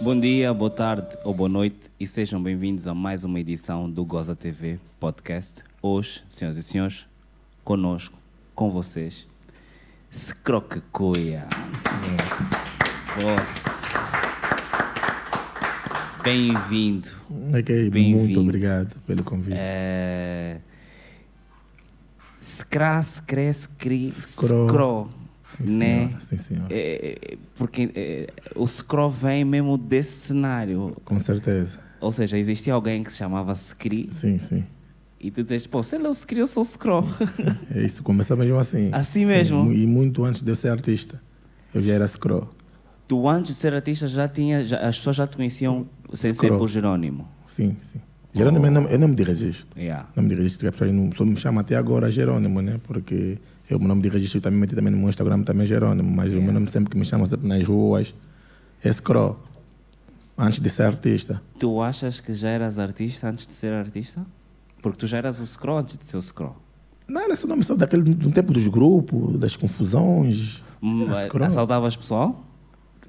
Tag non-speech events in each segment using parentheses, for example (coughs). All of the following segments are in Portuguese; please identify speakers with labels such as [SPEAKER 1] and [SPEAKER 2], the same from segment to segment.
[SPEAKER 1] Bom dia, boa tarde ou boa noite e sejam bem-vindos a mais uma edição do Goza TV Podcast. Hoje, senhoras e senhores, conosco, com vocês, Scroque Coia. Boss. Bem-vindo.
[SPEAKER 2] Ok,
[SPEAKER 1] Bem-vindo.
[SPEAKER 2] muito obrigado pelo convite.
[SPEAKER 1] É... Scra, scré, scri,
[SPEAKER 2] Scro.
[SPEAKER 1] scro,
[SPEAKER 2] sim,
[SPEAKER 1] né?
[SPEAKER 2] senhor, sim, senhor.
[SPEAKER 1] É, é, porque é, o scro vem mesmo desse cenário.
[SPEAKER 2] Com certeza.
[SPEAKER 1] Ou seja, existia alguém que se chamava Scri
[SPEAKER 2] Sim, sim.
[SPEAKER 1] e tu dizes, pô, sei lá, o Scri, eu sou o Scro. (laughs)
[SPEAKER 2] É isso, começa mesmo assim.
[SPEAKER 1] Assim
[SPEAKER 2] Sim,
[SPEAKER 1] mesmo?
[SPEAKER 2] mu- E muito antes de eu ser artista. Eu já era scroll.
[SPEAKER 1] tu antes de ser artista já tinha, já- as pessoas já te conheciam sem ser
[SPEAKER 2] Scro.
[SPEAKER 1] por Jerônimo.
[SPEAKER 2] Sim, sim.
[SPEAKER 1] Oh.
[SPEAKER 2] Geralmente eu não, eu não me de registro.
[SPEAKER 1] Yeah.
[SPEAKER 2] Não me de registro, que as pessoas não, só me chamam até agora Jerônimo, né? Porque eu, o meu nome de registro, eu também meti também no meu Instagram, também Jerônimo. Mas
[SPEAKER 1] É.
[SPEAKER 2] o meu nome sempre que me chamam sempre nas ruas é scroll. Antes de ser artista.
[SPEAKER 1] Tu achas que já eras artista antes de ser artista? Porque tu já eras o Scro antes de ser o Scro.
[SPEAKER 2] Não era só nome, só daquele, do tempo dos grupos, das confusões.
[SPEAKER 1] Hum,
[SPEAKER 2] Era scroll.
[SPEAKER 1] Assaltavas pessoal?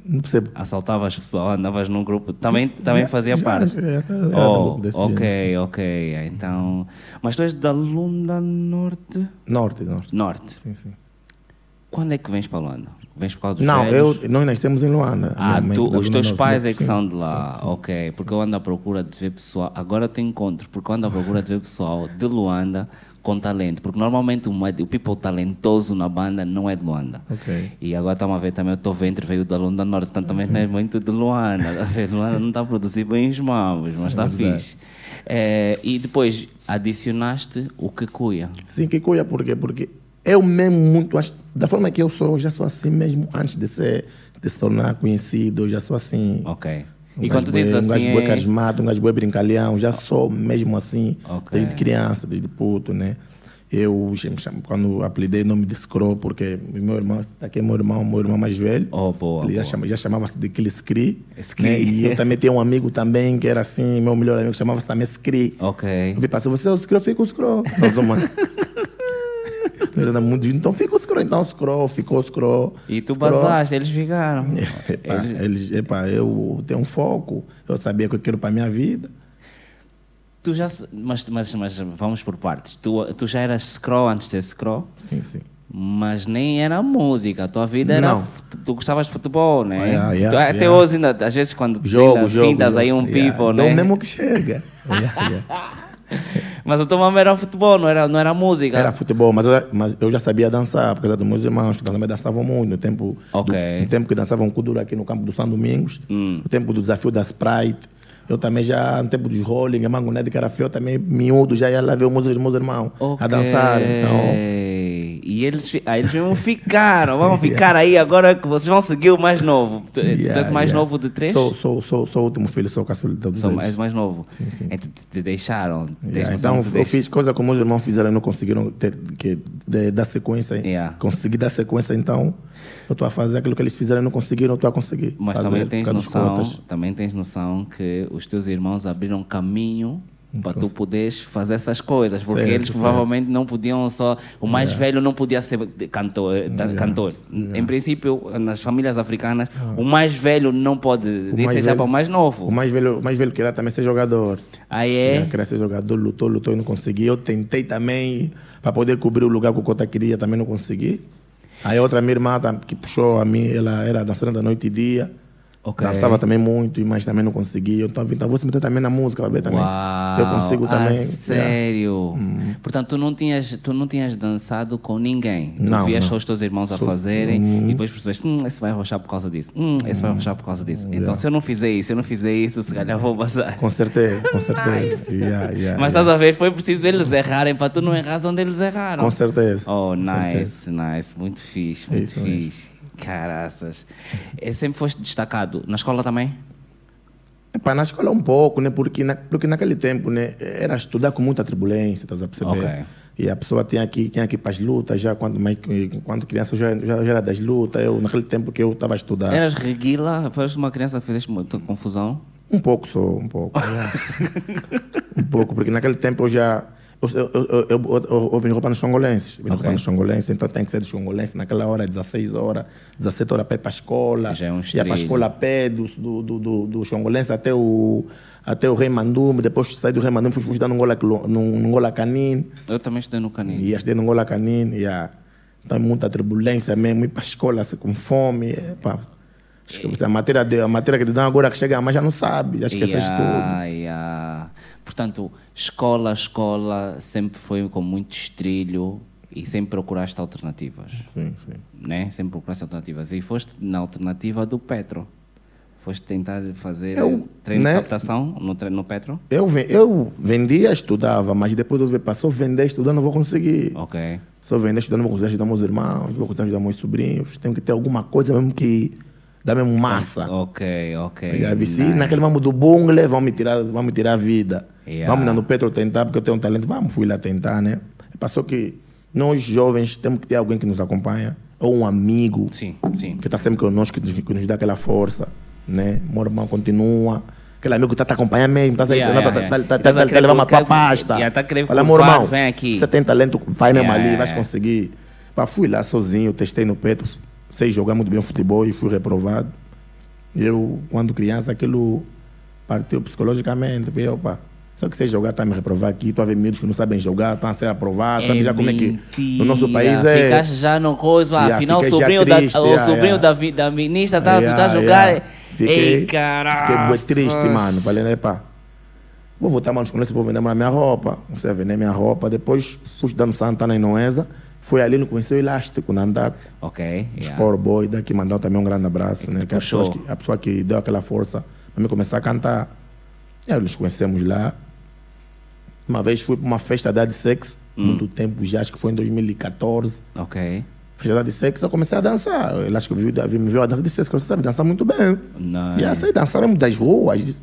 [SPEAKER 2] Não percebo.
[SPEAKER 1] Assaltavas pessoal, andavas num grupo,
[SPEAKER 2] (laughs)
[SPEAKER 1] também, também fazia
[SPEAKER 2] Já,
[SPEAKER 1] parte.
[SPEAKER 2] já, era- era um
[SPEAKER 1] Oh,
[SPEAKER 2] grupo desse
[SPEAKER 1] ok,
[SPEAKER 2] género,
[SPEAKER 1] ok. Então. Mas tu és da Lunda Norte?
[SPEAKER 2] sim. Norte, norte.
[SPEAKER 1] Norte.
[SPEAKER 2] Sim, sim.
[SPEAKER 1] Quando é que vens para Luanda? Vens por causa dos
[SPEAKER 2] não,
[SPEAKER 1] velhos?
[SPEAKER 2] eu, nós nascemos em Luanda.
[SPEAKER 1] Ah,
[SPEAKER 2] minha mãe
[SPEAKER 1] tu-
[SPEAKER 2] da
[SPEAKER 1] os
[SPEAKER 2] Zona
[SPEAKER 1] teus
[SPEAKER 2] Norte,
[SPEAKER 1] pais
[SPEAKER 2] né?
[SPEAKER 1] é que
[SPEAKER 2] Sim,
[SPEAKER 1] são de lá, ok. Porque eu ando à procura de ver pessoal. Agora eu te encontro, porque eu ando à procura de ver pessoal de Luanda com talento. Porque normalmente o ma- o people talentoso na banda não é de Luanda.
[SPEAKER 2] Ok.
[SPEAKER 1] E agora estamos a ver também, o teu ventre veio da Luanda Norte, portanto também não é muito de Luanda. tá a ver? Luanda não está a produzir bem os mambos, mas está fixe. É, e depois adicionaste o que cuia.
[SPEAKER 2] Sim, que coisa, por quê? Porque eu mesmo muito. acho- Da forma que eu sou, eu já sou assim mesmo antes de, ser, de se tornar conhecido, eu já sou assim.
[SPEAKER 1] Ok.
[SPEAKER 2] Um
[SPEAKER 1] Oh. e
[SPEAKER 2] gajo
[SPEAKER 1] quando dizes
[SPEAKER 2] bué- Um
[SPEAKER 1] assim.
[SPEAKER 2] gajo boi
[SPEAKER 1] é- Oh.
[SPEAKER 2] casmado, um gajo boi brincalhão, já sou mesmo assim,
[SPEAKER 1] Ok.
[SPEAKER 2] desde criança, desde puto, né? Eu já me chamo- quando apelidei o nome de Scro, porque meu irmão, tá aqui é meu irmão, meu irmão mais velho.
[SPEAKER 1] Oh, boa.
[SPEAKER 2] Ele já,
[SPEAKER 1] boa.
[SPEAKER 2] chama- já chamava-se de aquele Scri.
[SPEAKER 1] Scri.
[SPEAKER 2] né? E eu também tenho um amigo também que era assim, meu melhor amigo, chamava-se também Scri.
[SPEAKER 1] Ok.
[SPEAKER 2] Eu vi passar, você é o Scri, eu fico o Scro.
[SPEAKER 1] (laughs)
[SPEAKER 2] Nós vamos- Nós andamos muito juntos, então fica o Scro, então Scro, ficou o Scro.
[SPEAKER 1] E tu
[SPEAKER 2] Scro. (laughs)
[SPEAKER 1] basaste, eles ficaram.
[SPEAKER 2] É. Epá, eles, epá, eu tenho um foco, eu sabia que eu quero para a minha vida.
[SPEAKER 1] Tu já, se- mas, mas, mas vamos por partes. Tu, tu já eras scroll antes de ser scroll,
[SPEAKER 2] Sim, sim.
[SPEAKER 1] mas nem era música. A tua vida era.
[SPEAKER 2] Não. Ah,
[SPEAKER 1] fut- Tu gostavas de futebol, né?
[SPEAKER 2] Yeah, yeah,
[SPEAKER 1] Tu- até
[SPEAKER 2] yeah.
[SPEAKER 1] hoje, ainda, às vezes, quando tu
[SPEAKER 2] Jogo,
[SPEAKER 1] ainda
[SPEAKER 2] jogo.
[SPEAKER 1] findas
[SPEAKER 2] jogo.
[SPEAKER 1] aí um
[SPEAKER 2] Yeah,
[SPEAKER 1] people, né?
[SPEAKER 2] dá o então mesmo
[SPEAKER 1] (laughs)
[SPEAKER 2] que chega. Yeah, yeah.
[SPEAKER 1] Mas o teu nome era futebol, não era, não era música.
[SPEAKER 2] Era futebol, mas eu, mas eu já sabia dançar, por causa dos meus irmãos, que também dançavam muito. No tempo,
[SPEAKER 1] Ok. Hum.
[SPEAKER 2] do, no tempo que dançavam Kuduro aqui no campo do São Domingos, no tempo do desafio da Sprite. Eu também já, no tempo dos Rolling, a Mangonete, que era feio, também miúdo, já ia lá ver os meus, os meus irmãos a
[SPEAKER 1] Ok.
[SPEAKER 2] dançar. Então,
[SPEAKER 1] E eles, fi- aí eles mesmo ficaram.
[SPEAKER 2] (laughs)
[SPEAKER 1] Vão ficar aí agora que vocês vão seguir o mais novo. Tu, tu
[SPEAKER 2] yeah,
[SPEAKER 1] és mais
[SPEAKER 2] yeah.
[SPEAKER 1] novo de três?
[SPEAKER 2] Sou, sou, sou, sou o último filho, sou o caçula então, dos
[SPEAKER 1] Sou
[SPEAKER 2] eles.
[SPEAKER 1] mais, mais novo.
[SPEAKER 2] Sim, sim.
[SPEAKER 1] Então, te, te deixaram. tens
[SPEAKER 2] Yeah,
[SPEAKER 1] noção
[SPEAKER 2] então,
[SPEAKER 1] que te
[SPEAKER 2] eu
[SPEAKER 1] deixaram.
[SPEAKER 2] fiz coisa como meus irmãos fizeram e não conseguiram ter, que, de- dar sequência.
[SPEAKER 1] Yeah.
[SPEAKER 2] Consegui dar sequência, então eu estou a fazer aquilo que eles fizeram e não conseguiram, eu estou a conseguir.
[SPEAKER 1] Mas
[SPEAKER 2] fazer
[SPEAKER 1] também
[SPEAKER 2] por
[SPEAKER 1] tens,
[SPEAKER 2] causa dos
[SPEAKER 1] noção,
[SPEAKER 2] cotas.
[SPEAKER 1] também tens noção que os teus irmãos abriram caminho para tu poderes fazer essas coisas, porque
[SPEAKER 2] Certo,
[SPEAKER 1] eles
[SPEAKER 2] certo.
[SPEAKER 1] provavelmente não podiam só. O mais velho não podia ser de- cantor. eh, da- cantor. Em princípio, nas famílias africanas, o mais velho não pode
[SPEAKER 2] Ah. mais
[SPEAKER 1] desejar
[SPEAKER 2] velho-
[SPEAKER 1] para o mais novo.
[SPEAKER 2] O mais velho, o mais velho queria também ser jogador.
[SPEAKER 1] Aí é.
[SPEAKER 2] Yeah, Queria ser jogador, lutou, lutou e não consegui. Eu tentei também para poder cobrir o lugar que o Cota queria, também não consegui. Aí outra minha irmã tam- que puxou a mim, ela era dançando da noite e dia.
[SPEAKER 1] Ok.
[SPEAKER 2] Dançava também muito, mas também não conseguia. Então, eu vim, então vou se meter também na música, para ver também.
[SPEAKER 1] Uau,
[SPEAKER 2] né? Se eu consigo
[SPEAKER 1] ah,
[SPEAKER 2] também. Hum. yeah.
[SPEAKER 1] sério. Portanto, tu não, tinhas, tu não tinhas dançado com ninguém. Tu
[SPEAKER 2] Não,
[SPEAKER 1] vias
[SPEAKER 2] não.
[SPEAKER 1] só os teus irmãos a fazerem e depois percebeste, hum, esse vai rochar por causa disso. Hum, esse vai rochar por causa disso. Então, se eu não fizer isso, se eu não fizer isso, se calhar vou bazar.
[SPEAKER 2] Com certeza, com certeza. Yeah, yeah,
[SPEAKER 1] Mas
[SPEAKER 2] yeah.
[SPEAKER 1] estás a ver, foi preciso eles errarem para tu não errar onde eles erraram.
[SPEAKER 2] Com certeza.
[SPEAKER 1] Oh,
[SPEAKER 2] Com certeza.
[SPEAKER 1] nice,
[SPEAKER 2] É
[SPEAKER 1] nice. Muito fixe, muito
[SPEAKER 2] isso mesmo.
[SPEAKER 1] fixe. Caraças. É, sempre foste destacado. Na escola também?
[SPEAKER 2] Epá, na escola um pouco, né? Porque, na, porque naquele tempo, né? Era estudar com muita turbulência, estás a perceber?
[SPEAKER 1] Ok.
[SPEAKER 2] E a pessoa tinha que, tinha que ir para as lutas, já quando, mais, quando criança eu já, já, já era das lutas, eu, naquele tempo que eu estava a estudar.
[SPEAKER 1] Eras reguila? Foste uma criança que fizeste muita confusão? (laughs)
[SPEAKER 2] Um pouco só, um pouco. um pouco, porque naquele tempo eu já, Eu, eu, eu, eu, eu, eu vim roubar nos chongolenses. Vim
[SPEAKER 1] Ok.
[SPEAKER 2] roubar nos chongolenses, então tem que ser de chongolense naquela hora, 16 horas, 17 horas a pé para a escola.
[SPEAKER 1] Já é um
[SPEAKER 2] Ia para
[SPEAKER 1] trilho.
[SPEAKER 2] a escola a pé do, do, do, do, do chongolense até o, até o Rei Mandume. Depois saí do Rei Mandume, fui fugir dar num gola, quilo- num, num gola canino.
[SPEAKER 1] Eu também estudei no Canino.
[SPEAKER 2] E estudei num gola canino. E, ah, então muita turbulência mesmo, ir para a escola assim, com fome. é, pá. Esquece, A matéria, de, a matéria que te dão agora que chega, mas já não sabe, já esqueces tudo.
[SPEAKER 1] Yeah, yeah. Portanto, escola, escola, sempre foi com muito estrilho e sempre procuraste alternativas,
[SPEAKER 2] Sim, sim.
[SPEAKER 1] né? Sempre procuraste alternativas. E foste na alternativa do Petro. Foste tentar fazer
[SPEAKER 2] Eu,
[SPEAKER 1] treino
[SPEAKER 2] né?
[SPEAKER 1] de captação no, tre- no Petro?
[SPEAKER 2] Eu, ven- eu vendia, estudava, mas depois eu vi, pá, se eu vender, estudar, não vou conseguir.
[SPEAKER 1] Ok.
[SPEAKER 2] Se eu vender, estudar, não vou conseguir ajudar meus irmãos, não vou conseguir ajudar meus sobrinhos. Tenho que ter alguma coisa mesmo que dá mesmo massa.
[SPEAKER 1] Ok, ok.
[SPEAKER 2] Já vi, se
[SPEAKER 1] Nice.
[SPEAKER 2] naquele mambo do bungle, vão me tirar, vão me tirar a vida.
[SPEAKER 1] Yeah.
[SPEAKER 2] Vamos lá no Petro tentar, porque eu tenho um talento. Vamos, fui lá tentar, né? Passou que nós jovens temos que ter alguém que nos acompanha, ou um amigo
[SPEAKER 1] Sim, sim.
[SPEAKER 2] que está sempre conosco, que nos, que nos dá aquela força, né? Meu irmão continua. Aquele amigo que está te acompanhando mesmo, está
[SPEAKER 1] Yeah,
[SPEAKER 2] yeah,
[SPEAKER 1] yeah, yeah.
[SPEAKER 2] tá,
[SPEAKER 1] Tá
[SPEAKER 2] tá,
[SPEAKER 1] querendo
[SPEAKER 2] tá levando a tua
[SPEAKER 1] colocar-
[SPEAKER 2] pasta.
[SPEAKER 1] yeah, tá querendo
[SPEAKER 2] Fala, meu
[SPEAKER 1] curvar,
[SPEAKER 2] irmão,
[SPEAKER 1] vem aqui.
[SPEAKER 2] você tem talento, vai mesmo
[SPEAKER 1] Yeah,
[SPEAKER 2] ali,
[SPEAKER 1] yeah,
[SPEAKER 2] vais
[SPEAKER 1] yeah.
[SPEAKER 2] conseguir. Pá, fui lá sozinho, testei no Petro, sei jogar muito bem futebol e fui reprovado. Eu, quando criança, aquilo partiu psicologicamente. Falei, opa, só que sei jogar, está a me reprovar aqui. Estou a ver miúdos que não sabem jogar, estão a ser aprovados. sabe já como é que no nosso país
[SPEAKER 1] mentira.
[SPEAKER 2] é...
[SPEAKER 1] Ficaste já no coisa,
[SPEAKER 2] Yeah,
[SPEAKER 1] afinal o
[SPEAKER 2] fiquei já
[SPEAKER 1] sobrinho,
[SPEAKER 2] triste,
[SPEAKER 1] da, o
[SPEAKER 2] yeah,
[SPEAKER 1] sobrinho
[SPEAKER 2] yeah.
[SPEAKER 1] Da, vi- da ministra tá, tu tá a
[SPEAKER 2] Yeah,
[SPEAKER 1] jogar.
[SPEAKER 2] yeah. Fiquei,
[SPEAKER 1] Ei, caralho.
[SPEAKER 2] Fiquei bué triste, mano. Falei, né, pá. Vou voltar, mano, escolher se vou vender mais minha roupa. Comecei a vender minha roupa. Depois fui estudar no Santana em Noesa. Fui ali, não conheci o Elástico, na Andaco.
[SPEAKER 1] Ok. yeah.
[SPEAKER 2] Sport Boy, daqui mandar também um grande abraço, né? Que a,
[SPEAKER 1] puxou.
[SPEAKER 2] pessoa que, a pessoa que deu aquela força para mim começar a cantar. E aí nos conhecemos lá. Uma vez fui para uma festa da de sexo,
[SPEAKER 1] Hum.
[SPEAKER 2] muito tempo já, acho que foi em 2014.
[SPEAKER 1] Ok.
[SPEAKER 2] Festa da de sexo, eu comecei a dançar. Eu acho que viu, me viu a dança de sexo, você sabe dançar muito bem.
[SPEAKER 1] Não.
[SPEAKER 2] E aí saí dançar mesmo das ruas.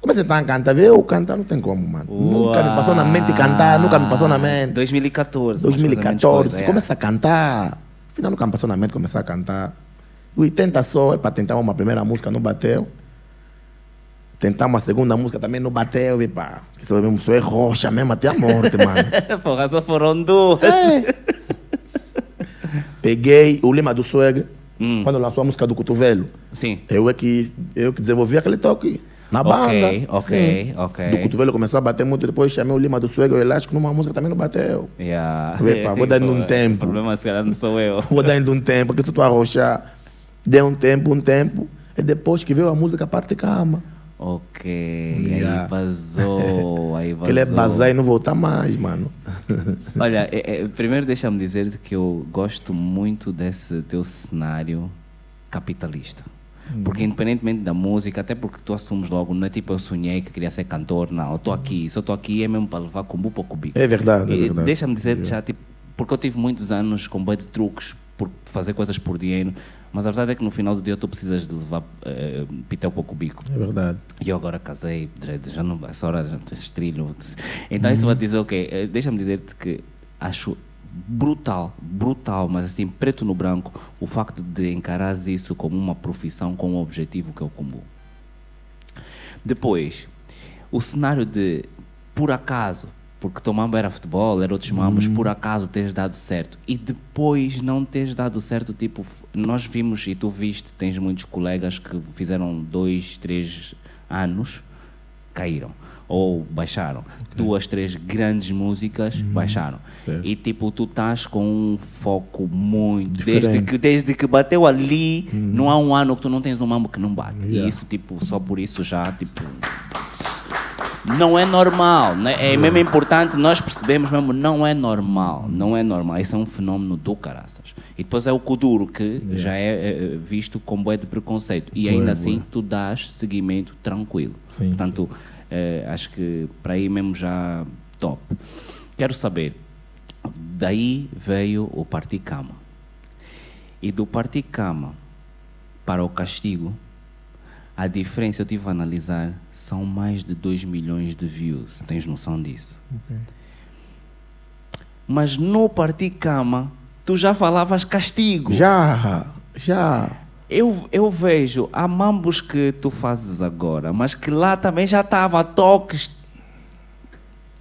[SPEAKER 2] Comecei a tentar cantar, viu? Cantar não tem como, mano. Nunca me passou na mente cantar, nunca me passou na mente.
[SPEAKER 1] 2014. mais ou menos
[SPEAKER 2] 2014,
[SPEAKER 1] coisa, yeah.
[SPEAKER 2] começa a cantar. Afinal, nunca me passou na mente começar a cantar. 80 só, é para tentar uma primeira música, não bateu. Tentar uma segunda música também não bateu, e pá. Isso mesmo, isso é rocha mesmo até a morte, (laughs)
[SPEAKER 1] (laughs)
[SPEAKER 2] mano.
[SPEAKER 1] Porra, só foram duas.
[SPEAKER 2] É. Peguei o Lima do Swag, quando lançou a música do Cotovelo.
[SPEAKER 1] Sim.
[SPEAKER 2] Eu é que, eu que desenvolvi aquele toque na banda.
[SPEAKER 1] Ok, ok,
[SPEAKER 2] Sim.
[SPEAKER 1] ok.
[SPEAKER 2] Do Cotovelo começou a bater muito, depois chamei o Lima do Swag, o Elástico, numa música também não bateu. (laughs)
[SPEAKER 1] Yeah.
[SPEAKER 2] Vê, pá, vou dar-lhe
[SPEAKER 1] (laughs)
[SPEAKER 2] um
[SPEAKER 1] O
[SPEAKER 2] tempo.
[SPEAKER 1] problema se calhar não sou eu.
[SPEAKER 2] Vou dar ainda um tempo, porque tu tu arrochar. Deu um tempo, um tempo. E depois que veio a música Parte Calma.
[SPEAKER 1] Ok. Aí
[SPEAKER 2] Yeah.
[SPEAKER 1] vazou. Aí vazou.
[SPEAKER 2] Que ele é bazar e não voltar mais, mano.
[SPEAKER 1] (laughs) Olha, é- é, primeiro deixa-me dizer que eu gosto muito desse teu cenário capitalista.
[SPEAKER 2] Hum.
[SPEAKER 1] Porque independentemente da música, até porque tu assumes logo, não é tipo eu sonhei que queria ser cantor, não, eu estou aqui, se eu estou aqui é mesmo para levar com bupo com bico.
[SPEAKER 2] Hum. É verdade, é
[SPEAKER 1] E
[SPEAKER 2] verdade.
[SPEAKER 1] Deixa-me dizer já, tipo, porque eu tive muitos anos com boi de truques, por fazer coisas por dinheiro, mas a verdade é que no final do dia tu precisas de levar eh, pitel para o bico.
[SPEAKER 2] É verdade.
[SPEAKER 1] E eu agora casei, dread, já não, essa hora já estrilho. Então isso vai dizer o quê? Eh, Deixa-me dizer-te que acho brutal, brutal, mas assim, preto no branco, o facto de encarares isso como uma profissão, como um objetivo que é o comum. Depois, o cenário de por acaso, porque teu mambo era futebol, era outros mambos,
[SPEAKER 2] Hum.
[SPEAKER 1] por acaso teres dado certo. E depois não teres dado certo, tipo, f- nós vimos e tu viste, tens muitos colegas que fizeram dois, três anos, caíram. Ou baixaram. Duas, três grandes músicas baixaram.
[SPEAKER 2] Hum. certo.
[SPEAKER 1] E tipo, tu estás com um foco muito. Desde
[SPEAKER 2] Diferente.
[SPEAKER 1] que, desde que bateu ali, não há um ano que tu não tens um mambo que não bate. E
[SPEAKER 2] Yeah.
[SPEAKER 1] isso, tipo, só por isso já, tipo. Não é normal, né? é mesmo importante nós percebemos mesmo, não é normal, não é normal, isso é um fenómeno do caraças. E depois é o Kuduro, que já é, é, visto como é de preconceito, e ainda
[SPEAKER 2] Bué,
[SPEAKER 1] assim tu dás seguimento tranquilo.
[SPEAKER 2] Sim,
[SPEAKER 1] Portanto, eh, acho que para aí mesmo já top. Quero saber, daí veio o Particama. E do Particama para o castigo, a diferença eu tive a analisar são mais de 2 milhões de views. Tens noção disso? Mas no Particama, tu já falavas castigo.
[SPEAKER 2] Já, já.
[SPEAKER 1] Eu, eu vejo, há mambos que tu fazes agora, mas que lá também já estava toques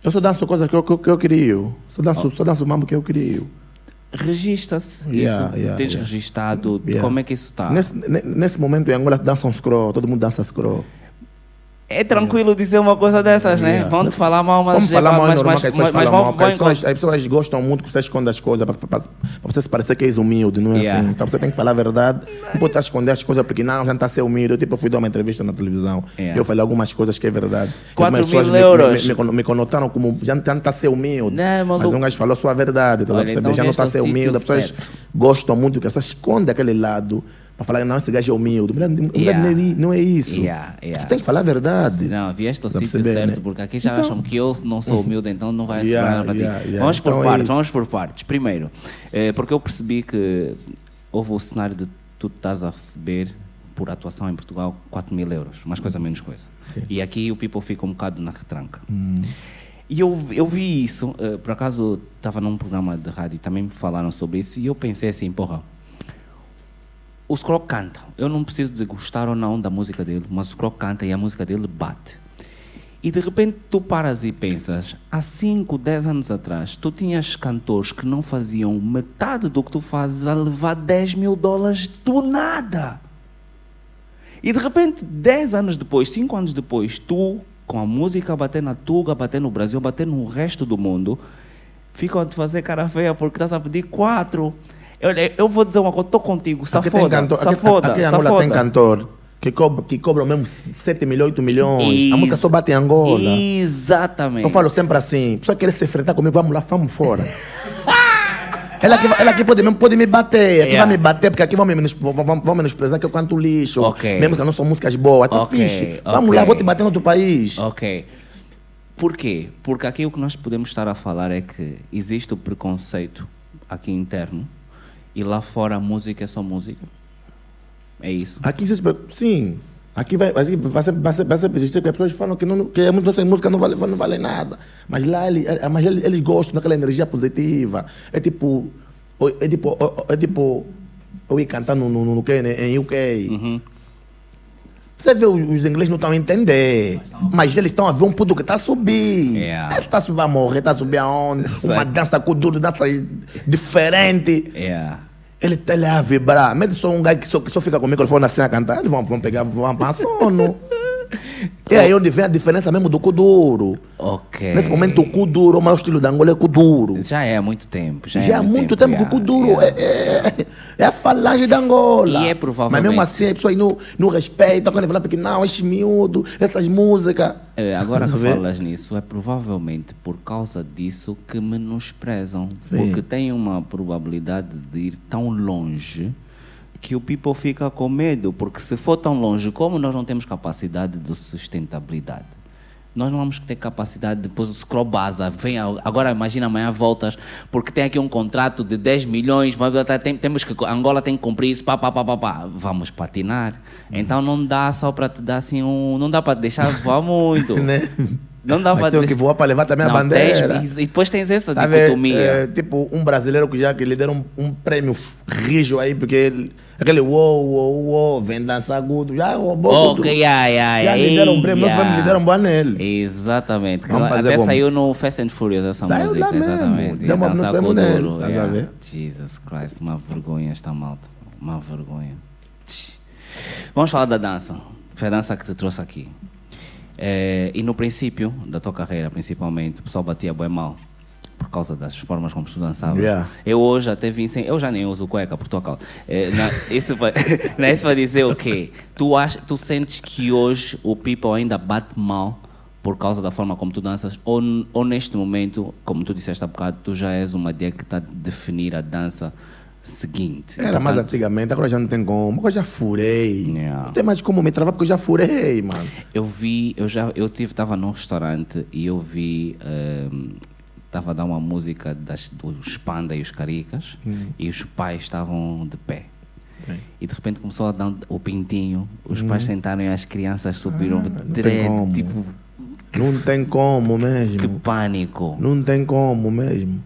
[SPEAKER 2] Eu só danço coisas que eu, que eu, que eu crio. Só danço,
[SPEAKER 1] Ah.
[SPEAKER 2] só danço mambo que eu crio.
[SPEAKER 1] Registra-se
[SPEAKER 2] Yeah,
[SPEAKER 1] isso,
[SPEAKER 2] yeah,
[SPEAKER 1] tens
[SPEAKER 2] yeah.
[SPEAKER 1] registado, de
[SPEAKER 2] Yeah.
[SPEAKER 1] como é que isso está?
[SPEAKER 2] Nesse, ne- nesse momento em Angola dançam scroll, todo mundo dança scroll.
[SPEAKER 1] É tranquilo dizer uma coisa dessas, né?
[SPEAKER 2] Yeah.
[SPEAKER 1] Vão te falar mal, mas,
[SPEAKER 2] Vamos falar mal, é
[SPEAKER 1] mas,
[SPEAKER 2] normal
[SPEAKER 1] mas,
[SPEAKER 2] que as
[SPEAKER 1] mas,
[SPEAKER 2] pessoas
[SPEAKER 1] mas vão,
[SPEAKER 2] falam mal. que
[SPEAKER 1] vão
[SPEAKER 2] As pessoas,
[SPEAKER 1] encontrar.
[SPEAKER 2] as pessoas gostam muito que você esconda as coisas para você se parecer que és humilde, não é
[SPEAKER 1] Yeah.
[SPEAKER 2] assim? Então você tem que falar a verdade. Não pode estar a esconder as coisas porque não, já não está a ser humilde. Eu, tipo, eu fui dar uma entrevista na televisão.
[SPEAKER 1] Yeah.
[SPEAKER 2] Eu falei algumas coisas que é verdade.
[SPEAKER 1] Quatro
[SPEAKER 2] Algumas
[SPEAKER 1] mil
[SPEAKER 2] pessoas me-
[SPEAKER 1] euros.
[SPEAKER 2] Me, me, me, me conotaram como já não está a ser humilde.
[SPEAKER 1] Não, maluco.
[SPEAKER 2] Mas um gajo falou a sua verdade. Tá
[SPEAKER 1] Olha,
[SPEAKER 2] Olha, perceber?
[SPEAKER 1] então
[SPEAKER 2] já não está a
[SPEAKER 1] este é
[SPEAKER 2] ser
[SPEAKER 1] o
[SPEAKER 2] humilde.
[SPEAKER 1] sítio
[SPEAKER 2] As pessoas
[SPEAKER 1] certo.
[SPEAKER 2] gostam muito que você esconde aquele lado para falar, não, esse gajo é humilde. Na verdade,
[SPEAKER 1] Yeah.
[SPEAKER 2] não é i- Não é isso.
[SPEAKER 1] Yeah, yeah.
[SPEAKER 2] Você tem que falar a verdade.
[SPEAKER 1] Não, vieste ao
[SPEAKER 2] Dá pra
[SPEAKER 1] sítio
[SPEAKER 2] perceber,
[SPEAKER 1] certo,
[SPEAKER 2] né?
[SPEAKER 1] porque aqui já acham que eu não sou humilde, então não vai
[SPEAKER 2] Yeah,
[SPEAKER 1] yeah, para
[SPEAKER 2] yeah,
[SPEAKER 1] ti.
[SPEAKER 2] yeah.
[SPEAKER 1] Vamos por
[SPEAKER 2] Então é
[SPEAKER 1] partes,
[SPEAKER 2] isso.
[SPEAKER 1] vamos por partes. Primeiro, eh, porque eu percebi que houve o cenário de tu estás a receber por atuação em Portugal 4 mil euros, mais coisa menos coisa.
[SPEAKER 2] Sim. Hum.
[SPEAKER 1] E aqui o people fica um bocado na retranca. E eu, eu vi isso, eh, por acaso estava num programa de rádio e também me falaram sobre isso, e eu pensei assim, porra, o Scroc canta. Eu não preciso de gostar ou não da música dele, mas o Scroc canta e a música dele bate. E de repente tu paras e pensas, há 5, 10 anos atrás, tu tinhas cantores que não faziam metade do que tu fazes a levar 10 mil dólares do nada. E de repente, 10 anos depois, 5 anos depois, tu, com a música a bater na Tuga, a bater no Brasil, a bater no resto do mundo, ficam a te fazer cara feia porque estás a pedir 4. Eu, eu vou dizer uma coisa, estou contigo,
[SPEAKER 2] Aqui tem
[SPEAKER 1] safoda,
[SPEAKER 2] cantor- aqui-
[SPEAKER 1] safoda,
[SPEAKER 2] aqui em Angola tem
[SPEAKER 1] safoda.
[SPEAKER 2] cantor que cobra, que cobra mesmo 7 milhões, 8 milhões.
[SPEAKER 1] Ex-
[SPEAKER 2] A música só bate em Angola.
[SPEAKER 1] Exatamente.
[SPEAKER 2] Eu falo sempre assim, só querer se enfrentar comigo, vamos lá, vamos fora. (laughs) Ela que, ela que pode, mesmo- pode me bater, aqui
[SPEAKER 1] Yeah.
[SPEAKER 2] vai me bater, porque aqui vão me, menos- vão, vão- vão menosprezar que eu canto lixo.
[SPEAKER 1] Ok.
[SPEAKER 2] Mesmo que não são músicas boas, tá
[SPEAKER 1] Ok,
[SPEAKER 2] fixe. Vamos
[SPEAKER 1] ok.
[SPEAKER 2] lá, vou te bater no outro país.
[SPEAKER 1] Ok. Por quê? Porque aqui o que nós podemos estar a falar é que existe o preconceito aqui interno e lá fora a música é só música. É isso.
[SPEAKER 2] Aqui existe. pre- Sim. Aqui vai, vai, ser- vai, ser- vai, ser- vai ser existir, porque as pessoas falam que, não, que a música sem música não vale, não vale nada. Mas lá ele, é- mas ele- eles gostam daquela energia positiva. É tipo. o- É tipo. o- o- É tipo eu ia cantar no, no, no, no que, né, em UK. Você vê, os, os ingleses não estão a entender. Mas eles estão a ver um puto que está a subir.
[SPEAKER 1] Yeah.
[SPEAKER 2] Esse está a subir, vai morrer, está a subir aonde? Uma dança com duro, dança diferente.
[SPEAKER 1] É.
[SPEAKER 2] Ele tá lá a vibrar. Mesmo só um gajo que só, que só fica com o microfone assim a cantar, eles vão, vão pegar, vão passar
[SPEAKER 1] (laughs)
[SPEAKER 2] sono. É aí onde vem a diferença mesmo do cu duro.
[SPEAKER 1] Ok.
[SPEAKER 2] Nesse momento, o cu duro, o maior estilo da Angola é o cu duro.
[SPEAKER 1] Já é há muito tempo. Já,
[SPEAKER 2] Já há muito tempo que o cu
[SPEAKER 1] yeah,
[SPEAKER 2] duro
[SPEAKER 1] yeah.
[SPEAKER 2] é, é- é a falange da Angola.
[SPEAKER 1] E é provavelmente-
[SPEAKER 2] Mas mesmo assim, as pessoas não, não respeitam quando falam porque não, esse miúdo, essas músicas.
[SPEAKER 1] É, Agora que
[SPEAKER 2] Estás a ver?
[SPEAKER 1] falas nisso, é provavelmente por causa disso que menosprezam.
[SPEAKER 2] Sim.
[SPEAKER 1] Porque tem uma probabilidade de ir tão longe que o people fica com medo. Porque se for tão longe, como nós não temos capacidade de sustentabilidade, nós não vamos ter capacidade, depois o scroll baza, vem, a- agora imagina amanhã voltas, porque tem aqui um contrato de 10 milhões, mas até tem- temos que, Angola tem que cumprir isso, pá, pá, pá, pá, pá. vamos patinar.
[SPEAKER 2] Uhum.
[SPEAKER 1] Então não dá só para te dar assim um, não dá para te deixar voar muito.
[SPEAKER 2] (laughs) Né?
[SPEAKER 1] Não dá
[SPEAKER 2] Mas
[SPEAKER 1] para
[SPEAKER 2] tenho que voar para levar também a
[SPEAKER 1] Não,
[SPEAKER 2] bandeira.
[SPEAKER 1] tens- e depois tens essa
[SPEAKER 2] Sabe,
[SPEAKER 1] dicotomia.
[SPEAKER 2] é, tipo, um brasileiro que já que lhe deram um, um prêmio rijo aí, porque ele, aquele uou, uou, uou, vem dançar agudo, já roubou tudo.
[SPEAKER 1] Oh, Ok, yeah, yeah,
[SPEAKER 2] já
[SPEAKER 1] yeah,
[SPEAKER 2] lhe deram um prêmio,
[SPEAKER 1] yeah.
[SPEAKER 2] nós lhe deram boa nele.
[SPEAKER 1] Exatamente.
[SPEAKER 2] Vamos fazer
[SPEAKER 1] Até
[SPEAKER 2] como?
[SPEAKER 1] saiu no Fast and Furious essa
[SPEAKER 2] Saiu
[SPEAKER 1] música.
[SPEAKER 2] lá mesmo. um
[SPEAKER 1] Exatamente.
[SPEAKER 2] Deu uma-
[SPEAKER 1] Dançar
[SPEAKER 2] deu
[SPEAKER 1] com
[SPEAKER 2] uma nele,
[SPEAKER 1] duro,
[SPEAKER 2] estás a ver?
[SPEAKER 1] Jesus Christ, uma vergonha esta malta. Uma vergonha. Tch. Vamos falar da dança. Foi a dança que te trouxe aqui. Eh, e no princípio da tua carreira, principalmente, o pessoal batia bem mal por causa das formas como tu dançavas.
[SPEAKER 2] Yeah.
[SPEAKER 1] Eu hoje até vim sem. Eu já nem uso cueca por tua causa. É, na, isso vai, (laughs) não é isso vai dizer o quê? Tu, ach, tu sentes que hoje o people ainda bate mal por causa da forma como tu danças? Ou, n- ou neste momento, como tu disseste há bocado, tu já és uma dia que está a definir a dança seguinte?
[SPEAKER 2] Era mais antigamente, agora já não tem como. Agora já furei.
[SPEAKER 1] Ah. Yeah.
[SPEAKER 2] Não tem mais como me travar porque eu já furei, mano.
[SPEAKER 1] Eu vi, eu já, eu tive, estava num restaurante e eu vi, estava a dar uma música das, dos Panda e os Caricas e os pais estavam de pé. E de repente começou a dar um, o pintinho, os pais sentaram e as crianças subiram
[SPEAKER 2] Uhum. Ah, tem
[SPEAKER 1] direto,
[SPEAKER 2] como.
[SPEAKER 1] tipo,
[SPEAKER 2] Não tem como
[SPEAKER 1] que
[SPEAKER 2] mesmo.
[SPEAKER 1] pânico.
[SPEAKER 2] Não tem como mesmo.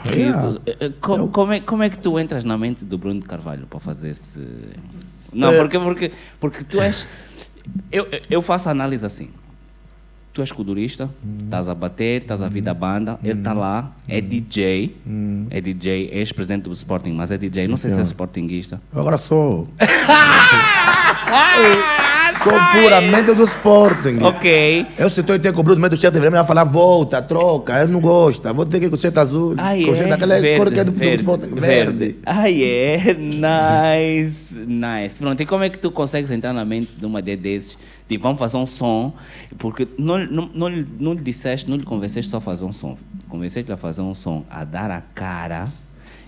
[SPEAKER 1] Que-
[SPEAKER 2] Yeah.
[SPEAKER 1] eh, eh, co- como, é, como é que tu entras na mente do Bruno de Carvalho para fazer esse. Não,
[SPEAKER 2] Eh.
[SPEAKER 1] porque, porque, porque tu és. Eu, eu faço a análise assim. tu és culturista,
[SPEAKER 2] Uhum.
[SPEAKER 1] estás a bater, estás a vir da banda, ele está lá, é DJ, é DJ, é ex-presidente do Sporting, mas é DJ, não sei se é
[SPEAKER 2] Uhum. senhor.
[SPEAKER 1] Sportingista.
[SPEAKER 2] Agora sou. sou puramente do Sporting.
[SPEAKER 1] Ok.
[SPEAKER 2] Eu se estou em com o Bruno, mas o chefe vermelho vai falar, volta, troca, ele não gosta, vou ter que ir com o chefe azul.
[SPEAKER 1] Ah,
[SPEAKER 2] com o
[SPEAKER 1] é?
[SPEAKER 2] chefe daquela cor que é do, do
[SPEAKER 1] verde,
[SPEAKER 2] Sporting. Verde.
[SPEAKER 1] Ah, é? Nice, nice. Pronto, e como é que tu consegues entrar na mente de uma ideia desses? Tipo, vamos fazer um som, porque não, não, não, lhe- não lhe disseste, não lhe convenceste só a fazer um som. Convenceste-lhe a fazer um som, a dar a cara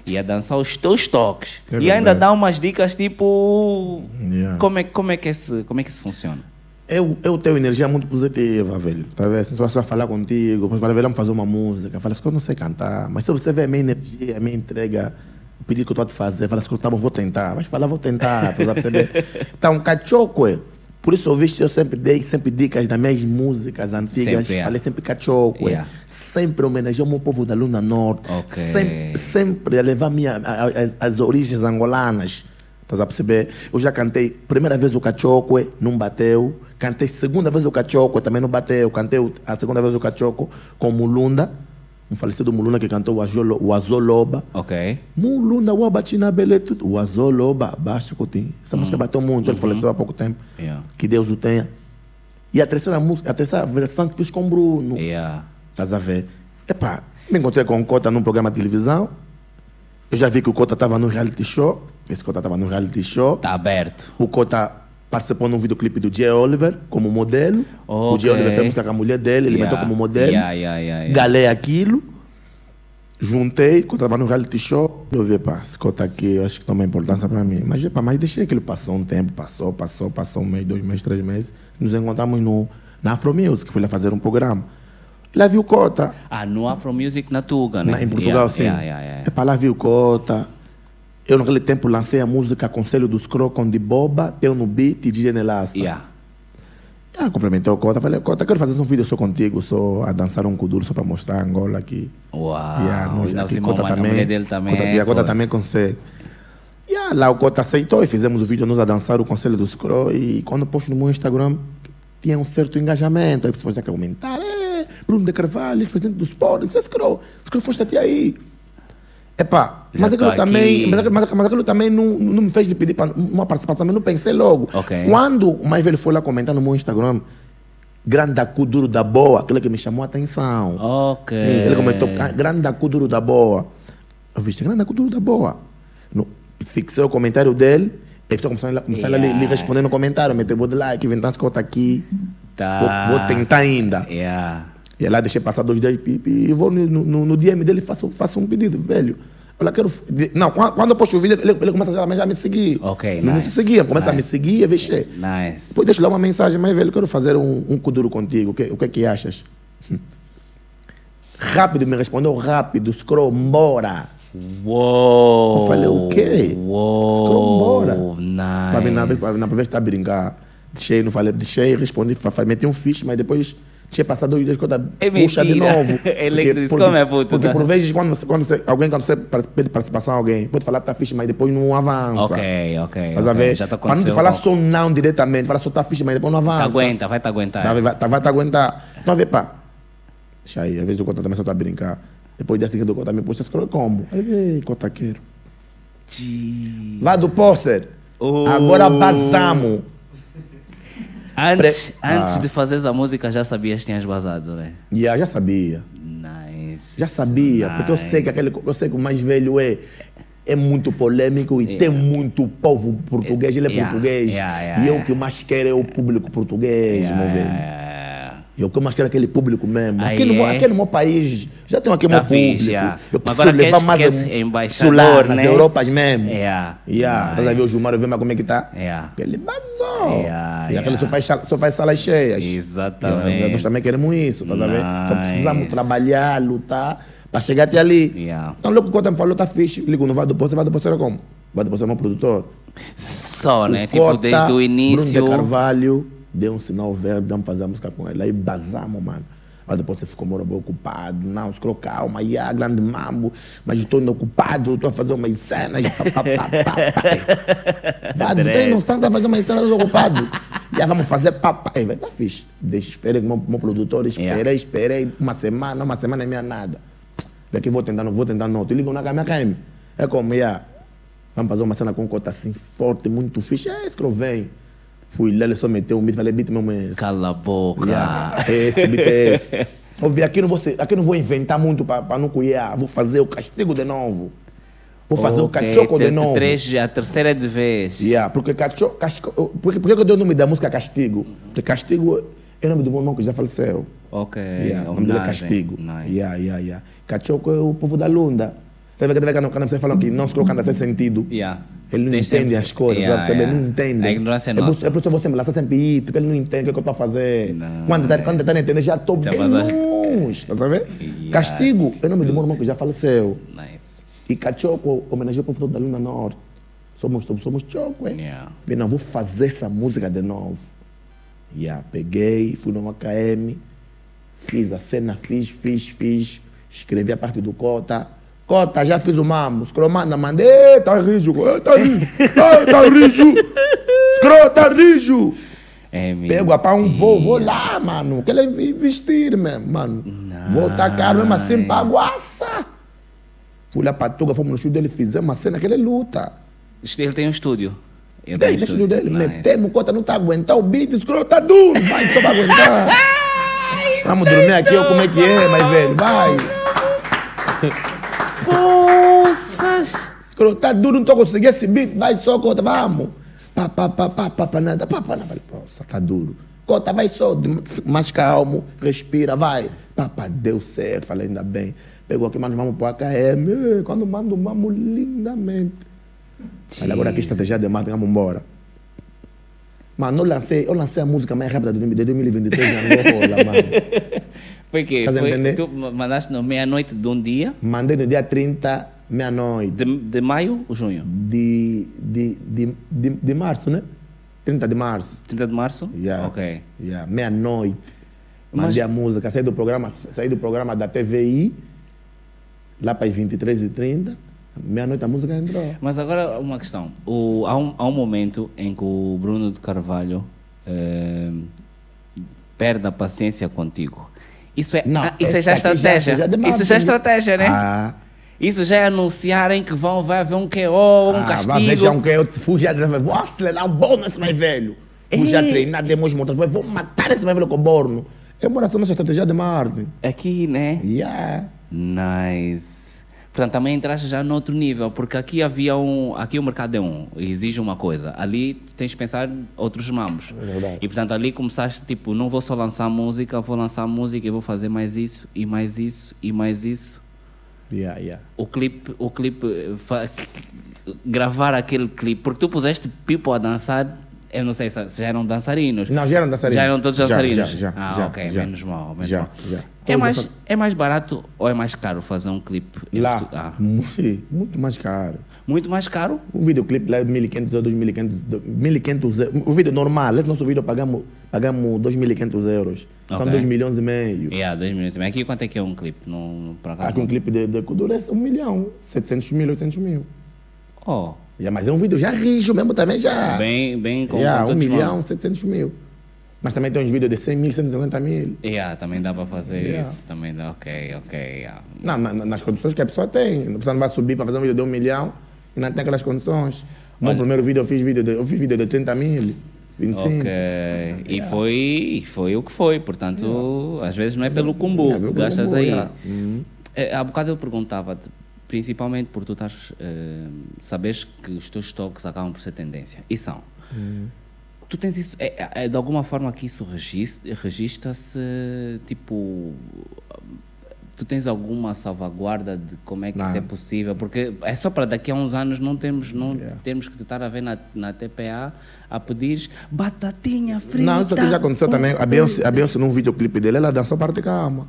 [SPEAKER 1] e a dançar os teus toques.
[SPEAKER 2] É
[SPEAKER 1] e ainda
[SPEAKER 2] verdade.
[SPEAKER 1] dar umas dicas, tipo...
[SPEAKER 2] Yeah.
[SPEAKER 1] Como, é, como, é que esse, como é que isso funciona?
[SPEAKER 2] Eu, eu tenho energia muito positiva, velho. Talvez se você vai falar contigo, você fala, velho, vamos fazer uma música. Fala assim, eu não sei cantar, mas se você vê a minha energia, a minha entrega, o pedido que eu estou a te fazer, fala assim, tá bom, vou tentar. Mas fala, vou tentar, tá tu vai perceber. então, cachoco é. Por isso eu visto, eu sempre dei sempre dicas das minhas músicas antigas.
[SPEAKER 1] Sempre, é.
[SPEAKER 2] Falei sempre cachoco, é.
[SPEAKER 1] Yeah.
[SPEAKER 2] Sempre homenageei o meu povo da Luna Norte.
[SPEAKER 1] Ok.
[SPEAKER 2] Sempre, sempre a levar minha, a- a- as, as origens angolanas. Estás a perceber? Eu já cantei primeira vez o cachoco, não bateu. Cantei segunda vez o cachoco, também não bateu. Cantei o- a segunda vez o cachoco com o Mulunda, um falecido Mulunda que cantou o Azolo- o Azoloba.
[SPEAKER 1] Ok.
[SPEAKER 2] Mulunda wa batina beletu, o Azoloba, baixa cotim. Essa música bateu muito, ele faleceu há pouco tempo.
[SPEAKER 1] Yeah.
[SPEAKER 2] Que Deus o tenha. E a terceira música, a terceira versão que fiz com o Bruno.
[SPEAKER 1] Yeah.
[SPEAKER 2] Estás a ver? Epá, me encontrei com o Cota num programa de televisão. Eu já vi que o Cota estava no reality show. Esse Cota estava no reality show.
[SPEAKER 1] Tá aberto.
[SPEAKER 2] O Cota participou num videoclipe do Jay Oliver como modelo. O
[SPEAKER 1] Ok.
[SPEAKER 2] Jay Oliver fez música com a mulher dele, ele
[SPEAKER 1] Yeah.
[SPEAKER 2] meteu como modelo.
[SPEAKER 1] Yeah, yeah, yeah, yeah.
[SPEAKER 2] Galei aquilo. Juntei, quando eu estava no reality show, eu vi, pá, esse cota aqui, eu acho que toma importância para mim. Mas, pá, mas deixei aquilo, passou um tempo, passou, passou, passou um mês, dois meses, três meses. Nos encontramos no, na Afro Music, fui lá fazer um programa. Lá vi o cota,
[SPEAKER 1] Ah, no Afro Music na Tuga, né?
[SPEAKER 2] na- em Portugal,
[SPEAKER 1] Yeah,
[SPEAKER 2] sim.
[SPEAKER 1] yeah, yeah, yeah.
[SPEAKER 2] É para lá vi o cota. Eu, naquele tempo, lancei a música Conselho dos Crocon de Boba, Teu no Beat e DJ Nelasta.
[SPEAKER 1] Yeah.
[SPEAKER 2] Ah, cumprimentou o Cota. Falei, Cota, quero fazer um vídeo só contigo, só a dançar um kuduro, só para mostrar a Angola aqui.
[SPEAKER 1] Uau!
[SPEAKER 2] Yeah, não,
[SPEAKER 1] Não,
[SPEAKER 2] aqui
[SPEAKER 1] Simão,
[SPEAKER 2] Cota
[SPEAKER 1] mano, a
[SPEAKER 2] também.
[SPEAKER 1] mulher dele também.
[SPEAKER 2] Cota,
[SPEAKER 1] é
[SPEAKER 2] e a Cota
[SPEAKER 1] coisa.
[SPEAKER 2] também consegue. E ah, lá o Cota aceitou e fizemos o vídeo nós a dançar o Conselho do Scro. E quando eu posto no meu Instagram, tinha um certo engajamento. Aí pessoas já que comentaram, é, Bruno de Carvalho, presidente do Sport, isso é Scro. Scro foste até aí. Epá,
[SPEAKER 1] Já
[SPEAKER 2] mas
[SPEAKER 1] tô
[SPEAKER 2] aquilo,
[SPEAKER 1] aqui.
[SPEAKER 2] também, mas, aquilo- mas aquilo- mas aquilo também não, não me fez lhe pedir para uma participação, também não pensei logo.
[SPEAKER 1] Ok.
[SPEAKER 2] Quando o mais velho foi lá comentar no meu Instagram, grande duro da boa, aquilo que me chamou a atenção.
[SPEAKER 1] Oh, Ok.
[SPEAKER 2] Sim, ele comentou, "Ah, grande Acuduro da Boa. Eu vi, grande Acuduro da Boa. No, fixei o comentário dele, e estou começando a começar a lhe- lhe
[SPEAKER 1] Yeah.
[SPEAKER 2] responder no comentário, meter o like, ventando que eu tô aqui,
[SPEAKER 1] Tá.
[SPEAKER 2] vou, vou tentar ainda.
[SPEAKER 1] Yeah.
[SPEAKER 2] E lá deixei passar dois dias e, e vou no, no, no DM dele e faço, faço um pedido, velho. Eu lá quero. f- de- Não, quan- quando eu posto o vídeo, ele, ele começa já, já me seguir.
[SPEAKER 1] Ok,
[SPEAKER 2] Não
[SPEAKER 1] nice,
[SPEAKER 2] me seguia, começa a me
[SPEAKER 1] nice.
[SPEAKER 2] seguir, vixe.
[SPEAKER 1] Nice.
[SPEAKER 2] Pô, deixa lá uma mensagem, mas velho, eu quero fazer um, um kuduro contigo. O que, o que é que achas? (laughs) Rápido, me respondeu rápido, scroll, bora.
[SPEAKER 1] Uou!
[SPEAKER 2] Eu falei, o quê?
[SPEAKER 1] Uou!
[SPEAKER 2] Scroll,
[SPEAKER 1] Nice.
[SPEAKER 2] Para ver na na vez tá a brincar. Deixei, não falei, deixei, respondi, fa- fa- meti um fixe, mas depois tinha passado dois dias que eu tava-
[SPEAKER 1] (laughs) É
[SPEAKER 2] puxa de
[SPEAKER 1] mentira.
[SPEAKER 2] novo.
[SPEAKER 1] Ele que disse, como é, puto,
[SPEAKER 2] Porque
[SPEAKER 1] tá?
[SPEAKER 2] por vezes quando, você- quando você- alguém, quando você par- pede participação a alguém, pode falar que tá fixe, mas depois não avança.
[SPEAKER 1] Ok, ok.
[SPEAKER 2] Faz a
[SPEAKER 1] ok.
[SPEAKER 2] ver?
[SPEAKER 1] Já tá
[SPEAKER 2] Para não te
[SPEAKER 1] acontecendo.
[SPEAKER 2] falar só não diretamente, fala só tá fixe, mas depois não
[SPEAKER 1] Tá
[SPEAKER 2] avança.
[SPEAKER 1] aguenta, é. vai te aguentar.
[SPEAKER 2] Tá, vai, tá, vai te aguentar. Então, vê, pá. Deixa aí, às vezes o conta também só tá a brincar. Depois da seguinte, o conta me posta, escolhe como? Aí, vê, contaqueiro.
[SPEAKER 1] Ti.
[SPEAKER 2] Vá do póster.
[SPEAKER 1] Oh.
[SPEAKER 2] Agora basamos.
[SPEAKER 1] Antes,
[SPEAKER 2] Pre-
[SPEAKER 1] antes
[SPEAKER 2] Ah.
[SPEAKER 1] de fazeres a música, já sabias que tinhas vazado, né?
[SPEAKER 2] E eu já sabia.
[SPEAKER 1] Nice.
[SPEAKER 2] Já sabia. Porque eu sei que aquele, eu sei que o mais velho é, é muito polêmico e tem muito povo português. Ele é É.
[SPEAKER 1] Yeah,
[SPEAKER 2] português.
[SPEAKER 1] yeah, yeah,
[SPEAKER 2] e eu
[SPEAKER 1] yeah.
[SPEAKER 2] que mais quero é o público português, meu velho.
[SPEAKER 1] velho.
[SPEAKER 2] Eu que mais quero aquele público mesmo.
[SPEAKER 1] Aí
[SPEAKER 2] Aqui no, meu-
[SPEAKER 1] é.
[SPEAKER 2] aqui no meu país, já tenho aqui
[SPEAKER 1] Tá
[SPEAKER 2] meu público.
[SPEAKER 1] fixe, yeah.
[SPEAKER 2] Eu
[SPEAKER 1] Mas
[SPEAKER 2] preciso
[SPEAKER 1] agora
[SPEAKER 2] levar
[SPEAKER 1] queres-
[SPEAKER 2] mais
[SPEAKER 1] queres
[SPEAKER 2] em-
[SPEAKER 1] embaixador,
[SPEAKER 2] solar, nas
[SPEAKER 1] né? É. Ah,
[SPEAKER 2] Europas mesmo.
[SPEAKER 1] Yeah.
[SPEAKER 2] Yeah. Estás a ver o Gilmar, vê como é que tá?
[SPEAKER 1] Yeah.
[SPEAKER 2] Ele vazou.
[SPEAKER 1] Yeah,
[SPEAKER 2] e aquele
[SPEAKER 1] yeah.
[SPEAKER 2] só faz, sala- só faz salas cheias.
[SPEAKER 1] Exatamente.
[SPEAKER 2] Yeah, Nós também queremos isso, estás a ver? Então
[SPEAKER 1] Nice.
[SPEAKER 2] precisamos trabalhar, lutar, para chegar até ali.
[SPEAKER 1] Yeah.
[SPEAKER 2] Então, logo quando me falou, tá fixe. Ligo, não vai do posto, vai do posto, era como? Vai do posto, é meu produtor.
[SPEAKER 1] Só, né?
[SPEAKER 2] O
[SPEAKER 1] tipo,
[SPEAKER 2] Cota,
[SPEAKER 1] desde o
[SPEAKER 2] Bruno de
[SPEAKER 1] início.
[SPEAKER 2] um Carvalho deu um sinal verde, vamos fazer a música com ele. Aí basamos, mano. Mas depois você ficou mora bem ocupado. Não, se colocar uma IA, grande mambo, mas estou ocupado, estou a fazer umas cenas. Pá, pá, pá, pá,
[SPEAKER 1] (laughs)
[SPEAKER 2] pá. Vá, não tem noção, está a fazer umas cenas ocupado. Já vamos fazer papá. Ei, vai tá fixe. Deixa, esperei com o meu, meu produtor, esperei,
[SPEAKER 1] Yeah.
[SPEAKER 2] esperei. É, Uma semana, uma semana é minha nada. Daqui vou tentar, não vou tentar, não. Tu liga na minha KM. É como, yeah. Vamos fazer uma cena com cota assim, forte, muito fixe. É esse que eu venho. Fui lá, ele só meteu o mito, falei, beat mesmo é esse.
[SPEAKER 1] Cala a boca.
[SPEAKER 2] Yeah. Esse, beat
[SPEAKER 1] (laughs)
[SPEAKER 2] é esse. Ouvi, aqui não, vou, ser- aqui não vou inventar muito para não cuidar. Vou fazer o castigo de novo. Vou fazer
[SPEAKER 1] Ok,
[SPEAKER 2] o cachoco de
[SPEAKER 1] ter-
[SPEAKER 2] novo.
[SPEAKER 1] Três, a terceira é de vez.
[SPEAKER 2] Yeah, porque cacho, casco, por que por que eu dei o nome da música Castigo? Porque Castigo é o nome do meu irmão que já faleceu.
[SPEAKER 1] Ok.
[SPEAKER 2] Yeah, o nome dele é
[SPEAKER 1] homenagem.
[SPEAKER 2] Castigo.
[SPEAKER 1] Nice.
[SPEAKER 2] Yeah, yeah, yeah. Cachoco é o povo da Lunda. Sabe que quando quando vocês falam que não se colocando sem sentido?
[SPEAKER 1] Yeah.
[SPEAKER 2] Ele não
[SPEAKER 1] Tem
[SPEAKER 2] entende
[SPEAKER 1] sempre-
[SPEAKER 2] as coisas,
[SPEAKER 1] Yeah,
[SPEAKER 2] sabe? Ele
[SPEAKER 1] yeah.
[SPEAKER 2] não entende.
[SPEAKER 1] A ignorância é
[SPEAKER 2] por-
[SPEAKER 1] nossa.
[SPEAKER 2] É por isso que você me lança sempre hit, porque ele não entende o que, é que eu estou a fazer.
[SPEAKER 1] Não, é.
[SPEAKER 2] quando está quando tá entendendo, já estou
[SPEAKER 1] Já
[SPEAKER 2] bem
[SPEAKER 1] vazaste.
[SPEAKER 2] longe. Tá sabendo?
[SPEAKER 1] Yeah.
[SPEAKER 2] Castigo é o nome do meu irmão que já faleceu.
[SPEAKER 1] Nice.
[SPEAKER 2] E Cachoco homenageou o povo todo da Lunda Norte. Somos, somos choco, hein?
[SPEAKER 1] Yeah.
[SPEAKER 2] Falei, não, vou fazer essa música de novo. Yeah, peguei, fui no AKM, fiz a cena, fiz, fiz, fiz. Escrevi a parte do Cota. Cota, já fiz o mambo. Scromanda, mandei. "Ê, Tá rijo, ê, tá rijo, ê, tá rijo. Scro, tá rijo.
[SPEAKER 1] É
[SPEAKER 2] Pego a pá, um voo, vou
[SPEAKER 1] mentira.
[SPEAKER 2] lá, mano. Quero investir, mesmo, mano. Vou tacar mesmo assim,
[SPEAKER 1] Nice.
[SPEAKER 2] paguaça. Fui lá pra Tuga, fomos no estúdio dele, fizemos uma cena que ele luta.
[SPEAKER 1] Ele tem um estúdio. Ele
[SPEAKER 2] Dei
[SPEAKER 1] tem um
[SPEAKER 2] no estúdio dele,
[SPEAKER 1] Nice.
[SPEAKER 2] metemos, conta não tá aguentar o beat, escroto tá duro, vai, só pra aguentar. Vamos dormir aqui, eu como é que é, mas velho, vai.
[SPEAKER 1] Poças.
[SPEAKER 2] Escroto tá duro, não tô conseguindo esse beat, vai só, conta, vamos. Pá, pá, pá, pá, pá, pá, nada, pá, pá, nada. Falei, Nossa, tá duro. Conta, vai só, de- fica mais calmo, respira, vai. Pá, pá, deu certo, falei, ainda bem. Pegou aqui, mas vamos pro AKM. Ei, Quando mando, mamo lindamente. Olha, agora aqui estratégia de marketing, vamos embora. Mano, eu lancei, eu lancei a música mais rápida de 2023 na Angola, mano.
[SPEAKER 1] Foi que
[SPEAKER 2] Estás a
[SPEAKER 1] foi,
[SPEAKER 2] entender?
[SPEAKER 1] tu mandaste na meia-noite de um dia,
[SPEAKER 2] Mandei no dia 30, meia-noite.
[SPEAKER 1] de, de maio ou junho?
[SPEAKER 2] De, de, de, de, de março, né? 30 de março.
[SPEAKER 1] 30 de março?
[SPEAKER 2] Yeah.
[SPEAKER 1] Ok.
[SPEAKER 2] Yeah, Meia-noite.
[SPEAKER 1] Mas-
[SPEAKER 2] Mandei a música, saí do programa, saí do programa da TVI, lá para as 23h30. Meia-noite a música entrou.
[SPEAKER 1] Mas agora uma questão. O- há, um, há um momento em que o Bruno de Carvalho eh, perde a paciência contigo. Isso é, ah, isso é
[SPEAKER 2] essa
[SPEAKER 1] já
[SPEAKER 2] aqui
[SPEAKER 1] estratégia.
[SPEAKER 2] já é de
[SPEAKER 1] isso já é
[SPEAKER 2] marketing.
[SPEAKER 1] estratégia, né?
[SPEAKER 2] Ah,
[SPEAKER 1] Isso já é anunciarem que vão, vai haver um QO, um
[SPEAKER 2] Ah,
[SPEAKER 1] castigo.
[SPEAKER 2] Vai deixar um que eu fugi atrás. Vou acelerar o borno é esse mais velho. Fui já
[SPEAKER 1] Ei.
[SPEAKER 2] treinar, demos montar. Vou matar esse mais velho com o borno. É uma oração nossa estratégia de marketing.
[SPEAKER 1] Aqui, né?
[SPEAKER 2] Yeah.
[SPEAKER 1] Nice. Portanto, também entraste já noutro nível, porque aqui havia um. Aqui o mercado é um, exige uma coisa. Ali tens de pensar outros mamos.
[SPEAKER 2] verdade.
[SPEAKER 1] E portanto ali começaste tipo, não vou só lançar música, vou lançar música e vou fazer mais isso, e mais isso, e mais isso.
[SPEAKER 2] Yeah, yeah.
[SPEAKER 1] O clipe, o clipe, eh, fa- gravar aquele clipe, porque tu puseste people a dançar, eu não sei se se já eram dançarinos.
[SPEAKER 2] Não, já eram dançarinos.
[SPEAKER 1] Já eram todos
[SPEAKER 2] Já,
[SPEAKER 1] dançarinos.
[SPEAKER 2] já, já,
[SPEAKER 1] ah,
[SPEAKER 2] já,
[SPEAKER 1] ok,
[SPEAKER 2] já.
[SPEAKER 1] menos mal. Menos
[SPEAKER 2] Já,
[SPEAKER 1] mal.
[SPEAKER 2] já. Então,
[SPEAKER 1] É,
[SPEAKER 2] Todos
[SPEAKER 1] mais,
[SPEAKER 2] dançarinos.
[SPEAKER 1] é mais barato ou é mais caro fazer um clipe? em
[SPEAKER 2] Lá,
[SPEAKER 1] Portu- Ah,
[SPEAKER 2] (laughs) muito, muito mais caro.
[SPEAKER 1] muito mais caro?
[SPEAKER 2] Um videoclipe lá é 1.500 ou 2.500 do- 1.500 euros. O um vídeo normal, esse nosso vídeo pagamos, pagamos 2.500 euros. São
[SPEAKER 1] Ok. É,
[SPEAKER 2] 2 milhões e meio.
[SPEAKER 1] Yeah, dois milhões. e meio. Aqui quanto é que é um clipe? Não, por acaso
[SPEAKER 2] Aqui um
[SPEAKER 1] não-
[SPEAKER 2] clipe de, de dura 1 milhão, 700 mil, 800 mil.
[SPEAKER 1] Oh,
[SPEAKER 2] Yeah, mas é um vídeo já rijo mesmo também, já.
[SPEAKER 1] bem, bem com
[SPEAKER 2] Ah. Yeah,
[SPEAKER 1] com
[SPEAKER 2] 1
[SPEAKER 1] todos os
[SPEAKER 2] milhão,
[SPEAKER 1] mãos.
[SPEAKER 2] 700 mil. Mas também tem uns vídeos de 100 mil, 150 mil.
[SPEAKER 1] Yeah, também dá para fazer
[SPEAKER 2] Yeah.
[SPEAKER 1] isso. Também dá, ok, ok. Yeah.
[SPEAKER 2] Não, na- na- nas condições que a pessoa tem. A pessoa não vai subir para fazer um vídeo de 1 milhão e não tem aquelas condições. No
[SPEAKER 1] Olha.
[SPEAKER 2] primeiro vídeo eu fiz vídeo de, eu fiz vídeo de 30 mil, 25.
[SPEAKER 1] Ok. E foi, e foi o que foi. Portanto, às vezes não é pelo combo
[SPEAKER 2] Yeah,
[SPEAKER 1] que
[SPEAKER 2] pelo
[SPEAKER 1] gastas
[SPEAKER 2] combo,
[SPEAKER 1] aí.
[SPEAKER 2] yeah.
[SPEAKER 1] Eh, Há bocado eu perguntava-te, principalmente por tu estás, eh, sabes que os teus toques acabam por ser tendência. E são. Tu tens isso, é, é- é de alguma forma que isso regis- registra-se, tipo, tu tens alguma salvaguarda de como é que isso é
[SPEAKER 2] Não.
[SPEAKER 1] possível? Porque é só para daqui a uns anos não temos, não
[SPEAKER 2] Yeah.
[SPEAKER 1] temos que te estar a ver na, na TPA a pedir batatinha frita.
[SPEAKER 2] Não, isso aqui já aconteceu também. A Beyoncé, a Beyoncé num videoclipe dele, ela dançou parte de cama.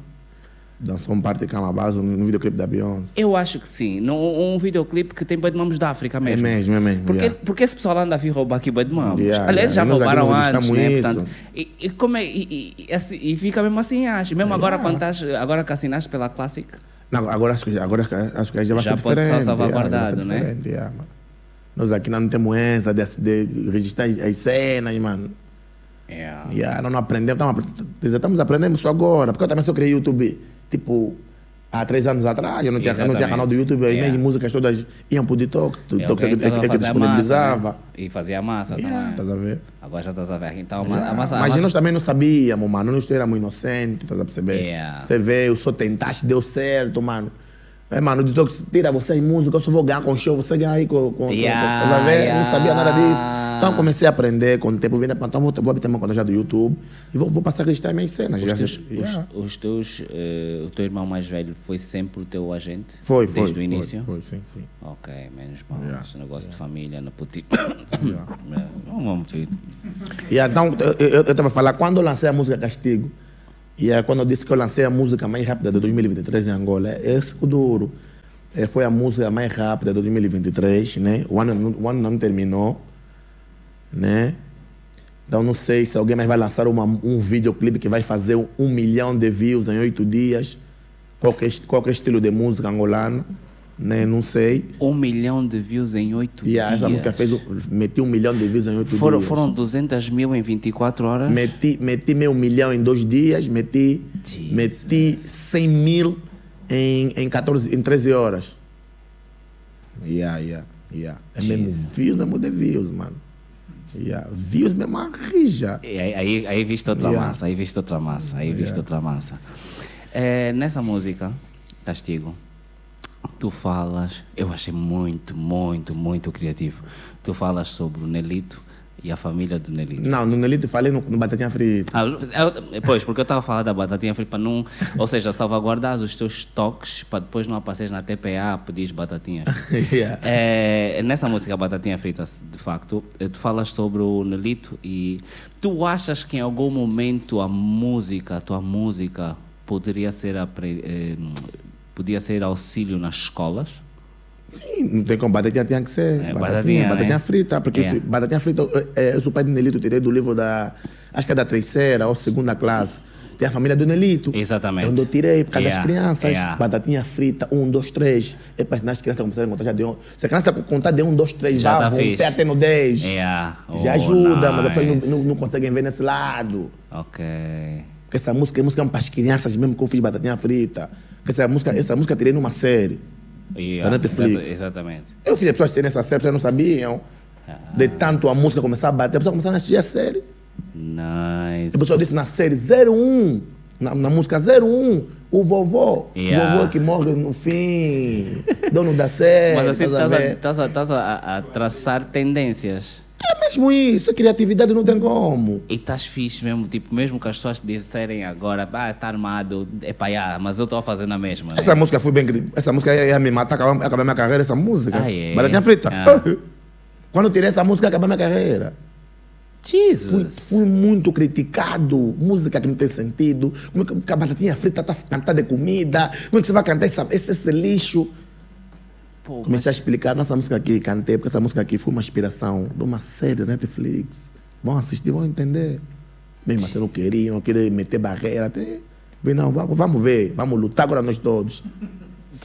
[SPEAKER 2] Dançou um parte de Calabazo no, no videoclipe da Beyoncé.
[SPEAKER 1] Eu acho que sim. Num, um videoclipe que tem bad moms da África
[SPEAKER 2] É
[SPEAKER 1] mesmo.
[SPEAKER 2] mesmo, é mesmo.
[SPEAKER 1] Porque,
[SPEAKER 2] yeah.
[SPEAKER 1] porque esse pessoal anda a vir roubar aqui bad moms.
[SPEAKER 2] Yeah,
[SPEAKER 1] Aliás,
[SPEAKER 2] yeah.
[SPEAKER 1] já
[SPEAKER 2] Nós aqui
[SPEAKER 1] roubaram
[SPEAKER 2] registramos
[SPEAKER 1] antes, né?
[SPEAKER 2] isso.
[SPEAKER 1] Portanto, e, e como é, e, e- e assim- e fica mesmo assim, acho. Mesmo agora,
[SPEAKER 2] Yeah.
[SPEAKER 1] quando estás, agora que assinaste pela Classic,
[SPEAKER 2] Não, agora acho que agora acho que aí já vai
[SPEAKER 1] Já
[SPEAKER 2] ser
[SPEAKER 1] pode ser
[SPEAKER 2] diferente.
[SPEAKER 1] salvaguardado,
[SPEAKER 2] yeah, vai ser
[SPEAKER 1] né?
[SPEAKER 2] diferente, yeah, mano. Nós aqui não temos essa de, de registrar as- as cenas, mano.
[SPEAKER 1] yeah.
[SPEAKER 2] Yeah, não, não aprendemos, estamos, apre- estamos aprendendo isso agora, porque eu também só criei YouTube, tipo, há três anos atrás, eu não tinha, eu não tinha
[SPEAKER 1] Exatamente.
[SPEAKER 2] canal do YouTube, as
[SPEAKER 1] Yeah.
[SPEAKER 2] minhas músicas todas iam pro TikTok, o
[SPEAKER 1] É, o
[SPEAKER 2] TikTok
[SPEAKER 1] que
[SPEAKER 2] é, que- é, que- é que
[SPEAKER 1] fazer a massa, né?
[SPEAKER 2] disponibilizava.
[SPEAKER 1] E fazia a massa
[SPEAKER 2] Yeah, tá
[SPEAKER 1] também.
[SPEAKER 2] estás a ver?
[SPEAKER 1] Agora já estás a ver. Então, a ma-
[SPEAKER 2] Yeah.
[SPEAKER 1] a massa. a
[SPEAKER 2] Mas
[SPEAKER 1] massa-
[SPEAKER 2] nós também não sabíamos, mano. Nós éramos inocentes, estás a perceber?
[SPEAKER 1] Yeah.
[SPEAKER 2] Você veio, só tentaste, deu certo, mano. É, mano, o detox tira vocês música, eu só vou ganhar com show, você ganha aí com. com, com-
[SPEAKER 1] Yeah,
[SPEAKER 2] com estás a ver? Eu Não sabia nada disso.
[SPEAKER 1] yeah.
[SPEAKER 2] Então comecei a aprender com o tempo, vendo, então vou, vou abrir uma conta já do YouTube e vou, vou passar a registrar minhas cenas. Já-
[SPEAKER 1] Os teus, os-
[SPEAKER 2] yeah.
[SPEAKER 1] os teus, eh, o teu irmão mais velho foi sempre o teu agente?
[SPEAKER 2] Foi, foi.
[SPEAKER 1] Desde
[SPEAKER 2] foi,
[SPEAKER 1] o início?
[SPEAKER 2] Foi, sim, sim.
[SPEAKER 1] Ok, menos mal.
[SPEAKER 2] Yeah.
[SPEAKER 1] Esse negócio de família, na
[SPEAKER 2] (coughs)
[SPEAKER 1] puti...
[SPEAKER 2] Yeah.
[SPEAKER 1] (coughs) Não vamos ver.
[SPEAKER 2] E então, eu- eu estava a falar, quando eu lancei a música Castigo, e é quando eu disse que eu lancei a música mais rápida de 2023 em Angola, é esse o duro. É, foi a música mais rápida de 2023, né? O ano, não- o ano não terminou, né? Então, não sei se alguém mais vai lançar uma- um videoclipe que vai fazer um, um milhão de views em oito dias. Qualquer, est- qualquer estilo de música angolano, né? Não sei.
[SPEAKER 1] Um milhão de views em oito
[SPEAKER 2] E
[SPEAKER 1] dias.
[SPEAKER 2] essa música fez, um- meteu um milhão de views em oito
[SPEAKER 1] Foram,
[SPEAKER 2] dias.
[SPEAKER 1] foram 200 mil em 24 horas?
[SPEAKER 2] Meti, meti meio milhão em dois dias, meti,
[SPEAKER 1] Jesus.
[SPEAKER 2] meti 100 mil em, em, 14, em 13 horas. Yeah, yeah, yeah. É mesmo views, mesmo de views, mano. Yeah. Views mesmo a rija.
[SPEAKER 1] E Aí, aí, aí viste outra
[SPEAKER 2] Yeah.
[SPEAKER 1] massa, aí viste outra massa, aí viste
[SPEAKER 2] Yeah.
[SPEAKER 1] outra massa. Eh, nessa música, Castigo, tu falas, eu achei muito, muito, muito criativo. Tu falas sobre o Nelito e a família do Nelito.
[SPEAKER 2] Não, no Nelito falei no, no Batatinha Frita.
[SPEAKER 1] Ah,
[SPEAKER 2] (laughs)
[SPEAKER 1] eu- pois, porque eu estava a falar da batatinha frita, para não, ou seja, salvaguardares os teus toques para depois não apareceres na TPA a pedir batatinhas.
[SPEAKER 2] yeah.
[SPEAKER 1] É, nessa música Batatinha Frita, de facto, eh, tu falas sobre o Nelito e tu achas que em algum momento a música, a tua música, poderia ser, apre- eh, podia ser auxílio nas escolas?
[SPEAKER 2] Sim, não tem como. Batatinha tinha que ser.
[SPEAKER 1] É,
[SPEAKER 2] batatinha,
[SPEAKER 1] batatinha,
[SPEAKER 2] batatinha,
[SPEAKER 1] né?
[SPEAKER 2] frita. Porque
[SPEAKER 1] Yeah.
[SPEAKER 2] isso- batatinha frita, é, é, eu sou pai do Nelito, tirei do livro da. Acho que é da terceira ou segunda classe. Tem a família do Nelito.
[SPEAKER 1] Exatamente. é.
[SPEAKER 2] É onde eu tirei, por causa
[SPEAKER 1] Yeah,
[SPEAKER 2] das crianças.
[SPEAKER 1] yeah.
[SPEAKER 2] Batatinha frita, um, dois, três. É para as crianças começarem a contar já de um. Se a criança contar de um, dois, três,
[SPEAKER 1] Já
[SPEAKER 2] já,
[SPEAKER 1] tá
[SPEAKER 2] vão
[SPEAKER 1] fixe.
[SPEAKER 2] até, até no dez.
[SPEAKER 1] Yeah.
[SPEAKER 2] Já
[SPEAKER 1] Oh,
[SPEAKER 2] ajuda, mas depois
[SPEAKER 1] nice.
[SPEAKER 2] não, não- não conseguem ver nesse lado.
[SPEAKER 1] Ok.
[SPEAKER 2] Porque essa música é música para as crianças mesmo que eu fiz batatinha frita. Porque essa música, essa música eu tirei numa série.
[SPEAKER 1] Yeah,
[SPEAKER 2] Da Netflix.
[SPEAKER 1] ah, exata- Exatamente.
[SPEAKER 2] Eu fiz as pessoas terem essa série, as pessoas não sabiam.
[SPEAKER 1] Ah.
[SPEAKER 2] De tanto a música começar a bater, a pessoa começou a assistir a série.
[SPEAKER 1] Nice.
[SPEAKER 2] A pessoa disse na série 01, na, na música 01, o vovô.
[SPEAKER 1] Yeah.
[SPEAKER 2] O vovô que morre
[SPEAKER 1] (laughs)
[SPEAKER 2] no fim, dono da série. tá
[SPEAKER 1] Mas assim,
[SPEAKER 2] estás a
[SPEAKER 1] estás a,
[SPEAKER 2] ver?
[SPEAKER 1] estás a- estás a- a traçar tendências.
[SPEAKER 2] É mesmo isso, criatividade não tem como.
[SPEAKER 1] E estás fixe mesmo, tipo, mesmo que as pessoas te disserem agora, ah, está armado, é pá, yeah, mas eu estou a fazer na mesma. Né?
[SPEAKER 2] Essa música foi bem. cri- Essa música ia ia me matar, acabar, acabar minha carreira, essa música.
[SPEAKER 1] Ah, é?
[SPEAKER 2] Baratinha frita.
[SPEAKER 1] Ah.
[SPEAKER 2] (laughs) Quando eu tirei essa música, acabou minha carreira. Fui,
[SPEAKER 1] Jesus!
[SPEAKER 2] fui muito criticado. Música que não tem sentido. Como é que a batatinha frita está cantada de comida? Como é que você vai cantar essa- esse, esse lixo?
[SPEAKER 1] Pô, mas
[SPEAKER 2] Comecei a explicar nossa música aqui, cantei, porque essa música aqui foi uma inspiração de uma série da Netflix. Vão assistir, vão entender. Mesmo assim, não queriam, queriam meter barreira. Até. Falei, Não, vamos, vamos ver, vamos lutar agora nós todos.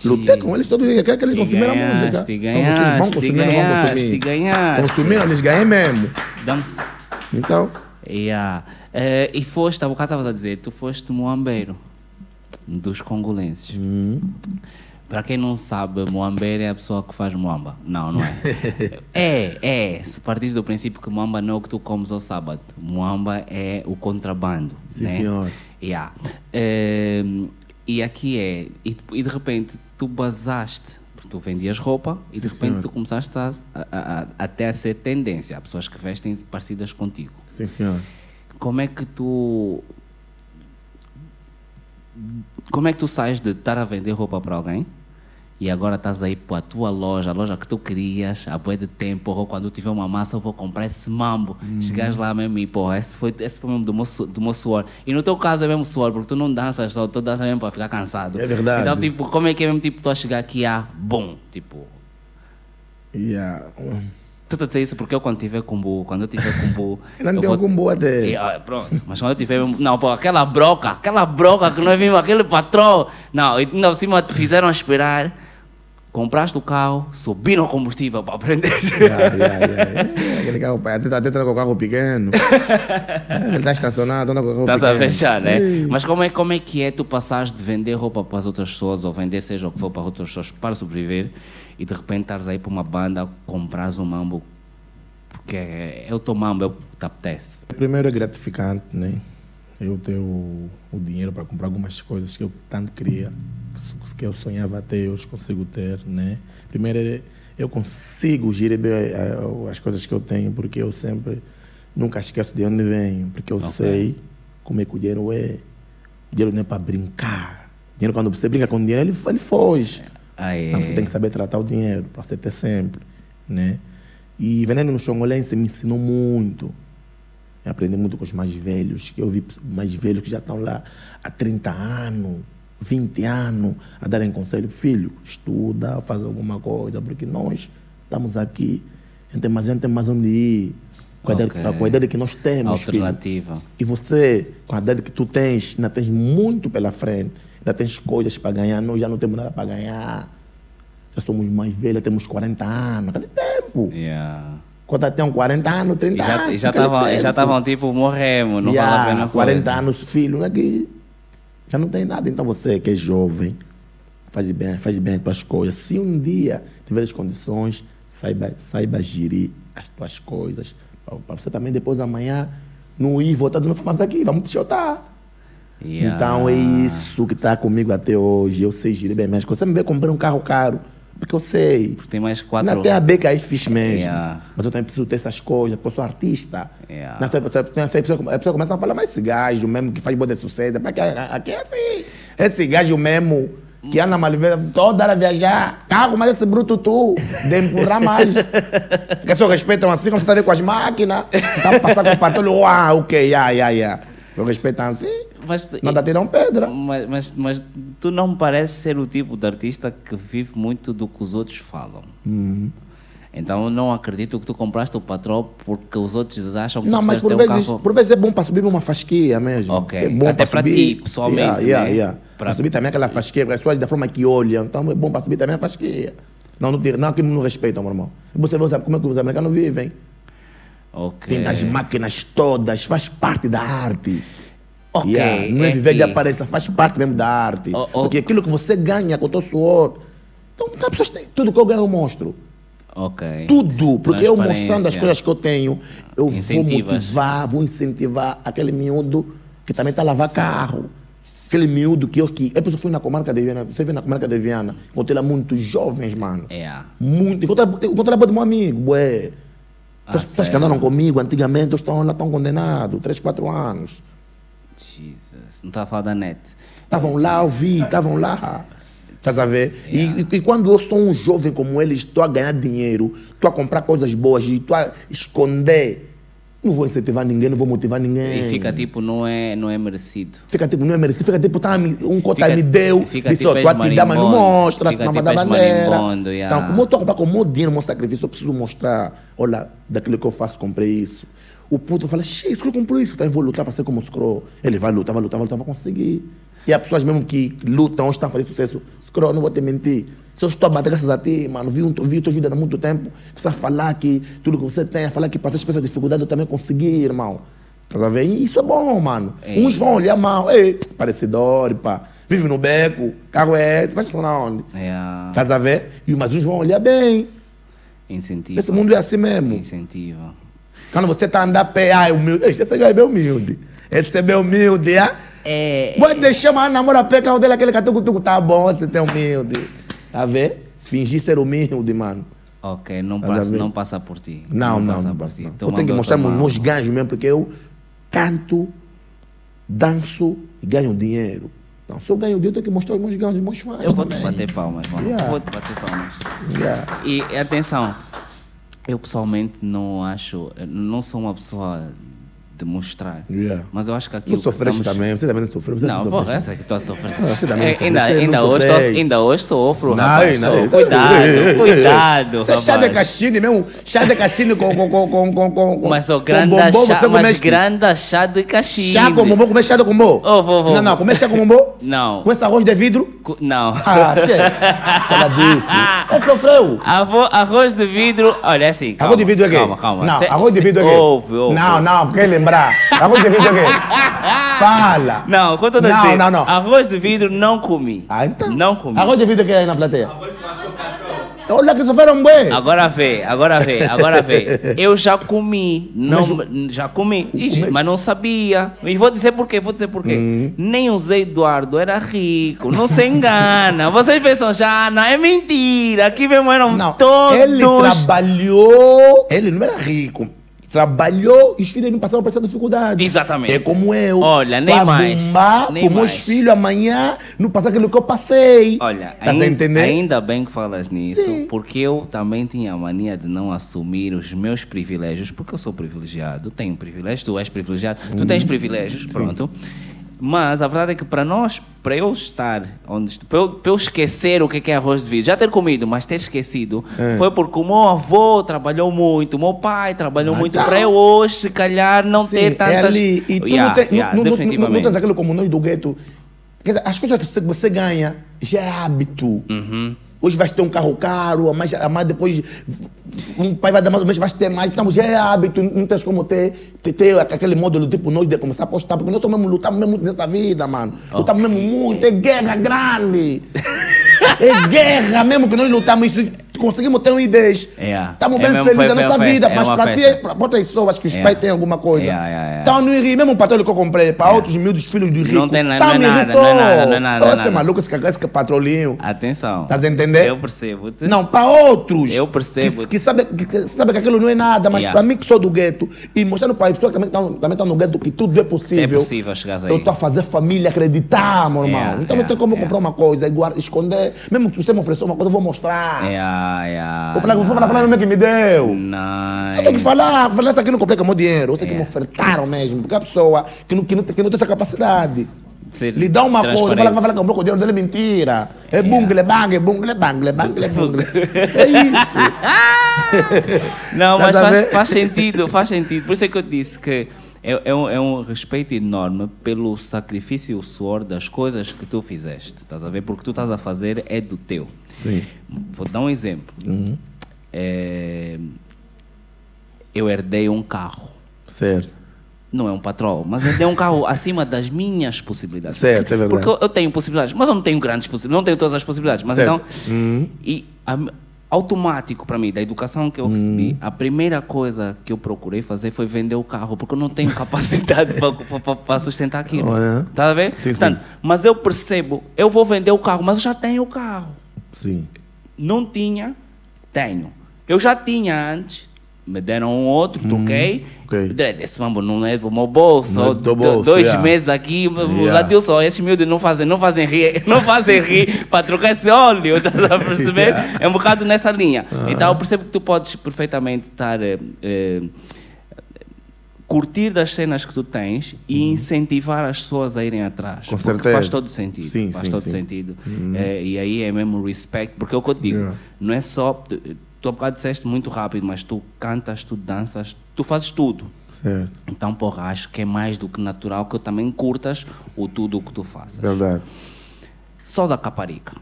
[SPEAKER 2] Lutei com eles todos, quer que eles
[SPEAKER 1] E
[SPEAKER 2] consumiram a música.
[SPEAKER 1] ganhaste, e
[SPEAKER 2] Não,
[SPEAKER 1] ganhaste, e ganhaste, e ganhaste.
[SPEAKER 2] Consumiram, eles ganhei mesmo.
[SPEAKER 1] damos.
[SPEAKER 2] Então,
[SPEAKER 1] Yeah. Eh, e foste, há bocado estavas a dizer, tu foste moambeiro dos congolenses.
[SPEAKER 2] Hum.
[SPEAKER 1] Para quem não sabe, moambeiro é a pessoa que faz moamba. Não, não é.
[SPEAKER 2] (laughs)
[SPEAKER 1] é, é. Se partires do princípio que moamba não é o que tu comes ao sábado, moamba é o contrabando.
[SPEAKER 2] Sim,
[SPEAKER 1] né?
[SPEAKER 2] senhor.
[SPEAKER 1] Yeah. Ehm, e aqui é, e, de- e de repente tu basaste, porque tu vendias roupa e de
[SPEAKER 2] Sim,
[SPEAKER 1] repente
[SPEAKER 2] senhor.
[SPEAKER 1] tu começaste a, a- a- até a ser tendência. Há pessoas que vestem parecidas contigo.
[SPEAKER 2] sim, senhor.
[SPEAKER 1] Como é que tu. Como é que tu sais de estar a vender roupa para alguém E agora estás aí para a tua loja, a loja que tu querias, há boa de tempo, ou quando eu tiver uma massa eu vou comprar esse mambo.
[SPEAKER 2] Uhum.
[SPEAKER 1] Chegas lá mesmo e, porra, esse foi, esse foi mesmo do meu, su- do meu suor. E no teu caso é mesmo suor, porque tu não danças só, tu danças mesmo para ficar cansado.
[SPEAKER 2] É verdade.
[SPEAKER 1] Então, tipo, como é que é mesmo, tipo, tu a chegar aqui, ah, bom, tipo,
[SPEAKER 2] Yeah.
[SPEAKER 1] Tu tá dizer isso porque eu quando tiver combo, quando eu tiver combo.
[SPEAKER 2] Ainda (laughs) não
[SPEAKER 1] eu
[SPEAKER 2] tem
[SPEAKER 1] vou-
[SPEAKER 2] algum boa até. (laughs)
[SPEAKER 1] E, ah, pronto, mas quando eu tiver. Não, pô, aquela broca, aquela broca que nós vimos, aquele patrão. Não, e ainda por cima te fizeram esperar. Compraste o carro, subiram o combustível para aprender.
[SPEAKER 2] Ah,
[SPEAKER 1] (laughs)
[SPEAKER 2] Yeah, yeah, yeah. É, Aquele carro, até tá- até tá com o carro pequeno. É, Ele está estacionado, anda com o carro
[SPEAKER 1] Estás a
[SPEAKER 2] pequeno.
[SPEAKER 1] fechar, né?
[SPEAKER 2] Ih.
[SPEAKER 1] Mas como é, como é que é tu passares de vender roupa para as outras pessoas ou vender seja o que for para outras pessoas para sobreviver e de repente estares aí para uma banda, comprares um mambo? Porque é é o teu mambo, é o que te apetece.
[SPEAKER 2] Primeiro é gratificante, né? Eu ter o, o dinheiro para comprar algumas coisas que eu tanto queria, que so- que eu sonhava ter, hoje consigo ter, né? Primeiro é eu consigo gerir bem eh, as coisas que eu tenho, porque eu sempre nunca esqueço de onde venho, porque eu
[SPEAKER 1] Ok.
[SPEAKER 2] sei como é que o dinheiro é. O dinheiro não é para brincar. O dinheiro, quando você brinca com o dinheiro, ele, ele foge.
[SPEAKER 1] Aí, é
[SPEAKER 2] Então, você tem que saber tratar o dinheiro para você ter sempre, né? E vendendo no Xongolense me ensinou muito. Eu aprendi muito com os mais velhos, que eu vi pes- mais velhos que já estão lá há 30 anos, 20 anos, a darem conselho. Filho, estuda, faz alguma coisa, porque nós estamos aqui, a gente tem mais, a gente tem mais onde ir, com a idade-
[SPEAKER 1] Ok.
[SPEAKER 2] com a idade que nós temos, filho.
[SPEAKER 1] Alternativa.
[SPEAKER 2] E você, com a idade que tu tens, ainda tens muito pela frente. Ainda tens coisas para ganhar. Nós já não temos nada para ganhar. Já somos mais velhos, temos 40 anos. Cadê tempo?
[SPEAKER 1] Yeah.
[SPEAKER 2] Quando até tenho 40 anos,
[SPEAKER 1] E
[SPEAKER 2] 30
[SPEAKER 1] já-
[SPEAKER 2] anos.
[SPEAKER 1] e já
[SPEAKER 2] cadê
[SPEAKER 1] estavam
[SPEAKER 2] (laughs) tempo?
[SPEAKER 1] já tavam, tipo, morremos, não
[SPEAKER 2] Yeah,
[SPEAKER 1] vale a pena
[SPEAKER 2] 40
[SPEAKER 1] coisa.
[SPEAKER 2] anos, filho, né, que já não tem nada. Então você que é jovem, faz bem, faz bem as tuas coisas. Se um dia tiveres condições, saiba, saiba gerir as tuas coisas. Para você também depois amanhã não ir voltar de novo, mas aqui, vamos te chutar.
[SPEAKER 1] Yeah.
[SPEAKER 2] Então é isso que está comigo até hoje. Eu sei gerir bem minhas coisas. Você me vê comprar um carro caro, porque eu sei.
[SPEAKER 1] Porque tem mais quatro...
[SPEAKER 2] Na terra B que aí fiz mesmo.
[SPEAKER 1] Yeah.
[SPEAKER 2] Mas eu também preciso ter essas coisas, porque eu sou artista.
[SPEAKER 1] Yeah.
[SPEAKER 2] Não, você- você- tem- a pessoa, a pessoa começa a falar, mas esse gajo mesmo que faz boa de sucesso, porque aqui é assim. Esse gajo mesmo que anda malveira toda hora viajar. Carro, mas esse bruto tu, de
[SPEAKER 1] (laughs)
[SPEAKER 2] empurrar mais. que só respeitam assim, como você está vendo com as máquinas. Tá pra passar com o patrulho, uau, ok, yeah, yeah, yeah. Eu respeito assim,
[SPEAKER 1] Mas, tu-
[SPEAKER 2] nada tiram um pedra.
[SPEAKER 1] mas, mas, mas tu não me pareces ser o tipo de artista que vive muito do que os outros falam.
[SPEAKER 2] Uhum.
[SPEAKER 1] Então eu não acredito que tu compraste o patrão porque os outros acham que
[SPEAKER 2] Não,
[SPEAKER 1] tu
[SPEAKER 2] mas por
[SPEAKER 1] precisas ter um
[SPEAKER 2] vezes,
[SPEAKER 1] carro...
[SPEAKER 2] por vezes é bom para subir uma fasquia mesmo.
[SPEAKER 1] Ok.
[SPEAKER 2] É bom
[SPEAKER 1] Até
[SPEAKER 2] pra
[SPEAKER 1] pra
[SPEAKER 2] subir.
[SPEAKER 1] ti, pessoalmente,
[SPEAKER 2] Yeah, yeah,
[SPEAKER 1] né?
[SPEAKER 2] yeah.
[SPEAKER 1] Pra-
[SPEAKER 2] Pra subir também aquela fasquia, porque as pessoas da forma que olham, então é bom para subir também a fasquia. Não, não, tem- não que não respeitam, meu irmão. E Você vê sabe como é que os americanos vivem.
[SPEAKER 1] Ok.
[SPEAKER 2] Tem as máquinas todas, faz parte da arte.
[SPEAKER 1] Ok,
[SPEAKER 2] Yeah, Não é
[SPEAKER 1] é
[SPEAKER 2] viver de
[SPEAKER 1] que-
[SPEAKER 2] aparência, faz parte mesmo da arte.
[SPEAKER 1] Oh, oh.
[SPEAKER 2] Porque aquilo que você ganha com o teu suor. Então, as pessoas têm, tudo um que eu ganho eu mostro
[SPEAKER 1] Ok.
[SPEAKER 2] tudo, porque eu mostrando as
[SPEAKER 1] Transparência.
[SPEAKER 2] coisas que eu tenho, eu vou
[SPEAKER 1] Incentivas.
[SPEAKER 2] motivar, vou incentivar aquele miúdo que também está a lavar carro. Aquele miúdo que eu que. Eu pessoa fui na comarca de Viana, você veio na comarca de Viana, encontrei lá muitos jovens, mano.
[SPEAKER 1] Yeah.
[SPEAKER 2] Muito. Encontrei, encontrei lá de meu amigo, ué.
[SPEAKER 1] Ah,
[SPEAKER 2] Pessoas que
[SPEAKER 1] sério?
[SPEAKER 2] andaram comigo antigamente, eles estão lá, estão condenados, 3, 4 anos.
[SPEAKER 1] Jesus. Não estava a falar da net.
[SPEAKER 2] Estavam lá, eu vi, estavam lá. Estás a ver? E- E, e quando eu sou um jovem como eles, estou a ganhar dinheiro, estou a comprar coisas boas e estou a esconder, não vou incentivar ninguém, não vou motivar ninguém.
[SPEAKER 1] E fica tipo, não é, não é merecido.
[SPEAKER 2] Fica tipo, não é merecido, fica tipo, tá, a me- um cota
[SPEAKER 1] Fica-
[SPEAKER 2] me deu,
[SPEAKER 1] fica
[SPEAKER 2] disse,
[SPEAKER 1] tipo
[SPEAKER 2] ó, tu a
[SPEAKER 1] és
[SPEAKER 2] te dar, mas não
[SPEAKER 1] marimbondo,
[SPEAKER 2] mostra,
[SPEAKER 1] fica
[SPEAKER 2] senão vai
[SPEAKER 1] tipo
[SPEAKER 2] dar
[SPEAKER 1] és
[SPEAKER 2] bandeira.
[SPEAKER 1] marimbondo, yeah.
[SPEAKER 2] Então, como eu estou a comprar com o meu dinheiro, meu sacrifício, eu preciso mostrar, olha, daquilo que eu faço, comprei isso. O puto fala, xê, Scroll comprou isso, então eu vou lutar para ser como o Scroll. Ele vai lutar, vai lutar, vai lutar, vai conseguir. E há pessoas mesmo que lutam, ou estão a fazer sucesso. Scroll, não vou te mentir. Se eu estou a bater graças a ti, mano, vi, um, vi tua ajuda há muito tempo, precisa falar que tudo que você tem, a falar que passaste por essa dificuldade, eu também consegui, irmão. Estás a ver? E Isso é bom, mano.
[SPEAKER 1] Ei.
[SPEAKER 2] Uns vão olhar mal. Ei, parecidor, pá. Vive no beco, carro é esse, mas na onde?
[SPEAKER 1] Yeah.
[SPEAKER 2] Estás a ver? E, mas uns vão olhar bem.
[SPEAKER 1] Incentiva.
[SPEAKER 2] Esse mundo é assim mesmo.
[SPEAKER 1] Incentiva.
[SPEAKER 2] Quando você tá andando a pé, ai, humilde. Esse é bem humilde. Esse é bem humilde, é?
[SPEAKER 1] É.
[SPEAKER 2] Vou deixar mais namoro a pé, carro dele, aquele catucutuco. Tá bom, você tem humilde. Tá a ver? Fingir ser humilde, mano.
[SPEAKER 1] Ok, não
[SPEAKER 2] Mas a
[SPEAKER 1] passa,
[SPEAKER 2] ver-
[SPEAKER 1] não passa por ti.
[SPEAKER 2] Não, não,
[SPEAKER 1] passa
[SPEAKER 2] não,
[SPEAKER 1] por
[SPEAKER 2] não.
[SPEAKER 1] ti. Tu
[SPEAKER 2] Eu tenho que
[SPEAKER 1] mandou
[SPEAKER 2] mostrar meus
[SPEAKER 1] tomar.
[SPEAKER 2] meus ganhos mesmo, porque eu canto, danço e ganho dinheiro. Não, se eu ganho o dia, eu tenho que mostrar os meus ganhos, os meus fãs.
[SPEAKER 1] Eu vou te
[SPEAKER 2] também.
[SPEAKER 1] bater palmas, mano.
[SPEAKER 2] Yeah.
[SPEAKER 1] Eu vou te bater palmas.
[SPEAKER 2] Yeah.
[SPEAKER 1] E atenção, eu pessoalmente não acho, eu não sou uma pessoa de mostrar.
[SPEAKER 2] Yeah.
[SPEAKER 1] Mas eu acho que aqui.
[SPEAKER 2] Tu sofreste também, você tá também não sofreu. Você
[SPEAKER 1] Não,
[SPEAKER 2] sofreu.
[SPEAKER 1] porra, essa é que estou a sofrer.
[SPEAKER 2] Ah, você também
[SPEAKER 1] É,
[SPEAKER 2] sofreu,
[SPEAKER 1] ainda,
[SPEAKER 2] você não
[SPEAKER 1] ainda, hoje, tô,
[SPEAKER 2] sofreu.
[SPEAKER 1] ainda hoje sofro,
[SPEAKER 2] Não,
[SPEAKER 1] rapaz.
[SPEAKER 2] não,
[SPEAKER 1] tô-
[SPEAKER 2] isso-
[SPEAKER 1] (laughs) cuidado, cuidado.
[SPEAKER 2] Isso é chá de
[SPEAKER 1] rapaz.
[SPEAKER 2] caixine mesmo. Chá de caixine com, com, com, com, com, com, com
[SPEAKER 1] Mas o grande
[SPEAKER 2] bombom,
[SPEAKER 1] chá,
[SPEAKER 2] você
[SPEAKER 1] mas
[SPEAKER 2] comeste.
[SPEAKER 1] grande chá de caixinha.
[SPEAKER 2] Chá com bombom, comer chá de bombom.
[SPEAKER 1] Oh, vou, vou.
[SPEAKER 2] Não, não, comer chá com bombom.
[SPEAKER 1] Não.
[SPEAKER 2] Com esse arroz de vidro.
[SPEAKER 1] Cu- Não. (laughs)
[SPEAKER 2] Ah, (laughs) chega. Fala disso. É sofreu.
[SPEAKER 1] Arro- arroz de vidro, olha assim. Calma,
[SPEAKER 2] Arroz de vidro é quê?
[SPEAKER 1] Calma, calma.
[SPEAKER 2] Não,
[SPEAKER 1] Se-
[SPEAKER 2] arroz de
[SPEAKER 1] se-
[SPEAKER 2] vidro é quê?
[SPEAKER 1] Ouve, ouve.
[SPEAKER 2] Não, não, quer lembrar. Arroz de vidro
[SPEAKER 1] (laughs)
[SPEAKER 2] é quê? Fala.
[SPEAKER 1] Não, conta
[SPEAKER 2] Não,
[SPEAKER 1] dizer,
[SPEAKER 2] não, não.
[SPEAKER 1] Arroz de vidro não comi.
[SPEAKER 2] Ah, então.
[SPEAKER 1] Não comi.
[SPEAKER 2] Arroz de vidro é quê aí na plateia? Olha que sofreram bem.
[SPEAKER 1] Agora vê, agora vê, agora
[SPEAKER 2] (laughs)
[SPEAKER 1] vê. Eu já comi, não, já comi,
[SPEAKER 2] é
[SPEAKER 1] e já- mas não sabia. E vou dizer por quê, vou dizer por quê.
[SPEAKER 2] Hum.
[SPEAKER 1] Nem o Zé Eduardo era rico, não se
[SPEAKER 2] (laughs)
[SPEAKER 1] engana. Vocês pensam, já, não, é mentira. Aqui mesmo eram
[SPEAKER 2] Não,
[SPEAKER 1] todos...
[SPEAKER 2] ele trabalhou, ele não era rico. Trabalhou e os filhos não passaram por essa dificuldade.
[SPEAKER 1] Exatamente.
[SPEAKER 2] É como eu.
[SPEAKER 1] Olha, nem
[SPEAKER 2] Vou
[SPEAKER 1] mais,
[SPEAKER 2] arrumar
[SPEAKER 1] nem
[SPEAKER 2] com meus
[SPEAKER 1] mais.
[SPEAKER 2] filhos amanhã, não passar aquilo que eu passei.
[SPEAKER 1] Olha,
[SPEAKER 2] tá
[SPEAKER 1] ainda,
[SPEAKER 2] sem entender?
[SPEAKER 1] ainda bem que falas nisso,
[SPEAKER 2] Sim.
[SPEAKER 1] porque eu também tinha a mania de não assumir os meus privilégios, porque eu sou privilegiado, tenho privilégios, tu és privilegiado, tu
[SPEAKER 2] Uhum.
[SPEAKER 1] tens privilégios, pronto. Mas a verdade é que para nós, para eu estar onde estou, para eu, para eu esquecer o que é que é arroz de vidro, já ter comido, mas ter esquecido,
[SPEAKER 2] É.
[SPEAKER 1] foi porque o meu avô trabalhou muito, o meu pai trabalhou
[SPEAKER 2] Ah,
[SPEAKER 1] muito,
[SPEAKER 2] tá.
[SPEAKER 1] para eu hoje, se calhar, não
[SPEAKER 2] Sim,
[SPEAKER 1] ter tantas...
[SPEAKER 2] é ali. E tu
[SPEAKER 1] Yeah,
[SPEAKER 2] não, tem,
[SPEAKER 1] yeah,
[SPEAKER 2] não, não, não, não, não
[SPEAKER 1] definitivamente.
[SPEAKER 2] tens aquilo como nós do gueto. Quer dizer, as coisas que você- você ganha já é hábito.
[SPEAKER 1] Uhum.
[SPEAKER 2] Hoje vais ter um carro caro, a mais, a mais depois um pai vai dar mais ou menos, vais ter mais. Então já é hábito, não tens como ter, ter, ter aquele módulo tipo nós de começar a apostar, porque nós estamos mesmo lutando mesmo muito nessa vida, mano. Lutamos mesmo muito, é guerra grande. é guerra mesmo que nós lutamos isso. Conseguimos ter um ideias.
[SPEAKER 1] É.
[SPEAKER 2] Estamos
[SPEAKER 1] É
[SPEAKER 2] bem
[SPEAKER 1] mesmo, foi- foi
[SPEAKER 2] felizes na
[SPEAKER 1] uma
[SPEAKER 2] nossa
[SPEAKER 1] festa,
[SPEAKER 2] vida,
[SPEAKER 1] é
[SPEAKER 2] mas
[SPEAKER 1] uma
[SPEAKER 2] para ti,
[SPEAKER 1] festa.
[SPEAKER 2] para outras pessoas que os
[SPEAKER 1] É.
[SPEAKER 2] pais têm alguma coisa.
[SPEAKER 1] É, é, é.
[SPEAKER 2] Então não ri, mesmo um patrulho que eu comprei, para outros miúdos, filhos do rico.
[SPEAKER 1] tem- não é
[SPEAKER 2] tá no Rio
[SPEAKER 1] nada, não é
[SPEAKER 2] só.
[SPEAKER 1] nada, não é nada, não é
[SPEAKER 2] Esse
[SPEAKER 1] nada. Ah,
[SPEAKER 2] maluco, esse, cacá, esse patrolinho.
[SPEAKER 1] Atenção.
[SPEAKER 2] Estás a entender?
[SPEAKER 1] Eu percebo. -te.
[SPEAKER 2] Não, para outros.
[SPEAKER 1] Eu percebo.
[SPEAKER 2] Que, que, sabe, que- que sabe que aquilo não é nada, mas
[SPEAKER 1] Yeah.
[SPEAKER 2] para mim que sou do gueto, e mostrando para as pessoas que também estão também estão no gueto que tudo é possível.
[SPEAKER 1] É possível chegares aí.
[SPEAKER 2] Eu estou a fazer família acreditar, meu irmão.
[SPEAKER 1] Yeah, yeah,
[SPEAKER 2] então não tem como
[SPEAKER 1] yeah.
[SPEAKER 2] comprar uma coisa e guardar, esconder. Mesmo que você me ofereceu uma coisa, eu vou mostrar.
[SPEAKER 1] É, é,
[SPEAKER 2] Vou falar, vou falar, falar no meu que me deu. Eu tenho é que
[SPEAKER 1] Nice.
[SPEAKER 2] falar, falar isso aqui não comprei com o meu dinheiro, isso aqui
[SPEAKER 1] É.
[SPEAKER 2] me ofertaram mesmo, porque a pessoa que não, que não, que não tem essa capacidade.
[SPEAKER 1] Ser
[SPEAKER 2] Lhe dá uma coisa,
[SPEAKER 1] transparente.
[SPEAKER 2] fala, vai falar que comprou com o dinheiro dele, é mentira. É
[SPEAKER 1] É.
[SPEAKER 2] bungle, é bangle, bungle, é bangle, é bangle, é bungle. É isso.
[SPEAKER 1] Não,
[SPEAKER 2] Tá
[SPEAKER 1] mas
[SPEAKER 2] sabendo?
[SPEAKER 1] faz, faz sentido, faz sentido. Por isso é que eu disse que é, é um, é um respeito enorme pelo sacrifício e o suor das coisas que tu fizeste. Estás a ver? Porque tu estás a fazer é do teu.
[SPEAKER 2] Sim. Uhum.
[SPEAKER 1] Vou dar um exemplo. É, eu herdei um carro.
[SPEAKER 2] Certo.
[SPEAKER 1] Não é um patrol, mas eu dei um carro (laughs) acima das minhas possibilidades.
[SPEAKER 2] Certo,
[SPEAKER 1] Porque-
[SPEAKER 2] é verdade.
[SPEAKER 1] Porque eu, eu tenho possibilidades, mas eu não tenho grandes possibilidades, não tenho todas as possibilidades. Mas
[SPEAKER 2] Certo. Hum.
[SPEAKER 1] então. E a mi- automático para mim, da educação que eu
[SPEAKER 2] Hum.
[SPEAKER 1] recebi, a primeira coisa que eu procurei fazer foi vender o carro, porque eu não tenho capacidade (laughs) para sustentar aquilo.
[SPEAKER 2] Olha.
[SPEAKER 1] Tá a ver?
[SPEAKER 2] Sim, sim.
[SPEAKER 1] Mas eu percebo, eu vou vender o carro, mas eu já tenho o carro.
[SPEAKER 2] Sim.
[SPEAKER 1] Não tinha, tenho. Eu já tinha antes, me deram um outro, troquei.
[SPEAKER 2] Hum, ok.
[SPEAKER 1] Dre- Esse mambo não é do meu bolso.
[SPEAKER 2] Não é do teu
[SPEAKER 1] do-
[SPEAKER 2] bolso,
[SPEAKER 1] dois
[SPEAKER 2] yeah.
[SPEAKER 1] meses aqui,
[SPEAKER 2] Yeah.
[SPEAKER 1] lá deu só, esses miúdos não fazem, não fazem rir, (laughs) não fazem rir para trocar esse óleo, (laughs) estás a perceber? É um bocado nessa linha. Então eu percebo que tu podes perfeitamente estar. eh, eh, curtir das cenas que tu tens e incentivar as pessoas a irem atrás.
[SPEAKER 2] Uhum.
[SPEAKER 1] porque
[SPEAKER 2] Com certeza.
[SPEAKER 1] faz todo sentido.
[SPEAKER 2] Sim,
[SPEAKER 1] faz
[SPEAKER 2] sim,
[SPEAKER 1] todo
[SPEAKER 2] sim.
[SPEAKER 1] sentido. É, e aí é mesmo respect, porque é o que eu te digo,
[SPEAKER 2] Uhum. Yeah.
[SPEAKER 1] não é só. Tu, tu há bocado disseste muito rápido, mas tu cantas, tu danças, tu fazes tudo.
[SPEAKER 2] Certo.
[SPEAKER 1] Então, porra, acho que é mais do que natural que eu também curtas o tudo o que tu faças.
[SPEAKER 2] Verdade.
[SPEAKER 1] Só da Caparica.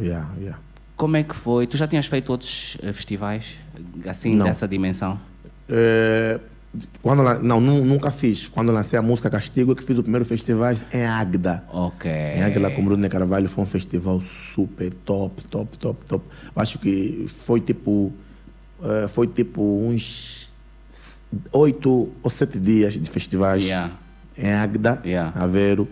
[SPEAKER 2] Yeah, yeah.
[SPEAKER 1] Como é que foi? Tu já tinhas feito outros eh, festivais assim,
[SPEAKER 2] Não.
[SPEAKER 1] dessa dimensão?
[SPEAKER 2] (laughs) É, quando, lan- não, nu- nunca fiz. Quando lancei a música Castigo, é que fiz o primeiro festival é em Águeda.
[SPEAKER 1] Ok.
[SPEAKER 2] Em Águeda Né, com Bruno Carvalho foi um festival super top, top, top, top. Eu acho que foi tipo. eh, foi tipo uns oito ou sete dias de festivais
[SPEAKER 1] Yeah.
[SPEAKER 2] em Águeda,
[SPEAKER 1] Yeah.
[SPEAKER 2] Aveiro.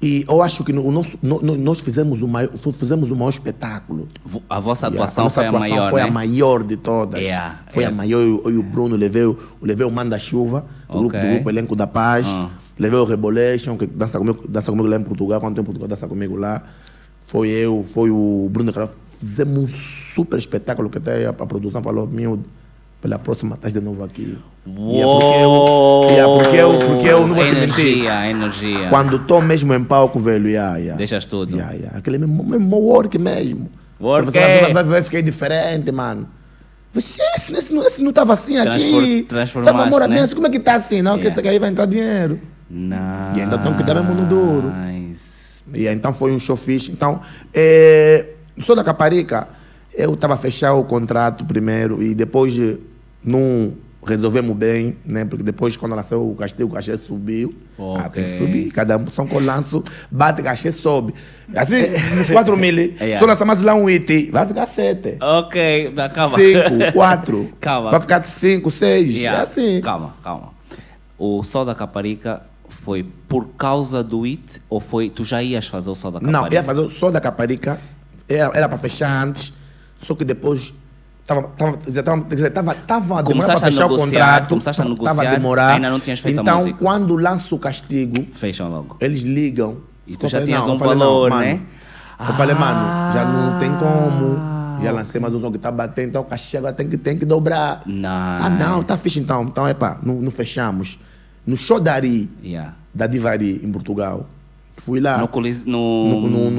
[SPEAKER 2] E eu acho que no- o nosso- no- no- nós fizemos o, maior, fizemos o maior espetáculo.
[SPEAKER 1] Vo- A vossa
[SPEAKER 2] Yeah,
[SPEAKER 1] atuação
[SPEAKER 2] nossa
[SPEAKER 1] foi a maior,
[SPEAKER 2] foi
[SPEAKER 1] né?
[SPEAKER 2] a maior de todas.
[SPEAKER 1] Yeah,
[SPEAKER 2] Foi
[SPEAKER 1] yeah.
[SPEAKER 2] a maior. Eu, eu e o Bruno levei, o- eu levei o Manda Chuva, o grupo
[SPEAKER 1] Ok.
[SPEAKER 2] do grupo Elenco da Paz.
[SPEAKER 1] Ah.
[SPEAKER 2] Levei o Rebolation, que dança comigo, dança comigo lá em Portugal, quando tem em Portugal, dança comigo lá. Foi eu, foi o Bruno Carvalho. Fizemos um super espetáculo que até a, a produção falou, meu, pela próxima estás de novo aqui. E é porque eu- e é porque eu, porque eu não vou te mentir.
[SPEAKER 1] Energia, energia.
[SPEAKER 2] Quando estou mesmo em palco, velho, yeah, yeah.
[SPEAKER 1] Deixas tudo.
[SPEAKER 2] Yeah, yeah. Aquele mesmo, mesmo work mesmo.
[SPEAKER 1] Work. é.
[SPEAKER 2] Você assim, vai, vai, vai ficar diferente, mano. Vixe, Esse, esse, não- esse não estava assim aqui.
[SPEAKER 1] Transfor- transformaste,
[SPEAKER 2] Tava mora
[SPEAKER 1] né?
[SPEAKER 2] mesmo. Como é que está assim? Não, que
[SPEAKER 1] Yeah.
[SPEAKER 2] esse aqui aí vai entrar dinheiro.
[SPEAKER 1] Nice.
[SPEAKER 2] E ainda tão que dar mesmo no duro.
[SPEAKER 1] Nice.
[SPEAKER 2] E aí, então foi um show fixe. Então, é, sou da Caparica. Eu estava a fechar o contrato primeiro e depois eh, não resolvemos bem, né? Porque depois, quando nasceu o cachê, o cachê subiu. Ah, tem que
[SPEAKER 1] Ok.
[SPEAKER 2] subir. Cada som que eu lanço, bate, cachê sobe. Assim, nos 4 mil,
[SPEAKER 1] (laughs) É, é.
[SPEAKER 2] se eu lançar mais lá um IT, vai ficar 7.
[SPEAKER 1] Ok, acaba. (laughs)
[SPEAKER 2] 5, 4.
[SPEAKER 1] Calma.
[SPEAKER 2] Vai ficar 5, 6.
[SPEAKER 1] Yeah.
[SPEAKER 2] É assim.
[SPEAKER 1] Calma, calma. O Sol da Caparica foi por causa do IT ou foi. Tu já ias fazer o Sol da Caparica?
[SPEAKER 2] Não, é ia fazer o só da Caparica. Era, era para fechar antes, só que depois. Tava, tava, já tava, quer dizer, tava, tava demorando
[SPEAKER 1] Começaste
[SPEAKER 2] para
[SPEAKER 1] a
[SPEAKER 2] fechar o
[SPEAKER 1] negociar,
[SPEAKER 2] contrato.
[SPEAKER 1] começaste a negociar,
[SPEAKER 2] tava demorar.
[SPEAKER 1] ainda não tinhas feito a
[SPEAKER 2] então,
[SPEAKER 1] música.
[SPEAKER 2] quando lança o castigo,
[SPEAKER 1] Fecham logo.
[SPEAKER 2] eles ligam.
[SPEAKER 1] E tu
[SPEAKER 2] Eu
[SPEAKER 1] já
[SPEAKER 2] falei,
[SPEAKER 1] tinhas um
[SPEAKER 2] não, eu falei, não,
[SPEAKER 1] valor,
[SPEAKER 2] mano.
[SPEAKER 1] né?
[SPEAKER 2] Eu falei, mano, já não tem
[SPEAKER 1] Ah,
[SPEAKER 2] como. Já lancei mais um som que tá batendo, então o cachê agora tem que, tem que dobrar.
[SPEAKER 1] Nice.
[SPEAKER 2] Ah, não, tá fixe então. Então, epá, não, não fechamos. No show da Ari,
[SPEAKER 1] Yeah.
[SPEAKER 2] da Divari, em Portugal, fui lá.
[SPEAKER 1] No, colis, no...
[SPEAKER 2] Ah. No, no,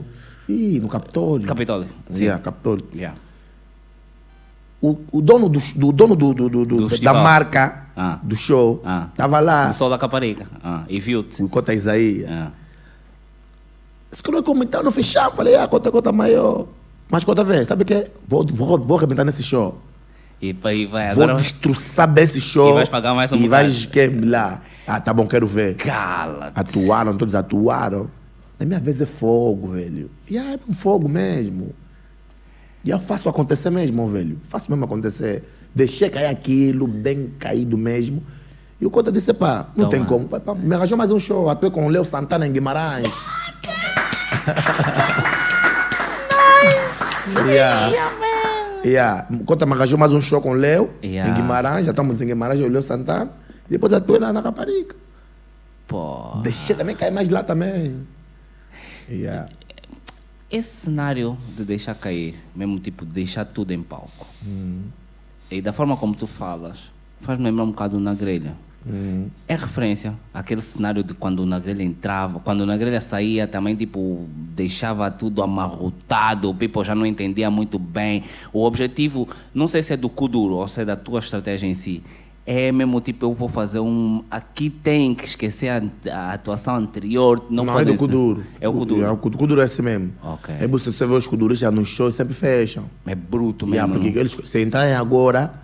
[SPEAKER 2] no, ih, no Capitólio.
[SPEAKER 1] Capitólio. Um Sim.
[SPEAKER 2] Yeah, Capitólio.
[SPEAKER 1] Yeah.
[SPEAKER 2] O, o dono, do, do dono do, do, do- do- da
[SPEAKER 1] festival.
[SPEAKER 2] marca
[SPEAKER 1] Ah.
[SPEAKER 2] do show
[SPEAKER 1] Ah.
[SPEAKER 2] tava lá.
[SPEAKER 1] O Sol da Caparica. Ah, e viu-te.
[SPEAKER 2] O Cota Isaías.
[SPEAKER 1] Ah.
[SPEAKER 2] Se colocou como então, não fechava. Falei, ah, conta, conta maior. Mas conta vez, sabe o que? é? Vou, vou, vou arrebentar nesse show.
[SPEAKER 1] E, pa- e vai um
[SPEAKER 2] vou
[SPEAKER 1] agora.
[SPEAKER 2] destroçar bem esse show.
[SPEAKER 1] E vais pagar mais um
[SPEAKER 2] E
[SPEAKER 1] bocado.
[SPEAKER 2] vais que- lá. Ah, tá bom, quero ver.
[SPEAKER 1] Cala.
[SPEAKER 2] Atuaram, todos atuaram. Na minha vez é fogo, velho. E aí, é um fogo mesmo. E eu faço acontecer mesmo, velho. Faço mesmo acontecer. Deixei cair aquilo, bem caído mesmo. E o Conta disse, pá,
[SPEAKER 1] Toma.
[SPEAKER 2] não tem como. Pá, pá, me arranjou mais um show. Atuei com o Leo Santana em Guimarães. (laughs) yeah. yeah. Conta me arranjou mais um show com o Leo
[SPEAKER 1] Yeah.
[SPEAKER 2] em Guimarães. Já estamos em Guimarães, eu e o Leo Santana. E depois atuei lá na Caparica.
[SPEAKER 1] Pô.
[SPEAKER 2] Deixei também cair mais lá também. Yeah.
[SPEAKER 1] Esse cenário de deixar cair, mesmo tipo deixar tudo em palco,
[SPEAKER 2] Hum.
[SPEAKER 1] e da forma como tu falas, faz-me lembrar um bocado na grelha.
[SPEAKER 2] Hum.
[SPEAKER 1] É referência àquele cenário de quando na grelha entrava, quando na grelha saía também, tipo, deixava tudo amarrotado, o people já não entendia muito bem. O objetivo, não sei se é do Kuduro ou se é da tua estratégia em si, é mesmo tipo, eu vou fazer um. Aqui tem que esquecer a, a atuação anterior. Não,
[SPEAKER 2] Não, é do
[SPEAKER 1] podem-
[SPEAKER 2] Kuduro.
[SPEAKER 1] É o Kuduro.
[SPEAKER 2] É o Kuduro, Kuduro é esse mesmo.
[SPEAKER 1] Ok.
[SPEAKER 2] É você você vê os Kuduristas nos shows, sempre fecham.
[SPEAKER 1] É bruto mesmo.
[SPEAKER 2] Yeah, porque eles, se entrarem agora,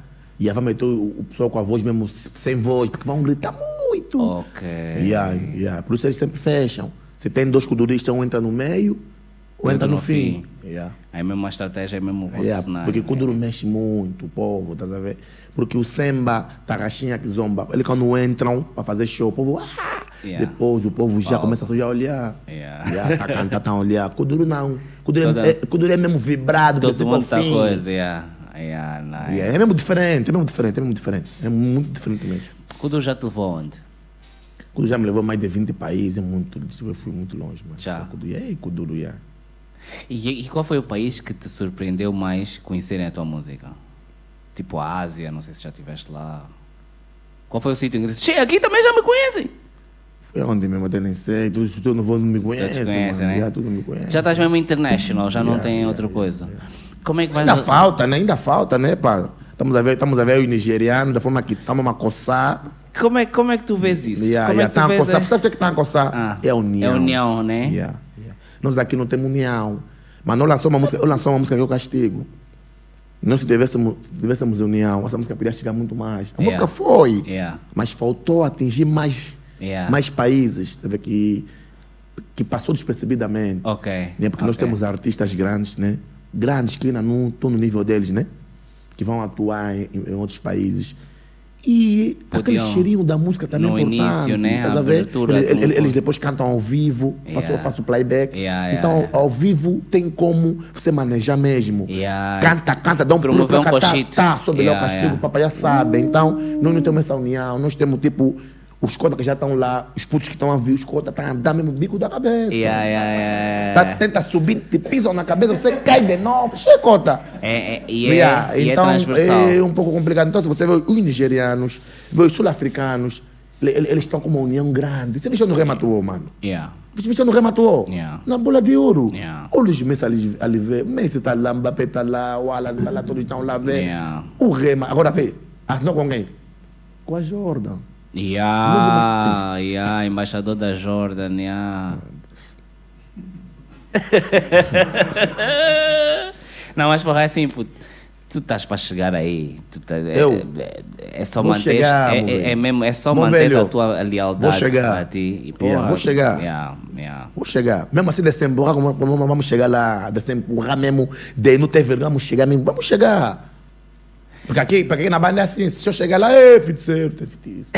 [SPEAKER 2] já vai meter o, o pessoal com a voz mesmo sem voz, porque vão gritar muito.
[SPEAKER 1] Ok.
[SPEAKER 2] Yeah, yeah. Por isso eles sempre fecham. Se tem dois Kuduristas, um entra no meio, ou entra no, fim. Yeah.
[SPEAKER 1] Aí mesmo a estratégia é mesmo o vosso
[SPEAKER 2] Yeah,
[SPEAKER 1] cenário. né?
[SPEAKER 2] porque Kuduro um mexe muito o povo, tá a ver? Porque o Semba, Tarraxinha que zomba, ele quando entram para fazer show, o povo. "Ah!"
[SPEAKER 1] Yeah.
[SPEAKER 2] Depois o povo já
[SPEAKER 1] Pausa.
[SPEAKER 2] começa a já olhar.
[SPEAKER 1] Yeah.
[SPEAKER 2] Ah. Yeah, tá cantando, tá a olhar. Kuduro não. Kuduro,
[SPEAKER 1] Toda-
[SPEAKER 2] é, Kuduro é mesmo vibrado,
[SPEAKER 1] Todo mundo tá
[SPEAKER 2] fim.
[SPEAKER 1] coisa, yeah. Yeah, nice.
[SPEAKER 2] Yeah, é mesmo diferente, é mesmo diferente, é mesmo diferente. É muito diferente mesmo.
[SPEAKER 1] Kuduro já te levou onde?
[SPEAKER 2] Kuduro já me levou a mais de 20 países, é muito, eu fui muito longe, mano.
[SPEAKER 1] Já.
[SPEAKER 2] Kuduro, é, Kuduro, yeah.
[SPEAKER 1] E, e qual foi o país que te surpreendeu mais conhecerem a tua música? Tipo a Ásia, não sei se já estiveste lá. Qual foi o sítio em que disse, Che, aqui também já me conhecem?
[SPEAKER 2] Foi onde mesmo, até nem sei, todos todos não vão, não me
[SPEAKER 1] Já
[SPEAKER 2] conhecem,
[SPEAKER 1] te conhecem,
[SPEAKER 2] mano.
[SPEAKER 1] né?
[SPEAKER 2] Yeah, tudo me conhece.
[SPEAKER 1] Já estás mesmo international, já não
[SPEAKER 2] É. Yeah,
[SPEAKER 1] tem
[SPEAKER 2] yeah,
[SPEAKER 1] outra coisa. Como é que vais...
[SPEAKER 2] Ainda falta, né? Ainda falta, né, pá? Estamos a ver, estamos a ver os nigerianos, da forma que estamos a coçar.
[SPEAKER 1] Como é, como é que tu vês isso?
[SPEAKER 2] Yeah,
[SPEAKER 1] como
[SPEAKER 2] yeah,
[SPEAKER 1] é que
[SPEAKER 2] tamo a
[SPEAKER 1] tu
[SPEAKER 2] coçar.
[SPEAKER 1] vês...
[SPEAKER 2] Sabe o que é que estamos a coçar?
[SPEAKER 1] Ah,
[SPEAKER 2] é a união.
[SPEAKER 1] É união, né?
[SPEAKER 2] Yeah, yeah. Nós aqui não temos união. Mas nós lançamos uma música, eu lançou uma música que é o castigo. Nós se tivéssemos, se tivéssemos união, essa música podia chegar muito mais. A
[SPEAKER 1] Yeah.
[SPEAKER 2] música foi.
[SPEAKER 1] Yeah.
[SPEAKER 2] Mas faltou atingir mais,
[SPEAKER 1] Yeah.
[SPEAKER 2] mais países. Sabe, que, que passou despercebidamente.
[SPEAKER 1] Ok.
[SPEAKER 2] Né? Porque nós
[SPEAKER 1] ok.
[SPEAKER 2] temos artistas grandes, né? Grandes que ainda não estão no nível deles, né? Que vão atuar em, em outros países. E aquele
[SPEAKER 1] Podiam.
[SPEAKER 2] cheirinho da música também
[SPEAKER 1] No
[SPEAKER 2] é importante.
[SPEAKER 1] início, né?
[SPEAKER 2] estás
[SPEAKER 1] A
[SPEAKER 2] a ver?
[SPEAKER 1] abertura,
[SPEAKER 2] Ele- ele-
[SPEAKER 1] tudo.
[SPEAKER 2] eles, depois cantam ao vivo, faço,
[SPEAKER 1] Yeah.
[SPEAKER 2] faço playback.
[SPEAKER 1] Yeah, yeah,
[SPEAKER 2] então,
[SPEAKER 1] yeah.
[SPEAKER 2] ao vivo tem como você manejar mesmo.
[SPEAKER 1] Yeah.
[SPEAKER 2] Canta, canta, dá um pulo
[SPEAKER 1] Promover
[SPEAKER 2] pra
[SPEAKER 1] um
[SPEAKER 2] cá, tá,
[SPEAKER 1] cochito.
[SPEAKER 2] tá, sobre lá o
[SPEAKER 1] Yeah, Uh.
[SPEAKER 2] castigo,
[SPEAKER 1] yeah.
[SPEAKER 2] papai já sabe. Então, nós não temos essa união, nós temos tipo Os cotas que já estão lá, os putos que estão a vir, os cotas estão a dar mesmo o bico da cabeça.
[SPEAKER 1] Yeah, yeah,
[SPEAKER 2] Tá,
[SPEAKER 1] yeah.
[SPEAKER 2] tenta subir, te pisam na cabeça, você cai de novo. Che, cota.
[SPEAKER 1] É, é, e é,
[SPEAKER 2] Yeah,
[SPEAKER 1] e é
[SPEAKER 2] então
[SPEAKER 1] transversal.
[SPEAKER 2] é um pouco complicado. Então, se você vê os nigerianos, vê os sul-africanos, le- ele- eles estão com uma união grande. Você mexeu no rematuou, mano.
[SPEAKER 1] Yeah.
[SPEAKER 2] Você não rematou
[SPEAKER 1] Yeah.
[SPEAKER 2] na bola de ouro.
[SPEAKER 1] Yeah.
[SPEAKER 2] Olha os Messi ali, ali vê. Messi está lá, Mbappé está lá, o Alan está lá, todos estão lá vê.
[SPEAKER 1] Yeah.
[SPEAKER 2] O Rema. Agora vê. Assinou com quem? Com a Jordan.
[SPEAKER 1] Yeah,
[SPEAKER 2] é
[SPEAKER 1] yeah, embaixador da Jordan, yeah. Não, mas porra, é assim, puto, tu estás para chegar aí. Tu tá- é-
[SPEAKER 2] Eu?
[SPEAKER 1] É, é só
[SPEAKER 2] Vou
[SPEAKER 1] manter.
[SPEAKER 2] chegar,
[SPEAKER 1] é,
[SPEAKER 2] meu
[SPEAKER 1] é, é
[SPEAKER 2] velho.
[SPEAKER 1] mesmo, é só
[SPEAKER 2] Meu
[SPEAKER 1] manter
[SPEAKER 2] velho,
[SPEAKER 1] a tua lealdade
[SPEAKER 2] vou chegar.
[SPEAKER 1] pra ti. E,
[SPEAKER 2] Yeah, vou chegar.
[SPEAKER 1] Yeah, yeah.
[SPEAKER 2] Vou chegar. Mesmo assim, desemburrar, como- como vamos chegar lá. Desemburrar mesmo, de não ter vergonha, vamos chegar mesmo. Vamos chegar. Porque aqui, porque aqui na banda é assim, se eu chegar lá, é feiticeiro, tu é feitiço.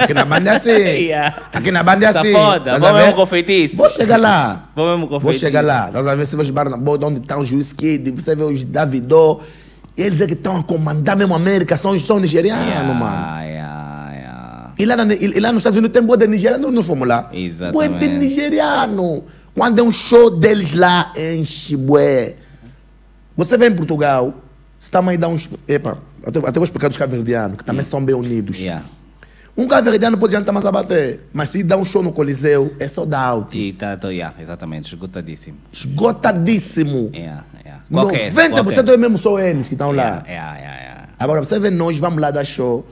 [SPEAKER 2] (laughs) aqui na banda é assim.
[SPEAKER 1] Yeah.
[SPEAKER 2] Aqui na banda é assim.
[SPEAKER 1] Safoda,
[SPEAKER 2] Estás a
[SPEAKER 1] vamos
[SPEAKER 2] ver?
[SPEAKER 1] mesmo com feitiço.
[SPEAKER 2] Vou chegar lá.
[SPEAKER 1] Vou mesmo (laughs) com
[SPEAKER 2] Vou
[SPEAKER 1] feitiço.
[SPEAKER 2] chegar lá. Nós vamos ver se vê os Barnabó, onde estão os Juiz Kid, você vê os Davidó. Eles é que estão a comandar mesmo a América, são, são nigerianos,
[SPEAKER 1] Yeah,
[SPEAKER 2] mano.
[SPEAKER 1] é, yeah, yeah.
[SPEAKER 2] E lá, na- e lá nos Estados Unidos tem boa de nigeriano, nós não fomos lá.
[SPEAKER 1] Exatamente.
[SPEAKER 2] Boa de nigeriano. Quando é um show deles lá, enche, bué. Você vem em Portugal, você também dá uns... Epa, até, até vou explicar dos cabo-verdianos, que também são bem unidos.
[SPEAKER 1] Yeah.
[SPEAKER 2] Um cabo-verdiano pode jantar mais a bater, mas se dá um show no Coliseu, é só dar out.
[SPEAKER 1] E tá, tô, yeah, exatamente, esgotadíssimo.
[SPEAKER 2] Esgotadíssimo.
[SPEAKER 1] Yeah, yeah. Qual que é esse? É,
[SPEAKER 2] 90%
[SPEAKER 1] Qual que é?
[SPEAKER 2] é mesmo só eles que estão lá.
[SPEAKER 1] Yeah, yeah, yeah, yeah.
[SPEAKER 2] Agora você vê nós, vamos lá dar show.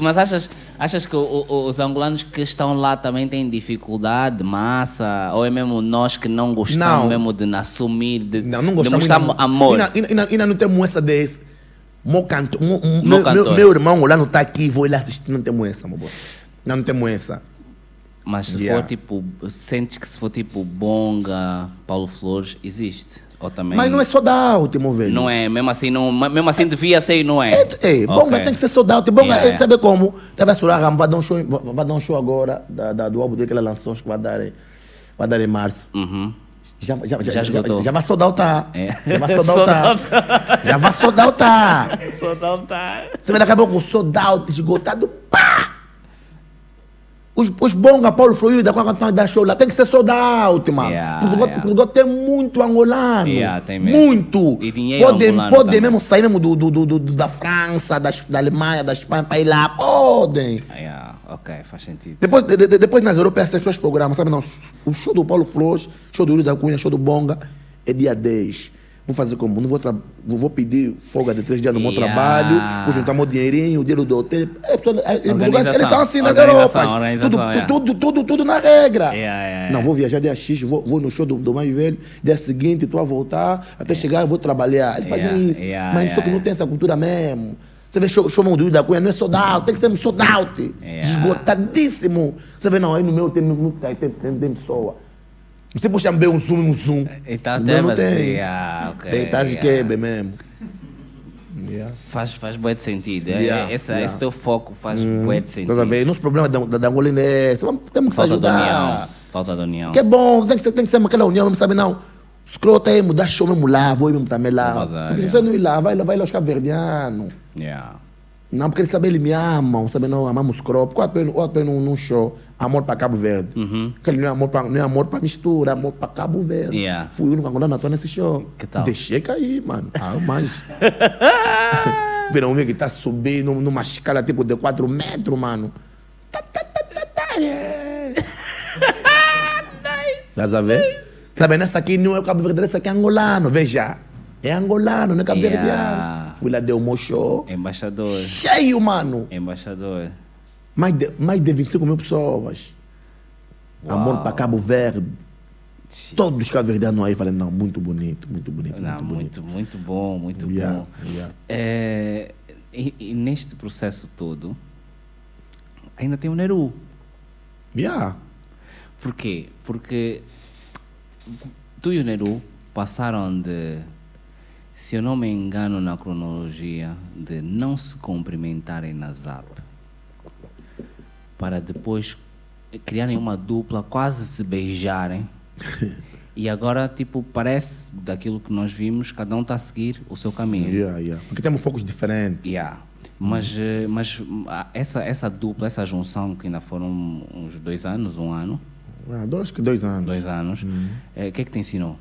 [SPEAKER 1] Mas achas, achas que o- o- os angolanos que estão lá também têm dificuldade, massa? Ou é mesmo nós que não gostamos
[SPEAKER 2] Não.
[SPEAKER 1] mesmo de assumir, de,
[SPEAKER 2] Não, não
[SPEAKER 1] de
[SPEAKER 2] gostamos.
[SPEAKER 1] mostrar amor?
[SPEAKER 2] Ainda não temos essa desse. Meu, canto, mo- mo-
[SPEAKER 1] Meu
[SPEAKER 2] meu,
[SPEAKER 1] cantor.
[SPEAKER 2] meu, meu irmão lá não está aqui, vou ele assistir. Não temos essa, meu boy. Não, não temos essa.
[SPEAKER 1] Mas se
[SPEAKER 2] Yeah.
[SPEAKER 1] for tipo, sentes que se for tipo Bonga, Paulo Flores, existe? Ou também...
[SPEAKER 2] Mas não é só da alta, meu velho.
[SPEAKER 1] Não é, mesmo assim, não, ma- mesmo assim devia ser e não é.
[SPEAKER 2] É, é, bonga
[SPEAKER 1] Ok.
[SPEAKER 2] tem que ser soldado. Bonga,
[SPEAKER 1] Yeah,
[SPEAKER 2] é,
[SPEAKER 1] yeah.
[SPEAKER 2] sabe como? Deve assurar, vai dar um show, vai, vai dar um show agora da, da- do álbum dele que ela lançou, acho que vai dar, em- vai dar em março.
[SPEAKER 1] Uhum.
[SPEAKER 2] Já, já,
[SPEAKER 1] Já
[SPEAKER 2] já, já,
[SPEAKER 1] esgotou.
[SPEAKER 2] já, já vai soldar o tá.
[SPEAKER 1] É. (laughs)
[SPEAKER 2] Já vai soldar o tá. já vai soldar o tá.
[SPEAKER 1] Só não tá...
[SPEAKER 2] Você vai daqui a pouco soldar o esgotado, pá! Os, os bonga, Paulo Fluida, quando estão da show lá, tem que ser soldado, mano.
[SPEAKER 1] Yeah,
[SPEAKER 2] Portugal,
[SPEAKER 1] yeah.
[SPEAKER 2] Portugal tem é muito angolano.
[SPEAKER 1] Yeah, tem mesmo.
[SPEAKER 2] Muito.
[SPEAKER 1] E dinheiro
[SPEAKER 2] pode
[SPEAKER 1] angolano
[SPEAKER 2] pode
[SPEAKER 1] também.
[SPEAKER 2] mesmo sair mesmo do, do, do, do- do- da França, da, da Alemanha, da Espanha, para ir lá. Podem.
[SPEAKER 1] Yeah, ok, faz sentido.
[SPEAKER 2] Depois, de- de- depois nas Europeias tem seus programas, sabe? Não, o show do Paulo Flores, show do Yuri da Cunha, show do Bonga, é dia 10. Vou fazer como? Não vou, tra- vou vou pedir folga de três dias no meu
[SPEAKER 1] Yeah.
[SPEAKER 2] trabalho, vou juntar meu dinheirinho, o dinheiro do hotel. É, pessoal, é, é,
[SPEAKER 1] Organização,
[SPEAKER 2] eles são assim nas
[SPEAKER 1] organização,
[SPEAKER 2] Europas. Tudo,
[SPEAKER 1] organização,
[SPEAKER 2] tu-
[SPEAKER 1] é.
[SPEAKER 2] tudo, tudo, tudo na regra.
[SPEAKER 1] Yeah, yeah,
[SPEAKER 2] Não,
[SPEAKER 1] yeah.
[SPEAKER 2] vou viajar dia X, vou, vou no show do, do mais velho, dia seguinte, estou a voltar,
[SPEAKER 1] É.
[SPEAKER 2] até chegar eu vou trabalhar. Eles fazem
[SPEAKER 1] Yeah,
[SPEAKER 2] isso.
[SPEAKER 1] yeah,
[SPEAKER 2] Mas
[SPEAKER 1] yeah,
[SPEAKER 2] só que não
[SPEAKER 1] yeah.
[SPEAKER 2] tem essa cultura mesmo. Você vê show, show do Yuri da Cunha, não é sold out, tem que ser um sold out.
[SPEAKER 1] Yeah.
[SPEAKER 2] Esgotadíssimo. Você vê, não, aí no meu tem, no- no- tem, tem, tem, tem pessoa. Você puxa bem um zoom, um zoom.
[SPEAKER 1] Então
[SPEAKER 2] No meu
[SPEAKER 1] deve
[SPEAKER 2] não
[SPEAKER 1] ser,
[SPEAKER 2] tem.
[SPEAKER 1] ah, ok,
[SPEAKER 2] Tem, tá de
[SPEAKER 1] yeah.
[SPEAKER 2] quebra mesmo. Yeah.
[SPEAKER 1] Faz, faz bué de sentido. é-
[SPEAKER 2] Yeah,
[SPEAKER 1] é- essa-
[SPEAKER 2] yeah.
[SPEAKER 1] Esse teu foco faz bué de sentido.
[SPEAKER 2] Tá a ver? Nosso problema da, da, da Angolina é esse. Vamos- Temos que se
[SPEAKER 1] Falta de
[SPEAKER 2] ajudar.
[SPEAKER 1] união. Falta de união.
[SPEAKER 2] Que é bom, tem que ser, tem que ser aquela união, mesmo, sabe não? Escrota aí, mudar show mesmo lá, vou ir mesmo também lá.
[SPEAKER 1] Vazar,
[SPEAKER 2] Porque se
[SPEAKER 1] yeah.
[SPEAKER 2] você não ir lá, vai lá, vai lá os caverdianos.
[SPEAKER 1] Yeah.
[SPEAKER 2] Não, porque eles sabem, eles me amam, sabem, não, amamos crop. Qual a pena num show? Amor para Cabo Verde.
[SPEAKER 1] Uhum.
[SPEAKER 2] Porque ele não é amor para não é amor pra mistura, é amor para Cabo Verde.
[SPEAKER 1] Yeah.
[SPEAKER 2] Fui o único angolano a atuar nesse show.
[SPEAKER 1] Que tal?
[SPEAKER 2] Deixei cair, mano. Ah, eu
[SPEAKER 1] (laughs)
[SPEAKER 2] manjo. Viram um que tá subindo numa escala tipo de 4 metros, mano. Tá, tá, tá, tá, tá,
[SPEAKER 1] (laughs)
[SPEAKER 2] é. Estás a ver? Sabe, nessa aqui não é Cabo Verde, essa aqui é angolano, veja. É angolano, não é Cabo
[SPEAKER 1] Yeah.
[SPEAKER 2] Verdeano. Fui lá, deu um show.
[SPEAKER 1] Embaixador.
[SPEAKER 2] Cheio, mano.
[SPEAKER 1] Embaixador.
[SPEAKER 2] Mais de, mais de 25 mil pessoas.
[SPEAKER 1] Uau.
[SPEAKER 2] Amor para Cabo Verde. Todos os cabo-verdianos aí falando, não, muito bonito, muito bonito,
[SPEAKER 1] Não,
[SPEAKER 2] muito bonito.
[SPEAKER 1] muito, muito bom, muito
[SPEAKER 2] Yeah,
[SPEAKER 1] bom.
[SPEAKER 2] yeah.
[SPEAKER 1] É, e, e neste processo todo, ainda tem o Neru.
[SPEAKER 2] Yeah.
[SPEAKER 1] Por quê? Porque tu e o Neru passaram de, se eu não me engano na cronologia, de não se cumprimentarem na Zap para depois criarem uma dupla, quase se beijarem. e agora, tipo, parece daquilo que nós vimos, cada um está a tá seguir o seu caminho.
[SPEAKER 2] Yeah, yeah. Porque temos focos diferentes.
[SPEAKER 1] Yeah. Mas, eh, mas hum, a- essa, essa dupla, essa junção, que ainda foram uns dois anos, um ano,
[SPEAKER 2] Ah, Dois que dois anos.
[SPEAKER 1] dois anos, o
[SPEAKER 3] Uhum.
[SPEAKER 1] que é que te ensinou?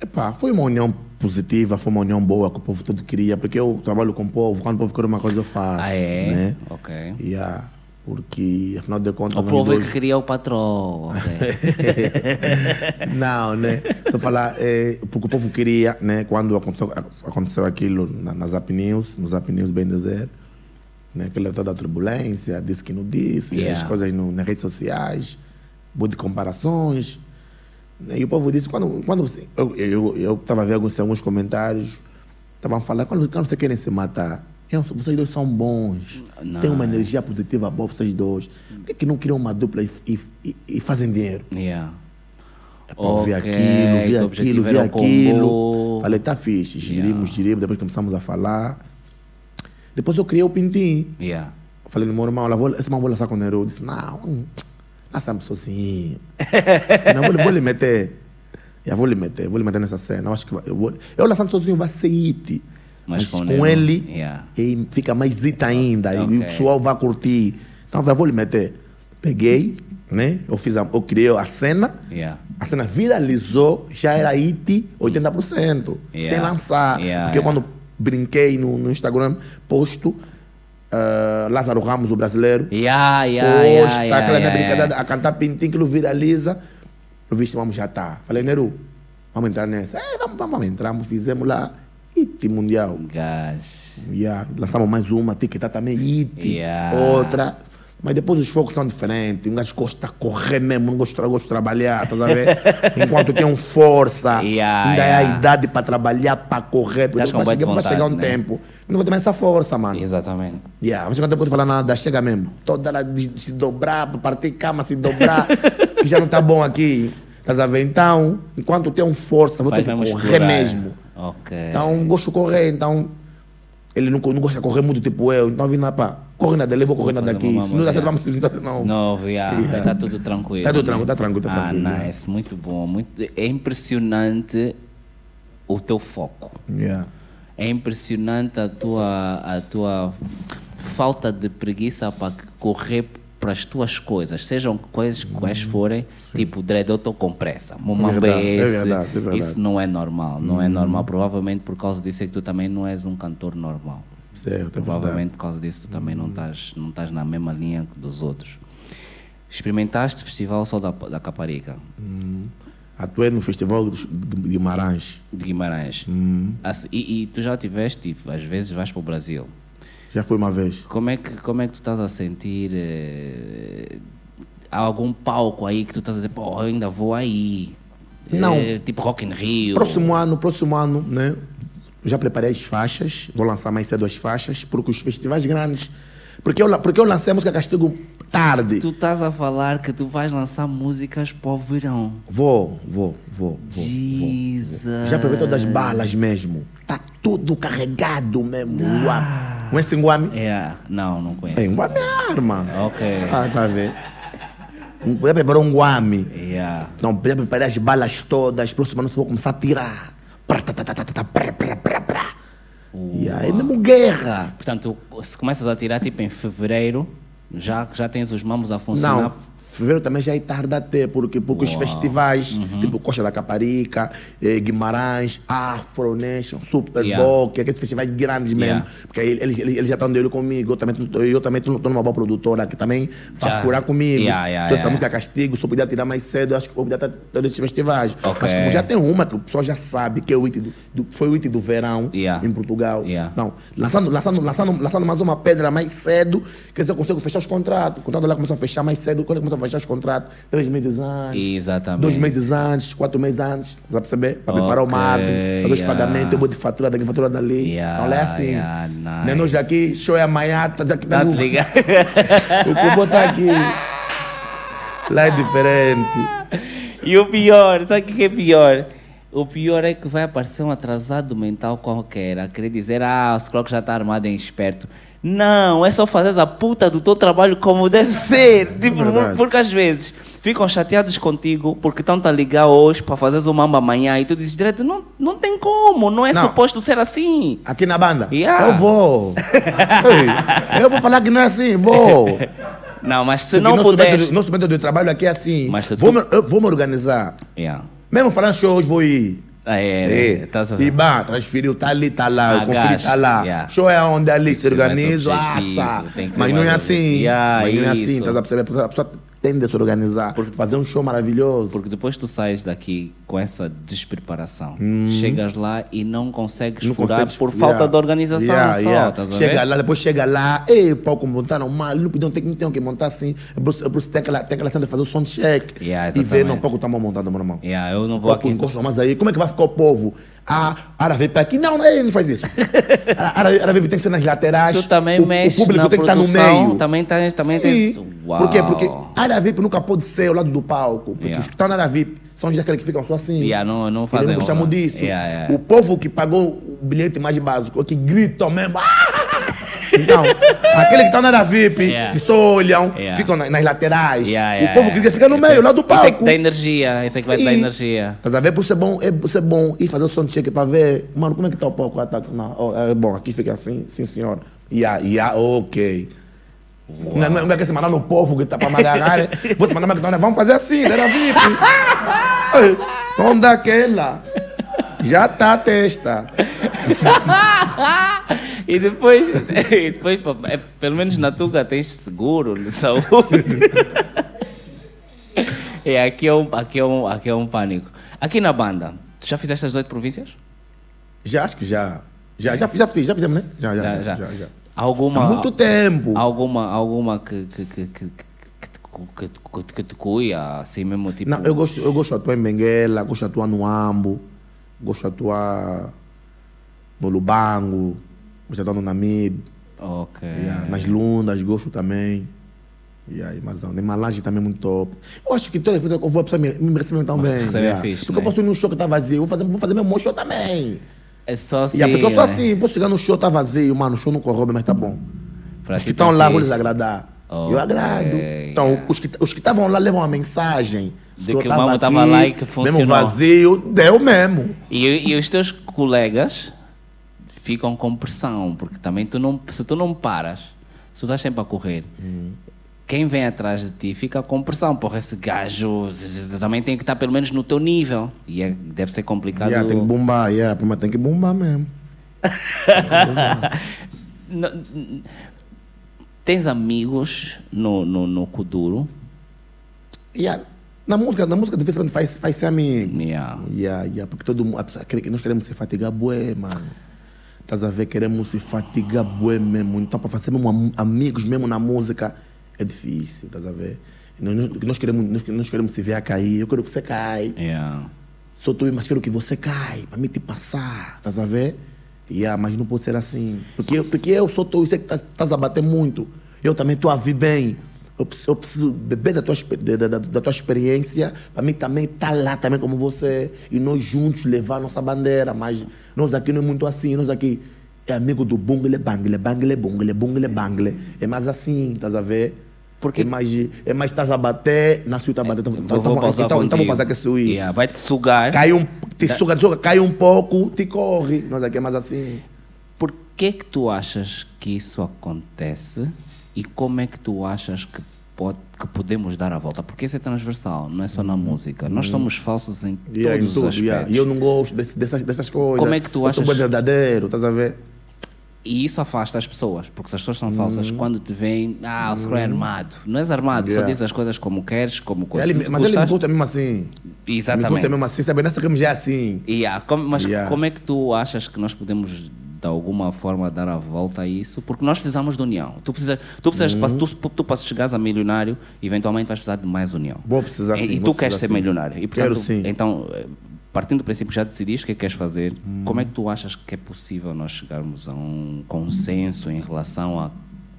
[SPEAKER 2] Epá,
[SPEAKER 3] Ah, Foi uma união positiva, foi uma união boa que o povo todo queria, porque eu trabalho com o povo, quando o povo quer uma coisa eu faço.
[SPEAKER 1] Ah, é?
[SPEAKER 3] Né?
[SPEAKER 1] Ok.
[SPEAKER 3] Yeah, porque afinal de contas.
[SPEAKER 1] O
[SPEAKER 3] nós
[SPEAKER 1] povo é
[SPEAKER 3] dois-
[SPEAKER 1] que queria o
[SPEAKER 3] (laughs)
[SPEAKER 1] patrão. ok.
[SPEAKER 3] Não, né? Estou a falar, é, porque o povo queria, né? Quando aconteceu, aconteceu aquilo na, na Zap News, no Zap News, bem dizer, né? Aquela toda turbulência, disse que não disse,
[SPEAKER 1] Yeah.
[SPEAKER 3] as coisas no, nas redes sociais, boa de comparações. né, E o povo disse, quando, quando você- eu estava eu, eu tava vendo alguns, alguns comentários, estavam falando, quando, quando vocês querem se matar, eu, vocês dois são bons,
[SPEAKER 1] Não. é.
[SPEAKER 3] tem uma energia positiva boa, vocês dois. Por que, que não criam uma dupla e- e- e, e fazem dinheiro?
[SPEAKER 1] yeah.
[SPEAKER 3] Pô, vi
[SPEAKER 1] Ok,
[SPEAKER 3] É aquilo, vi
[SPEAKER 1] teu
[SPEAKER 3] aquilo,
[SPEAKER 1] objetivo
[SPEAKER 3] vi
[SPEAKER 1] era um
[SPEAKER 3] aquilo.
[SPEAKER 1] combo.
[SPEAKER 3] Falei, tá fixe. Girimos,
[SPEAKER 1] Yeah.
[SPEAKER 3] girimos, depois começamos a falar. Depois eu criei o Pintim.
[SPEAKER 1] Yeah.
[SPEAKER 3] Falei, meu irmão, lá vou- esse mal vou lançar com o Nero. Eu disse, não, hum, lançamos sozinho. (laughs) não, vou, vou lhe meter. Eu vou lhe meter, vou lhe meter nessa cena. Eu acho que vai- eu, vou, eu lançando sozinho vai ser hit.
[SPEAKER 1] Mas
[SPEAKER 3] Mas,
[SPEAKER 1] com
[SPEAKER 3] com,
[SPEAKER 1] Nero,
[SPEAKER 3] ele,
[SPEAKER 1] yeah.
[SPEAKER 3] ele fica mais hita ainda. e- E o
[SPEAKER 1] Ok.
[SPEAKER 3] pessoal vai curtir. Então, eu vou lhe meter. Peguei, né? Eu, fiz a- eu criei a cena.
[SPEAKER 1] Yeah.
[SPEAKER 3] A cena viralizou, já era IT 80%,
[SPEAKER 1] Yeah.
[SPEAKER 3] sem lançar.
[SPEAKER 1] Yeah,
[SPEAKER 3] porque
[SPEAKER 1] yeah.
[SPEAKER 3] quando brinquei no, no Instagram, posto ah, Lázaro Ramos, o brasileiro,
[SPEAKER 1] Yeah, yeah, yeah,
[SPEAKER 3] posta
[SPEAKER 1] yeah,
[SPEAKER 3] tá aquela minha
[SPEAKER 1] yeah,
[SPEAKER 3] brincadeira
[SPEAKER 1] yeah.
[SPEAKER 3] a cantar pintinho, aquilo viraliza. Eu vi, vamos já tá. Falei, Neru, vamos entrar nessa. É, vamos, vamos, vamos, entramos, fizemos lá. IT Mundial.
[SPEAKER 1] Gás.
[SPEAKER 3] Yeah. Lançamos mais uma, Tiquetá também, IT.
[SPEAKER 1] Yeah.
[SPEAKER 3] Outra. Mas depois os focos são diferentes. Um gajo gosta de correr mesmo, não gosta, gosta de trabalhar, estás a
[SPEAKER 1] (laughs)
[SPEAKER 3] ver? Enquanto tem um força,
[SPEAKER 1] Yeah,
[SPEAKER 3] ainda é
[SPEAKER 1] yeah.
[SPEAKER 3] a idade para trabalhar, para correr. Porque
[SPEAKER 1] Estás com boa
[SPEAKER 3] vai
[SPEAKER 1] de
[SPEAKER 3] chegar, vai chegar um
[SPEAKER 1] vontade, né?
[SPEAKER 3] tempo. Não vou ter mais essa força, mano.
[SPEAKER 1] Exatamente.
[SPEAKER 3] Yeah, vai chegar um tempo que eu não vou falar nada, chega mesmo. Toda hora de se dobrar, para partir cama, se dobrar, que já não tá bom aqui. Estás a ver? Então, enquanto tem um força, vou
[SPEAKER 1] Vai
[SPEAKER 3] ter que
[SPEAKER 1] mesmo
[SPEAKER 3] correr
[SPEAKER 1] explorar.
[SPEAKER 3] mesmo.
[SPEAKER 1] Ok.
[SPEAKER 3] Então, gosto de correr, então. Ele não, co- não gosta de correr muito, tipo eu. Então, eu vim na pá, corre na dele, eu vou correr na
[SPEAKER 1] Vamos,
[SPEAKER 3] daqui.
[SPEAKER 1] vamos,
[SPEAKER 3] Se não dá certo,
[SPEAKER 1] vamos,
[SPEAKER 3] vamos se juntar de novo.
[SPEAKER 1] Novo, yeah.
[SPEAKER 3] (laughs) Yeah.
[SPEAKER 1] Tá tudo tranquilo.
[SPEAKER 3] Tá tudo
[SPEAKER 1] né?
[SPEAKER 3] tranquilo, tá tranquilo, tá tranquilo,
[SPEAKER 1] Ah,
[SPEAKER 3] yeah.
[SPEAKER 1] nice. Muito bom. Muito... É impressionante o teu foco.
[SPEAKER 3] Yeah.
[SPEAKER 1] É impressionante a tua, a tua falta de preguiça para correr para as tuas coisas, sejam coisas quais forem, tipo dread, eu estou com pressa, mamamba é
[SPEAKER 3] verdade, Uhum. é
[SPEAKER 1] esse,
[SPEAKER 3] verdade, é verdade. Uhum.
[SPEAKER 1] isso não é normal, não é normal, provavelmente por causa disso é que tu também não és um cantor normal,
[SPEAKER 3] Certo, é verdade. Uhum.
[SPEAKER 1] provavelmente por causa disso tu também não estás não estás na mesma linha que dos outros. Experimentaste o Festival Sol da, da Caparica,
[SPEAKER 3] Atuei no Festival dos- de Guimarães.
[SPEAKER 1] de Guimarães,
[SPEAKER 3] Uhum.
[SPEAKER 1] Assim, e, e tu já tiveste, tipo, às vezes vais para o Brasil,
[SPEAKER 3] Já fui uma vez.
[SPEAKER 1] Como é que, como é que tu estás a sentir? eh, há algum palco aí que tu estás a dizer, pô, eu ainda vou aí?
[SPEAKER 3] Não.
[SPEAKER 1] Eh, tipo Rock in Rio?
[SPEAKER 3] Próximo ano, próximo ano, né? Já preparei as faixas, vou lançar mais cedo as faixas, porque os festivais grandes. Porque eu, la- porque eu lancei a música Castigo tarde.
[SPEAKER 1] Tu estás a falar que tu vais lançar músicas para o verão.
[SPEAKER 3] Vou, vou, vou, vou. vou.
[SPEAKER 1] Jesus.
[SPEAKER 3] Já aproveita das balas mesmo. Tá tudo carregado mesmo. Uau. Não é Singuame?
[SPEAKER 1] É, não, não conheço.
[SPEAKER 3] É, Nguame é arma.
[SPEAKER 1] Ok.
[SPEAKER 3] Ah, tá vendo? Já preparou um Guame.
[SPEAKER 1] Yeah.
[SPEAKER 3] Não, já preparei as balas todas. Próximo ano só vou começar a tirar. Prá, tá, tá, tá, tá, tá, prá, prá, prá, prá. E aí, mesmo guerra.
[SPEAKER 1] Portanto, se começas a tirar tipo em fevereiro, já, já tens os mamos a funcionar.
[SPEAKER 3] Não, fevereiro também já é tarde até, porque, porque os festivais,
[SPEAKER 1] Uhum.
[SPEAKER 3] tipo Costa da Caparica, eh, Guimarães, Afro Nation, Super
[SPEAKER 1] Yeah.
[SPEAKER 3] Bowl, que é aqueles festivais grandes mesmo.
[SPEAKER 1] Yeah.
[SPEAKER 3] Porque aí eles, eles, eles já estão de olho comigo, eu também estou eu também tô numa boa produtora que também
[SPEAKER 1] Já.
[SPEAKER 3] vai furar comigo.
[SPEAKER 1] Yeah, yeah,
[SPEAKER 3] Se essa
[SPEAKER 1] yeah.
[SPEAKER 3] música castigo, se eu puder tirar mais cedo, eu acho que eu podia estar todos tá esses festivais.
[SPEAKER 1] Ok.
[SPEAKER 3] Mas como já tem uma que o pessoal já sabe que é o hit do, do- foi o hit do verão
[SPEAKER 1] Yeah.
[SPEAKER 3] em Portugal.
[SPEAKER 1] Yeah.
[SPEAKER 3] Não, lançando, lançando, lançando, lançando mais uma pedra mais cedo, quer dizer, eu consigo fechar os contratos. O contrato lá começou a fechar mais cedo, quando começou a fechar os contratos, três meses antes,
[SPEAKER 1] Exatamente.
[SPEAKER 3] dois meses antes, quatro meses antes, sabe perceber? Para preparar o
[SPEAKER 1] Ok,
[SPEAKER 3] marketing, fazer os
[SPEAKER 1] yeah.
[SPEAKER 3] pagamentos, eu vou de fatura daqui, fatura dali.
[SPEAKER 1] Yeah,
[SPEAKER 3] então é assim.
[SPEAKER 1] yeah, nice.
[SPEAKER 3] Né, nós aqui, show é amanhã, tá daqui
[SPEAKER 1] Tá
[SPEAKER 3] tá
[SPEAKER 1] te
[SPEAKER 3] no-
[SPEAKER 1] ligado? (laughs)
[SPEAKER 3] O cubo tá aqui. Lá é diferente.
[SPEAKER 1] E o pior, sabe o que que é pior? O pior é que vai aparecer um atrasado mental qualquer a querer dizer, ah, o Scrock já está armado em esperto. Não, é só fazer a puta do teu trabalho como deve ser. Tipo,
[SPEAKER 3] verdade.
[SPEAKER 1] porque às vezes ficam chateados contigo porque estão a ligar hoje para fazeres o mamba amanhã e tu dizes direto, não, não tem como, não é
[SPEAKER 3] Não.
[SPEAKER 1] suposto ser assim.
[SPEAKER 3] Aqui na banda?
[SPEAKER 1] Yeah.
[SPEAKER 3] Eu vou. Ei, eu vou falar que não é
[SPEAKER 1] (laughs)
[SPEAKER 3] assim, vou.
[SPEAKER 1] Não, mas se
[SPEAKER 3] Porque
[SPEAKER 1] não
[SPEAKER 3] nosso
[SPEAKER 1] puderes.
[SPEAKER 3] método- nosso método de trabalho aqui é assim.
[SPEAKER 1] Mas se
[SPEAKER 3] vou,
[SPEAKER 1] tu-
[SPEAKER 3] me, eu vou me organizar.
[SPEAKER 1] Yeah.
[SPEAKER 3] Mesmo falando show hoje, vou ir.
[SPEAKER 1] Ah, é,
[SPEAKER 3] É.
[SPEAKER 1] é, tá certo.
[SPEAKER 3] Iban, transferiu, tá ali, tá lá,
[SPEAKER 1] Ah,
[SPEAKER 3] o conflito tá
[SPEAKER 1] gajo,
[SPEAKER 3] lá.
[SPEAKER 1] yeah.
[SPEAKER 3] Show é onde ali, se
[SPEAKER 1] ser mais
[SPEAKER 3] organiza,
[SPEAKER 1] objetivo,
[SPEAKER 3] assa.
[SPEAKER 1] tem que ser
[SPEAKER 3] Mas não é
[SPEAKER 1] mais
[SPEAKER 3] assim.
[SPEAKER 1] objetivo. Yeah,
[SPEAKER 3] Mas não é
[SPEAKER 1] isso.
[SPEAKER 3] assim, estás a perceber? A pessoa- A pessoa tende a se organizar. Porque fazer um show maravilhoso.
[SPEAKER 1] Porque depois tu sais daqui com essa despreparação. Chegas lá e não consegues
[SPEAKER 3] Hum. não
[SPEAKER 1] furar
[SPEAKER 3] consegues-
[SPEAKER 1] por
[SPEAKER 3] yeah.
[SPEAKER 1] falta de organização
[SPEAKER 3] Yeah,
[SPEAKER 1] só.
[SPEAKER 3] yeah.
[SPEAKER 1] Estás a
[SPEAKER 3] Chega
[SPEAKER 1] ver?
[SPEAKER 3] lá, depois chega lá, ei, o palco montaram mal, não podiam ter que, não tinham que montar assim. É por isso- é por isso que Tem aquela, tem aquela cena de fazer o sound check.
[SPEAKER 1] Yeah,
[SPEAKER 3] e ver,
[SPEAKER 1] exatamente.
[SPEAKER 3] não, o palco tá mal montado, meu irmão.
[SPEAKER 1] Yeah, eu não
[SPEAKER 3] O
[SPEAKER 1] vou
[SPEAKER 3] palco
[SPEAKER 1] aqui.
[SPEAKER 3] encosta mais aí, como é que vai ficar o povo? Ah, Ara veio para aqui, não, não, ele não faz
[SPEAKER 1] (laughs)
[SPEAKER 3] isso. Ara Ara veio tem que ser nas laterais.
[SPEAKER 1] Tu também
[SPEAKER 3] o,
[SPEAKER 1] mexe
[SPEAKER 3] o público
[SPEAKER 1] na
[SPEAKER 3] tem que estar no
[SPEAKER 1] produção,
[SPEAKER 3] meio.
[SPEAKER 1] também tens- também
[SPEAKER 3] Sim.
[SPEAKER 1] tens-
[SPEAKER 3] Por quê?
[SPEAKER 1] Uau.
[SPEAKER 3] Porque Ara VIP nunca pôde ser ao lado do palco. Porque
[SPEAKER 1] Yeah.
[SPEAKER 3] os que estão na Ara VIP são os daqueles que ficam só assim.
[SPEAKER 1] Yeah, não, não
[SPEAKER 3] Eles
[SPEAKER 1] fazem
[SPEAKER 3] não gostam
[SPEAKER 1] honra.
[SPEAKER 3] disso.
[SPEAKER 1] Yeah, yeah.
[SPEAKER 3] O povo que pagou o bilhete mais básico, é que gritam mesmo. "Ah!"
[SPEAKER 1] (laughs)
[SPEAKER 3] Então, aquele que está na área VIP,
[SPEAKER 1] Yeah.
[SPEAKER 3] que só olham,
[SPEAKER 1] Yeah.
[SPEAKER 3] ficam na- nas laterais.
[SPEAKER 1] Yeah,
[SPEAKER 3] o
[SPEAKER 1] yeah,
[SPEAKER 3] povo
[SPEAKER 1] yeah.
[SPEAKER 3] que grita fica no meio, lá do palco.
[SPEAKER 1] Isso é que dá energia, isso é que vai te dar
[SPEAKER 3] Sim.
[SPEAKER 1] energia.
[SPEAKER 3] Mas a ver, por isso é bom, é, por isso é bom ir fazer o sound check pra ver, mano, como é que tá o palco? Ah, tá, não, ó, é bom, aqui fica assim, sim senhor. Yeah, yeah, ok. Não, não, não é que se mandar no povo gritar pra magarrar, né? Vou se mandar pra gritar, vamos fazer assim, né? Era VIP. Ei, Vamos dar aquela. Já tá a testa.
[SPEAKER 1] (laughs) E depois, e depois pá, é, pelo menos na Tuga tens seguro de saúde. (laughs) é, aqui, é um, aqui, é um, aqui é um pânico. Aqui na banda, tu já fizeste as oito províncias?
[SPEAKER 3] Já, acho que já. Já, já, fiz, já fiz, já fizemos, né? Já, já, já. já, já.
[SPEAKER 1] Alguma,
[SPEAKER 3] Há muito tempo.
[SPEAKER 1] alguma, alguma que, que, que, que, que, te cu- que, te cu- que te cuia, assim mesmo, tipo...
[SPEAKER 3] Não, eu gosto, eu gosto de atuar em Benguela, gosto de atuar no Ambo, gosto de atuar no Lubango, gosto de atuar no Namib,
[SPEAKER 1] Ok.
[SPEAKER 3] yeah, nas Lundas, gosto também. E aí, mas em Malange também é muito top. Eu acho que toda coisa que eu vou, a pessoa me, me recebe tão
[SPEAKER 1] Mas
[SPEAKER 3] bem.
[SPEAKER 1] recebe
[SPEAKER 3] yeah.
[SPEAKER 1] fixe,
[SPEAKER 3] porque eu
[SPEAKER 1] né?
[SPEAKER 3] posso ir num show que tá vazio, eu vou fazer, vou fazer meu bom show também.
[SPEAKER 1] É só assim,
[SPEAKER 3] Yeah, porque eu sou
[SPEAKER 1] né?
[SPEAKER 3] assim, posso chegar no show, tá vazio, mano, o show não corrobe, mas tá bom.
[SPEAKER 1] Pra
[SPEAKER 3] Os que um
[SPEAKER 1] ti
[SPEAKER 3] estão
[SPEAKER 1] tá
[SPEAKER 3] lá vão
[SPEAKER 1] fixe.
[SPEAKER 3] lhes agradar.
[SPEAKER 1] Ok,
[SPEAKER 3] Eu agrado. Então,
[SPEAKER 1] yeah.
[SPEAKER 3] os que os que estavam lá levam uma mensagem.
[SPEAKER 1] De
[SPEAKER 3] eu
[SPEAKER 1] que o mamo tava lá e que funcionou.
[SPEAKER 3] Mesmo vazio, deu mesmo.
[SPEAKER 1] E, e os teus colegas ficam com pressão, porque também tu não, se tu não paras, se tu estás sempre a correr,
[SPEAKER 3] Uhum.
[SPEAKER 1] quem vem atrás de ti fica com pressão. Porra, esse gajo z- z- também tem que estar pelo menos no teu nível. E é- deve ser complicado.
[SPEAKER 3] Yeah, tem que bombar, yeah, pô, mas tem que bombar mesmo.
[SPEAKER 1] N- n- Tens amigos no, no, no Kuduro?
[SPEAKER 3] Yeah. Na música, na música dificilmente faz, faz ser amigo.
[SPEAKER 1] Yeah.
[SPEAKER 3] Yeah, yeah, é porque todo mundo, a pessoa crê que nós queremos se fatigar bué, mano. Estás a ver, queremos se fatigar bué mesmo. Então, para fazer mesmo am- amigos mesmo na música, é difícil, estás a ver? Nós, nós- nós queremos, nós, nós queremos se ver a cair, eu quero que você caia.
[SPEAKER 1] Yeah.
[SPEAKER 3] Sou tu, mas quero que você cai, pra mim te passar, estás a ver? Yeah, mas não pode ser assim. Porque eu, porque eu sou tu, sei que estás estás a bater muito. Eu também estou a vir bem. Eu, preciso- eu preciso beber da tua, exper- da, da- da tua experiência, pra mim também estar lá também como você. E nós juntos levar a nossa bandeira, mas nós aqui não é muito assim, nós aqui é amigo do bungle, bangle, bangle, bungle, bungle, bangle. É mais assim, estás a ver?
[SPEAKER 1] Porque-
[SPEAKER 3] é mais de- é mais estás a bater, nasceu tá batendo. Então, então, então,
[SPEAKER 1] pausar
[SPEAKER 3] então, então
[SPEAKER 1] contigo.
[SPEAKER 3] vou passar que isso ir
[SPEAKER 1] Yeah, Vai te sugar.
[SPEAKER 3] cai um, te suga, suga, cai um pouco, te corre. Nós aqui é mais assim.
[SPEAKER 1] Por que que tu achas que isso acontece e como é que tu achas que, pode, que podemos dar a volta? Porque isso é transversal, não é só
[SPEAKER 3] Uhum.
[SPEAKER 1] na música. Nós somos falsos em todos
[SPEAKER 3] Yeah, é em
[SPEAKER 1] os
[SPEAKER 3] tudo,
[SPEAKER 1] aspectos.
[SPEAKER 3] yeah. E eu não gosto desse- dessas, dessas coisas.
[SPEAKER 1] Como é que tu
[SPEAKER 3] Eu sou
[SPEAKER 1] achas-
[SPEAKER 3] bem verdadeiro, tá estás a ver?
[SPEAKER 1] E isso afasta as pessoas, porque se as pessoas são falsas, quando te veem, ah, o senhor é armado. Não és armado, só
[SPEAKER 3] Uhum. Yeah.
[SPEAKER 1] dizes as coisas como queres, como
[SPEAKER 3] Ele
[SPEAKER 1] coisas.
[SPEAKER 3] me- mas ele me conta mesmo assim. Me
[SPEAKER 1] Exatamente.
[SPEAKER 3] conta mesmo assim, sabe? Nessa câmera já é assim.
[SPEAKER 1] Yeah, como- mas
[SPEAKER 3] Yeah.
[SPEAKER 1] como é que tu achas que nós podemos de alguma forma dar a volta a isso? Porque nós precisamos de união. Tu precisas, tu precisas, pa-
[SPEAKER 3] Uhum.
[SPEAKER 1] tu, tu para chegares a milionário, eventualmente vais precisar de mais união.
[SPEAKER 3] Vou precisar
[SPEAKER 1] E-
[SPEAKER 3] sim,
[SPEAKER 1] E,
[SPEAKER 3] vou
[SPEAKER 1] tu queres
[SPEAKER 3] precisar
[SPEAKER 1] ser
[SPEAKER 3] sim.
[SPEAKER 1] milionário. E,
[SPEAKER 3] Quero
[SPEAKER 1] portanto,
[SPEAKER 3] sim.
[SPEAKER 1] Então, eh, partindo do princípio que já decidiste o que é que queres fazer,
[SPEAKER 3] Uhum.
[SPEAKER 1] como é que tu achas que é possível nós chegarmos a um consenso em relação a,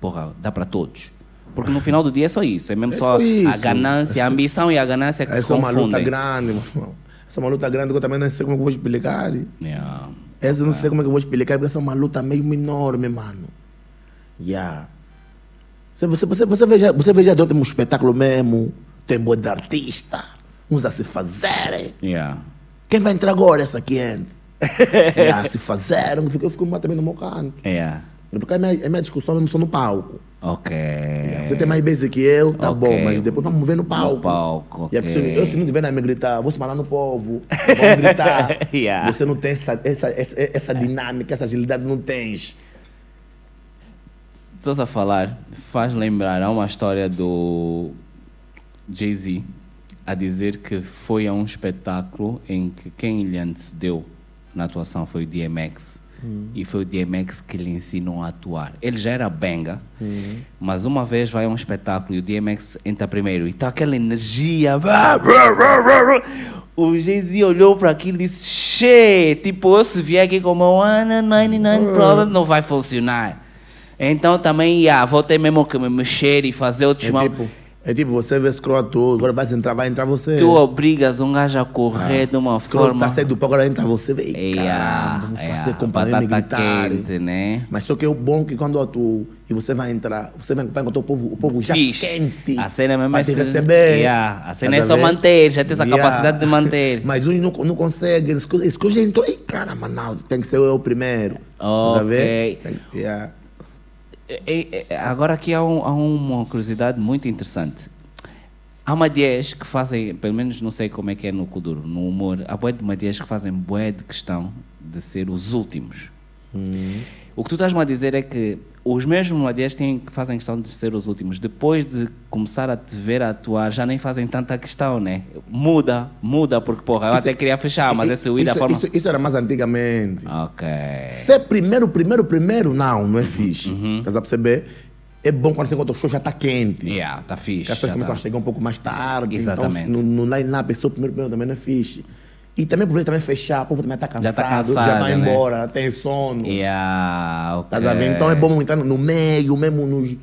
[SPEAKER 1] porra, dá para todos? Porque no final do dia é só isso, é mesmo
[SPEAKER 3] É
[SPEAKER 1] só,
[SPEAKER 3] só isso. É
[SPEAKER 1] a ganância, a ambição e a ganância que se
[SPEAKER 3] Essa é uma
[SPEAKER 1] confundem.
[SPEAKER 3] luta grande, meu irmão. Essa é uma luta grande que eu também não sei como eu vou explicar.
[SPEAKER 1] Yeah.
[SPEAKER 3] Essa eu não
[SPEAKER 1] Ah.
[SPEAKER 3] sei como é que eu vou explicar, porque essa é uma luta meio enorme, mano. Yeah. Você, você, você, você veja, você veja durante um espetáculo mesmo, tem boa de artista, uns a se fazerem.
[SPEAKER 1] Yeah.
[SPEAKER 3] Quem vai entrar agora essa
[SPEAKER 1] (laughs)
[SPEAKER 3] aqui entra? E a se fizeram, eu fico, eu fico mais também no meu canto.
[SPEAKER 1] Yeah.
[SPEAKER 3] Porque a minha, a minha discussão eu não sou no palco.
[SPEAKER 1] Ok. Dạ,
[SPEAKER 3] Você tem mais base que eu, tá
[SPEAKER 1] É. Ok.
[SPEAKER 3] bom, mas depois vamos ver no palco.
[SPEAKER 1] palco,
[SPEAKER 3] E a pessoa,
[SPEAKER 1] ok.
[SPEAKER 3] eu, se não tiver a me gritar, vou se parar no povo, vamos gritar.
[SPEAKER 1] (laughs) Yeah.
[SPEAKER 3] Você não tem essa, essa, essa, essa dinâmica, essa agilidade, não tens.
[SPEAKER 1] Estás a falar, faz lembrar, há uma história do Jay-Z a dizer que foi a um espetáculo em que quem lhe antecedeu na atuação foi o DMX. E foi o DMX que lhe ensinou a atuar. Ele já era benga, mas uma vez vai a um espetáculo e o DMX entra primeiro e está aquela energia. vá, vá, vá, vá, vá. O Jay-Z olhou para aquilo e disse: Che, tipo, eu se vier aqui com uma 199 problem, não vai funcionar. Então também, yeah, vou ter mesmo que me mexer e fazer outros
[SPEAKER 3] É
[SPEAKER 1] mam-
[SPEAKER 3] tipo, é tipo, você vê scroll à toa, agora vai entrar, vai entrar você.
[SPEAKER 1] Tu obrigas um gajo a correr de uma
[SPEAKER 3] Scroll É. tá
[SPEAKER 1] forma.
[SPEAKER 3] saindo do palco, agora entra você, vê.
[SPEAKER 1] É,
[SPEAKER 3] Caramba, vou
[SPEAKER 1] é,
[SPEAKER 3] fazer
[SPEAKER 1] a
[SPEAKER 3] companhia me
[SPEAKER 1] batata
[SPEAKER 3] gritar.
[SPEAKER 1] quente, né?
[SPEAKER 3] Mas só que é o bom que quando eu atuo e você vai entrar, você vai vai encontrar o povo, o povo já
[SPEAKER 1] Fixe.
[SPEAKER 3] quente.
[SPEAKER 1] A cena mesmo
[SPEAKER 3] pra
[SPEAKER 1] é
[SPEAKER 3] te
[SPEAKER 1] se-
[SPEAKER 3] receber.
[SPEAKER 1] Yeah, a cena
[SPEAKER 3] Estás
[SPEAKER 1] é só
[SPEAKER 3] ver?
[SPEAKER 1] manter, já tem essa capacidade de manter.
[SPEAKER 3] (laughs) Mas uns não, não conseguem. Isso que eu já entrou. Ih, cara, Manaus, tem que ser eu o primeiro. Tá Estás a ver?
[SPEAKER 1] Ok.
[SPEAKER 3] Tem que- yeah.
[SPEAKER 1] É, é, Agora aqui há, um- há uma curiosidade muito interessante. Há madiés que fazem, pelo menos não sei como é que é no Kuduro, no humor, há boé de madiés que fazem boé de questão de ser os últimos.
[SPEAKER 3] Hum.
[SPEAKER 1] O que tu estás-me a dizer é que os mesmos madiés têm, que fazem questão de ser os últimos. Depois de começar a te ver a atuar, já nem fazem tanta questão, né? Muda, muda, porque porra, eu até queria fechar, mas
[SPEAKER 3] I-
[SPEAKER 1] essa huída a
[SPEAKER 3] é- isso- é-
[SPEAKER 1] forma.
[SPEAKER 3] Isso, isso era mais antigamente.
[SPEAKER 1] Ok.
[SPEAKER 3] Ser primeiro, primeiro, primeiro, não, não é fixe.
[SPEAKER 1] Uhum.
[SPEAKER 3] Estás a perceber? É bom quando você encontra o show já está quente.
[SPEAKER 1] Yeah, tá
[SPEAKER 3] Que
[SPEAKER 1] fixe.
[SPEAKER 3] as pessoas
[SPEAKER 1] já
[SPEAKER 3] começam
[SPEAKER 1] tá.
[SPEAKER 3] a chegar um pouco mais tarde.
[SPEAKER 1] Exatamente.
[SPEAKER 3] Então, no, no line-up, pessoa primeiro, primeiro também não é fixe. E também por vezes também fechar, o povo também está cansado,
[SPEAKER 1] Já tá
[SPEAKER 3] já
[SPEAKER 1] cansado,
[SPEAKER 3] vai
[SPEAKER 1] né?
[SPEAKER 3] embora, tem sono.
[SPEAKER 1] Yeah, ok.
[SPEAKER 3] Estás Tipo, a ver? Então é bom entrar no meio, mesmo nos,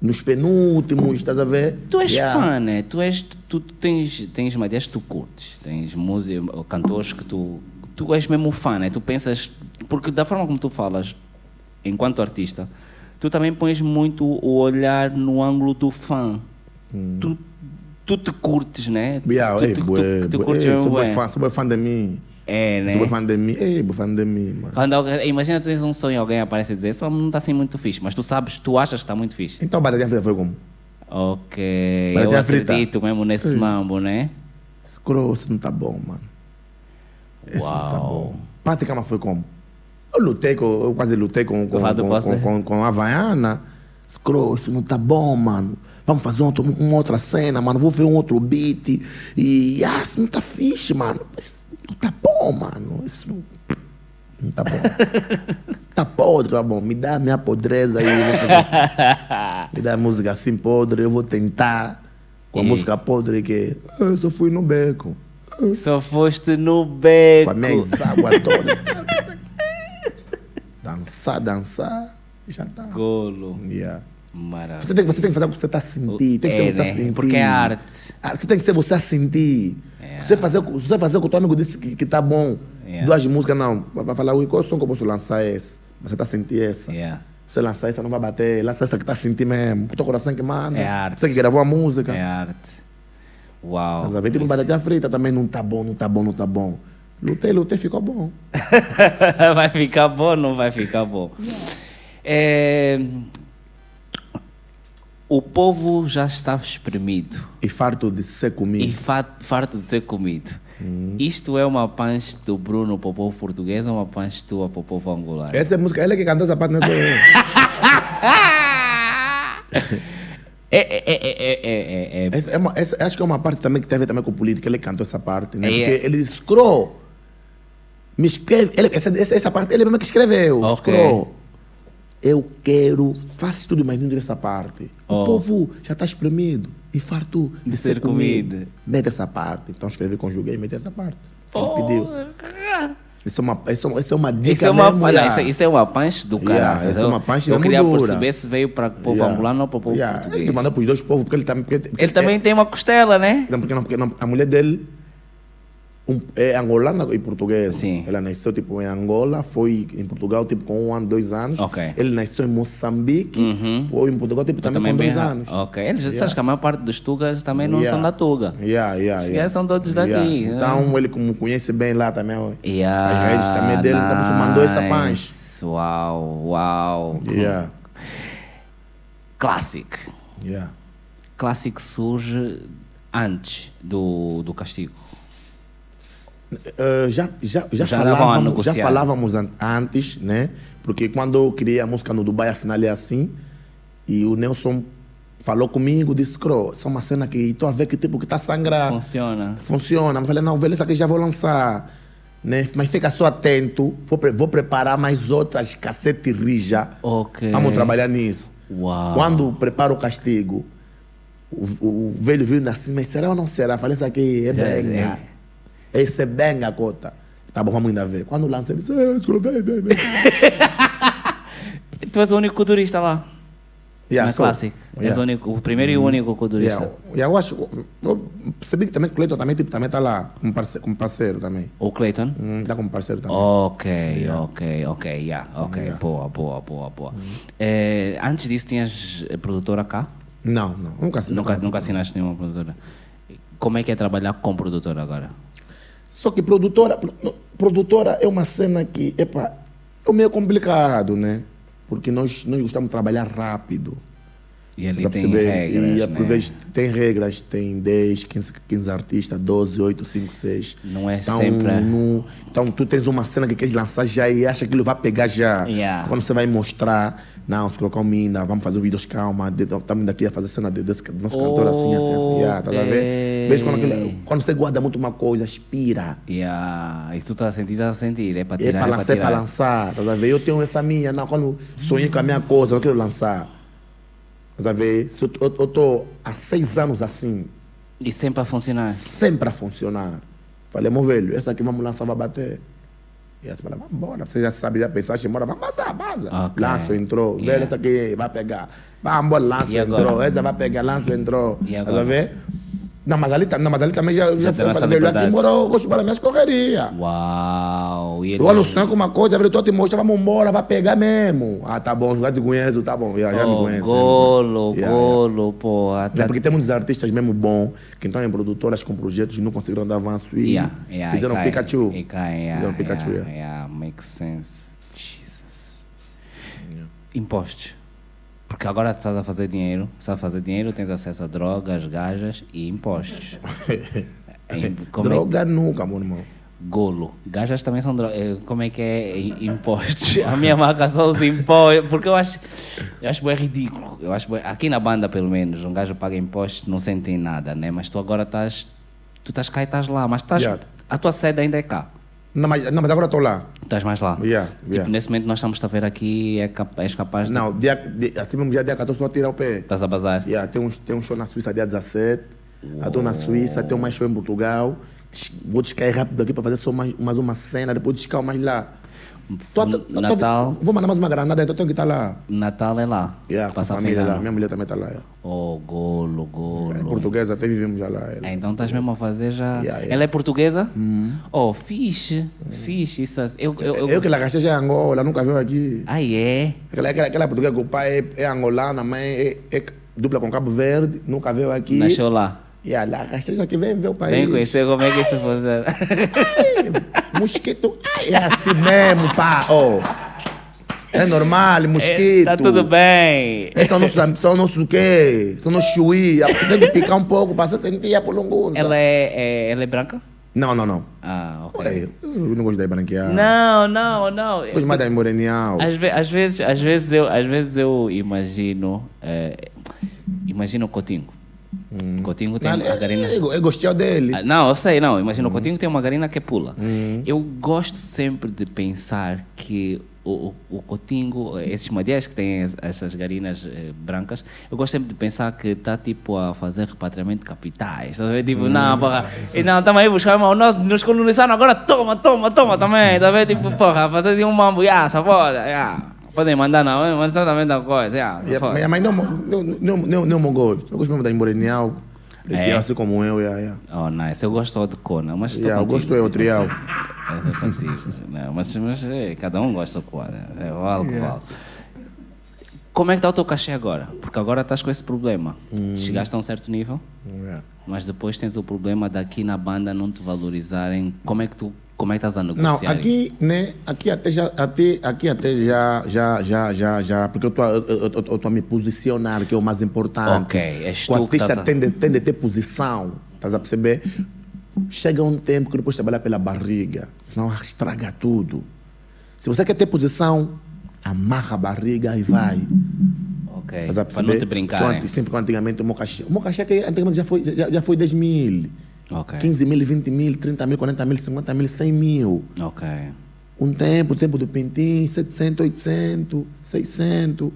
[SPEAKER 3] nos penúltimos, estás a ver?
[SPEAKER 1] Tu és
[SPEAKER 3] Yeah.
[SPEAKER 1] fã, né? Tu és, tu, tu tens, tens madeiras que tu curtes, tens música, ou cantores que tu, tu és mesmo fã, né? Tu pensas, porque da forma como tu falas, enquanto artista, tu também pões muito o olhar no ângulo do fã. Tu, tu te curtes, né?
[SPEAKER 3] Hum. Yeah,
[SPEAKER 1] tu,
[SPEAKER 3] ei,
[SPEAKER 1] tu,
[SPEAKER 3] bué,
[SPEAKER 1] tu, tu
[SPEAKER 3] bué,
[SPEAKER 1] curtes
[SPEAKER 3] ei,
[SPEAKER 1] mesmo,
[SPEAKER 3] sou bué
[SPEAKER 1] bué.
[SPEAKER 3] fã, sou bué fã de mim.
[SPEAKER 1] É, né?
[SPEAKER 3] Sou bué fã de mim. Ei, bué fã de mim, mano.
[SPEAKER 1] Quando alguém, imagina tu tens um sonho e alguém aparece a dizer, só não está assim muito fixe, mas tu sabes, tu achas que está muito fixe.
[SPEAKER 3] Então, Batatinha Frita foi como?
[SPEAKER 1] Ok,
[SPEAKER 3] Mas tem
[SPEAKER 1] eu
[SPEAKER 3] a frita.
[SPEAKER 1] acredito mesmo nesse mambo, né?
[SPEAKER 3] Scroll, isso não tá bom, mano. Isso não tá
[SPEAKER 1] Uau.
[SPEAKER 3] bom. Pati Cama foi como? Eu lutei, com, eu quase lutei com, com,
[SPEAKER 1] Conrado
[SPEAKER 3] com,
[SPEAKER 1] Costa.
[SPEAKER 3] com, com, com a Havaiana. Scroll, isso não tá bom, mano. Vamos fazer outro, uma outra cena, mano. Vou ver um outro beat. E, ah, isso não tá fixe, mano. Isso não tá bom, mano. Isso não, não tá bom. (laughs) tá podre, tá bom. Me dá a minha podreza aí. eu vou fazer (laughs) assim. Me dá a música assim podre, eu vou tentar. Com a
[SPEAKER 1] E-
[SPEAKER 3] música podre que... "Ah, Eu só fui no beco.
[SPEAKER 1] Só foste no beco.
[SPEAKER 3] Com a minha exágua
[SPEAKER 1] (laughs)
[SPEAKER 3] é toda. dançar, dançar, já tá.
[SPEAKER 1] Golo.
[SPEAKER 3] Yeah. Você,
[SPEAKER 1] Maravilha.
[SPEAKER 3] tem, você tem que fazer o que você tá sentindo. Tem que ser
[SPEAKER 1] É,
[SPEAKER 3] você
[SPEAKER 1] né?
[SPEAKER 3] a sentir.
[SPEAKER 1] Porque é arte.
[SPEAKER 3] Ah, Você tem que ser você a sentir.
[SPEAKER 1] É.
[SPEAKER 3] Você, fazer, o que- você fazer o que o teu amigo disse que, que tá bom.
[SPEAKER 1] É.
[SPEAKER 3] Duas músicas, não. Vai, vai falar, "Ui, qual é som que eu posso lançar esse? Mas Você tá sentindo essa.
[SPEAKER 1] Yeah.
[SPEAKER 3] Você lançar essa, não vai bater. Lança essa que tá sentindo mesmo. O teu coração que manda.
[SPEAKER 1] É arte.
[SPEAKER 3] Você que gravou a música.
[SPEAKER 1] É arte. Uau. (laughs)
[SPEAKER 3] Mas a vez tipo
[SPEAKER 1] Esse-
[SPEAKER 3] batatinha frita também não tá bom, não tá bom, não tá bom. Lutei, lutei, ficou bom.
[SPEAKER 1] vai ficar bom ou não vai ficar bom? É, O povo já está espremido
[SPEAKER 3] E farto de ser comigo.
[SPEAKER 1] e fa- farto de ser comido.
[SPEAKER 3] Hum.
[SPEAKER 1] Isto é uma punch do Bruno Popov português ou uma punch tua Popov angular?
[SPEAKER 3] Essa é música, ela que cantou essa parte, não sou eu.
[SPEAKER 1] (laughs) É, é, é, é, é, é, é.
[SPEAKER 3] Essa é uma- essa- acho que é uma parte também que tem a ver também com política, ele cantou essa parte, né?
[SPEAKER 1] É,
[SPEAKER 3] Porque
[SPEAKER 1] é.
[SPEAKER 3] ele disse, Scro, me escreve, ele- essa, essa, essa parte ele mesmo que escreveu,
[SPEAKER 1] Ok.
[SPEAKER 3] Scro, eu quero, faça tudo, mas não diga essa parte.
[SPEAKER 1] Oh.
[SPEAKER 3] O povo já está espremido e farto
[SPEAKER 1] De ser comido.
[SPEAKER 3] Mete essa parte, então escrevi, conjuguei e mete essa parte.
[SPEAKER 1] Oh.
[SPEAKER 3] Ele
[SPEAKER 1] (laughs)
[SPEAKER 3] pediu. Isso é uma, isso, é uma- isso é uma dica
[SPEAKER 1] Isso é, uma,
[SPEAKER 3] mesmo,
[SPEAKER 1] olha,
[SPEAKER 3] yeah.
[SPEAKER 1] isso, é- isso é uma punch do
[SPEAKER 3] Yeah,
[SPEAKER 1] caralho.
[SPEAKER 3] isso é uma punch
[SPEAKER 1] eu eu
[SPEAKER 3] mesmo
[SPEAKER 1] queria
[SPEAKER 3] dura.
[SPEAKER 1] perceber se veio para o povo
[SPEAKER 3] Yeah.
[SPEAKER 1] angolano ou para o povo
[SPEAKER 3] Yeah.
[SPEAKER 1] português.
[SPEAKER 3] Ele é.
[SPEAKER 1] Ele,
[SPEAKER 3] te mandou para os dois povos, porque ele também... Porque, porque-
[SPEAKER 1] também tem uma costela, né?
[SPEAKER 3] Não, porque, não, porque a mulher dele um, é angolana e portuguesa.
[SPEAKER 1] Sim.
[SPEAKER 3] Ela nasceu tipo em Angola, foi em Portugal tipo com um ano, dois anos.
[SPEAKER 1] Ok.
[SPEAKER 3] Ele nasceu em Moçambique,
[SPEAKER 1] Uhum.
[SPEAKER 3] foi em Portugal tipo também, com
[SPEAKER 1] bem
[SPEAKER 3] dois
[SPEAKER 1] ra-
[SPEAKER 3] anos.
[SPEAKER 1] Ok. Eles, Sabes que a maior parte dos tugas também não
[SPEAKER 3] Yeah.
[SPEAKER 1] são da tuga.
[SPEAKER 3] Yeah, yeah,
[SPEAKER 1] Esses
[SPEAKER 3] yeah.
[SPEAKER 1] são todos daqui, né?
[SPEAKER 3] Então ele como conhece bem lá também. ó.
[SPEAKER 1] Yeah,
[SPEAKER 3] As raízes também dele, então, você mandou essa
[SPEAKER 1] nice. Uau, uau.
[SPEAKER 3] Yeah,
[SPEAKER 1] Classic.
[SPEAKER 3] yeah.
[SPEAKER 1] Classic surge antes do, do castigo.
[SPEAKER 3] Eh, já, já, já,
[SPEAKER 1] Já davam a
[SPEAKER 3] falávamos, já
[SPEAKER 1] negociar.
[SPEAKER 3] falávamos an- antes, né? Porque quando eu criei a música no Dubai, afinal é assim. E o Nelson falou comigo, disse, Cro, isso é uma cena que estou a ver que tipo que tá sangrando.
[SPEAKER 1] Funciona.
[SPEAKER 3] Funciona. Eu falei, não, velho, isso aqui já vou lançar. Né? Mas fica só atento. Vou, pre- vou preparar mais outras cacete rija.
[SPEAKER 1] Ok.
[SPEAKER 3] Vamos trabalhar nisso.
[SPEAKER 1] Uau.
[SPEAKER 3] Quando preparo o castigo, o, o- o velho viu nascer, mas será ou não será? Falei, isso aqui é
[SPEAKER 1] Já
[SPEAKER 3] benga. Esse é benga, cota. Tá bom, vamos ainda ver. Quando lança, ele disse, "Eh, escuro, vem, vem, vem.
[SPEAKER 1] Tu és o único culturista lá.
[SPEAKER 3] Yeah,
[SPEAKER 1] na
[SPEAKER 3] sou.
[SPEAKER 1] Classic. Uhum. És
[SPEAKER 3] Yeah.
[SPEAKER 1] o, único, o primeiro e o único culturista.
[SPEAKER 3] Yeah. E eu acho, eu percebi que também o Cleiton também, tipo, também tá lá, como parceiro, como parceiro também.
[SPEAKER 1] O Clayton?
[SPEAKER 3] Hum, Tá como parceiro também.
[SPEAKER 1] Ok, ok, ok, yeah, ok, boa, boa, boa, boa.
[SPEAKER 3] Uhum.
[SPEAKER 1] Eh, antes disso tinhas eh, produtora cá?
[SPEAKER 3] Não, não, nunca assinei.
[SPEAKER 1] Nunca, nunca assinaste nenhuma produtora. Como é que é trabalhar com produtora agora?
[SPEAKER 3] Só que produtora, pro- produtora é uma cena que, epa, é meio complicado, né? Porque nós, nós gostamos de trabalhar rápido.
[SPEAKER 1] E ali
[SPEAKER 3] Tá
[SPEAKER 1] tem
[SPEAKER 3] percebendo?
[SPEAKER 1] regras,
[SPEAKER 3] E
[SPEAKER 1] né?
[SPEAKER 3] por vezes tem regras, tem 10, 15, 15 artistas, 12, 8, 5, 6.
[SPEAKER 1] Não é sempre-
[SPEAKER 3] no- então tu tens uma cena que queres lançar já e acha que ele vai pegar já.
[SPEAKER 1] Yeah.
[SPEAKER 3] Quando você vai mostrar, não, se colocar um mina, vamos fazer vídeos, calma, estamos daqui a fazer cena de, desse nosso cantor assim, assim, assim, yeah, tá a ver?
[SPEAKER 1] Ok.
[SPEAKER 3] Vês quando, aquilo- é, quando você guarda muito uma coisa, aspira.
[SPEAKER 1] Yeah. E tu estás a sentir, estás a sentir. É para
[SPEAKER 3] É
[SPEAKER 1] tirar, é
[SPEAKER 3] para
[SPEAKER 1] para
[SPEAKER 3] lançar, é para
[SPEAKER 1] tirar.
[SPEAKER 3] lançar, tá a ver? Eu tenho essa minha, não, quando sonhei com a minha coisa, eu não quero lançar. Tá a ver? Se Eu, eu, eu tô há seis anos assim,
[SPEAKER 1] E sempre a funcionar.
[SPEAKER 3] sempre a funcionar. Falei, meu velho, essa aqui vamos lançar, vai bater. E essa fala, vamos embora, você já sabe, já pensaste, bora, vamos vazar, vaza.
[SPEAKER 1] Ok.
[SPEAKER 3] Lanço, entrou,
[SPEAKER 1] Yeah.
[SPEAKER 3] velho, essa aqui vai pegar. Vamos embora, lanço,
[SPEAKER 1] E agora?
[SPEAKER 3] entrou, essa vai pegar, lanço, entrou.
[SPEAKER 1] E
[SPEAKER 3] Tá
[SPEAKER 1] agora?
[SPEAKER 3] a ver? Não, mas ali, tam- não, mas ali também já, já,
[SPEAKER 1] tem essa
[SPEAKER 3] falei, velho, aqui
[SPEAKER 1] liberdade.
[SPEAKER 3] morou, eu gosto para minhas correrias.
[SPEAKER 1] Uau. E
[SPEAKER 3] Eu olho o sonho com uma coisa, eu tô te mostrando, vamos embora, vai pegar mesmo. Ah, tá bom, já te conheço, tá bom, já, já me
[SPEAKER 1] Oh,
[SPEAKER 3] conheço.
[SPEAKER 1] golo,
[SPEAKER 3] Yeah,
[SPEAKER 1] golo, porra.
[SPEAKER 3] É
[SPEAKER 1] tá-
[SPEAKER 3] porque tem muitos artistas mesmo bons que estão em produtoras com projetos e não conseguiram dar avanço e
[SPEAKER 1] Yeah, yeah,
[SPEAKER 3] fizeram um
[SPEAKER 1] e cai,
[SPEAKER 3] Pikachu.
[SPEAKER 1] E cai, yeah,
[SPEAKER 3] Fizeram Pikachu,
[SPEAKER 1] yeah,
[SPEAKER 3] yeah.
[SPEAKER 1] yeah, makes sense. Jesus. Impostos. Porque agora estás a fazer dinheiro, estás a fazer dinheiro, tens acesso a drogas, gajas e impostos. Em- como é-
[SPEAKER 3] Droga nunca, meu irmão.
[SPEAKER 1] Golo. Gajas também são drogas. Como é que é? I- Impostos. (laughs) A minha marca são os impostos. Porque eu acho. Eu acho bué ridículo. Eu acho bué- Aqui na banda, pelo menos, um gajo paga impostos, não sentem nada, né? Mas tu agora estás. Tu estás cá e estás lá. Mas estás.
[SPEAKER 3] Yeah.
[SPEAKER 1] A tua sede ainda é cá.
[SPEAKER 3] Não mas, não, mas agora estou lá.
[SPEAKER 1] Tu estás mais lá.
[SPEAKER 3] Yeah,
[SPEAKER 1] tipo,
[SPEAKER 3] yeah.
[SPEAKER 1] nesse momento nós estamos a ver aqui, é capa- és capaz de.
[SPEAKER 3] Não, dia, de- assim mesmo, dia, dia 14, vou tirar o pé.
[SPEAKER 1] Estás a bazar.
[SPEAKER 3] Yeah, tem, um, tem um show na Suíça dia 17. Eu tô na Suíça, tem um mais show em Portugal. Des- Vou descair rápido aqui para fazer só mais, mais uma cena, depois descaio mais lá. Tô- tô- tô-
[SPEAKER 1] Natal.
[SPEAKER 3] vou mandar mais uma granada, então tenho que estar lá.
[SPEAKER 1] Natal é lá.
[SPEAKER 3] Yeah, com a
[SPEAKER 1] Passa a
[SPEAKER 3] família é
[SPEAKER 1] final.
[SPEAKER 3] lá. Minha mulher também está lá. yeah.
[SPEAKER 1] Oh, golo, golo.
[SPEAKER 3] É portuguesa, até vivemos já lá. ela.
[SPEAKER 1] É, então estás mesmo a fazer já.
[SPEAKER 3] Yeah, yeah. Uhum.
[SPEAKER 1] Ela é portuguesa? Oh, fixe. Fixe. Isso, assim. eu, eu, eu...
[SPEAKER 3] Eu que la gastei já em Angola, nunca veio aqui.
[SPEAKER 1] Ah, é?
[SPEAKER 3] Aquela, aquela, aquela portuguesa que o pai é, é angolano, a mãe é, é dupla com Cabo Verde, nunca veio aqui.
[SPEAKER 1] Nasceu lá.
[SPEAKER 3] E a la gastei já que vem ver o país.
[SPEAKER 1] Vem conhecer como é que isso (laughs) funciona.
[SPEAKER 3] Ai, mosquito, ai, é assim mesmo, pá. ó. É normal, mosquito.
[SPEAKER 1] Está Tá tudo bem.
[SPEAKER 3] É, são nossos, am- são nossos o quê? São nossos chuí. Tem que picar um pouco para se sentir a polongosa.
[SPEAKER 1] Ela é, é- ela é branca?
[SPEAKER 3] Não, não, não.
[SPEAKER 1] Ah, ok.
[SPEAKER 3] Ué, eu não gosto de branquear.
[SPEAKER 1] Não, não, não.
[SPEAKER 3] Eu gosto mais da morenial.
[SPEAKER 1] Às, ve- às vezes, às, vezes eu, às vezes eu imagino. eh, imagino o Cotingo.
[SPEAKER 3] Hum.
[SPEAKER 1] Cotingo tem
[SPEAKER 3] Não,
[SPEAKER 1] a Garina.
[SPEAKER 3] Eu, eu gostei dele.
[SPEAKER 1] Ah, Não, eu sei, não. Imagina, o Coutinho tem uma garina que pula. Eu gosto sempre de pensar que o, o, o Coutinho, esses madiés que têm es- essas garinas eh, brancas, eu gosto sempre de pensar que está tipo a fazer repatriamento de capitais. Tá a ver? Tipo, não, porra, e não, estamos aí buscar, irmão, nós nos colonizaram agora, toma, toma, toma também. Tá a ver? Tipo, porra, fazer assim um mambo, yeah, saboda, yeah. Podem mandar, não, eh, mas só também da coisa, yeah,
[SPEAKER 3] Yeah,
[SPEAKER 1] foda.
[SPEAKER 3] mas, mas não, não, não, não, não, não gosto. Eu gosto mesmo da Morenial.
[SPEAKER 4] Pretinho, assim como eu, yeah, yeah.
[SPEAKER 1] Oh, nice. Eu gosto só de Kona, mas estou
[SPEAKER 4] Yeah, eu
[SPEAKER 1] contigo,
[SPEAKER 4] gosto eu,
[SPEAKER 1] estou
[SPEAKER 4] trial.
[SPEAKER 1] contigo. Estou
[SPEAKER 3] (laughs)
[SPEAKER 1] contigo. Não, mas, mas é, cada um gosta de Kona. É o algo, vale. Como é que está o teu cachê agora? Porque agora estás com esse problema.
[SPEAKER 3] Hum.
[SPEAKER 1] Chegaste a um certo nível,
[SPEAKER 3] Yeah.
[SPEAKER 1] mas depois tens o problema daqui na banda não te valorizarem. Como é que tu como é que estás a
[SPEAKER 3] Não,
[SPEAKER 1] negociar?
[SPEAKER 3] Não, aqui, né? Aqui até já, até, aqui até já, já, já, já, já, porque eu tô, a- eu, eu, eu, eu tô a me posicionar, que é o mais importante.
[SPEAKER 1] Ok, és tu
[SPEAKER 3] O
[SPEAKER 1] que
[SPEAKER 3] artista
[SPEAKER 1] estás a-
[SPEAKER 3] tem, de, tem de ter posição, estás a perceber? Chega um tempo que depois trabalhar pela barriga, senão estraga tudo. Se você quer ter posição, amarra a barriga e vai.
[SPEAKER 1] Ok.
[SPEAKER 3] Estás a
[SPEAKER 1] Para não
[SPEAKER 3] perceber?
[SPEAKER 1] te brincarem.
[SPEAKER 3] Quanto- sempre quando antigamente o meu cachê. O meu cachê que antigamente já foi, já, já foi 10 mil,
[SPEAKER 1] Ok.
[SPEAKER 3] 15 mil, 20 mil, 30 mil, 40 mil, 50 mil, 100 mil.
[SPEAKER 1] Ok.
[SPEAKER 3] Um tempo, o tempo do Pintim, 700, 800, 600.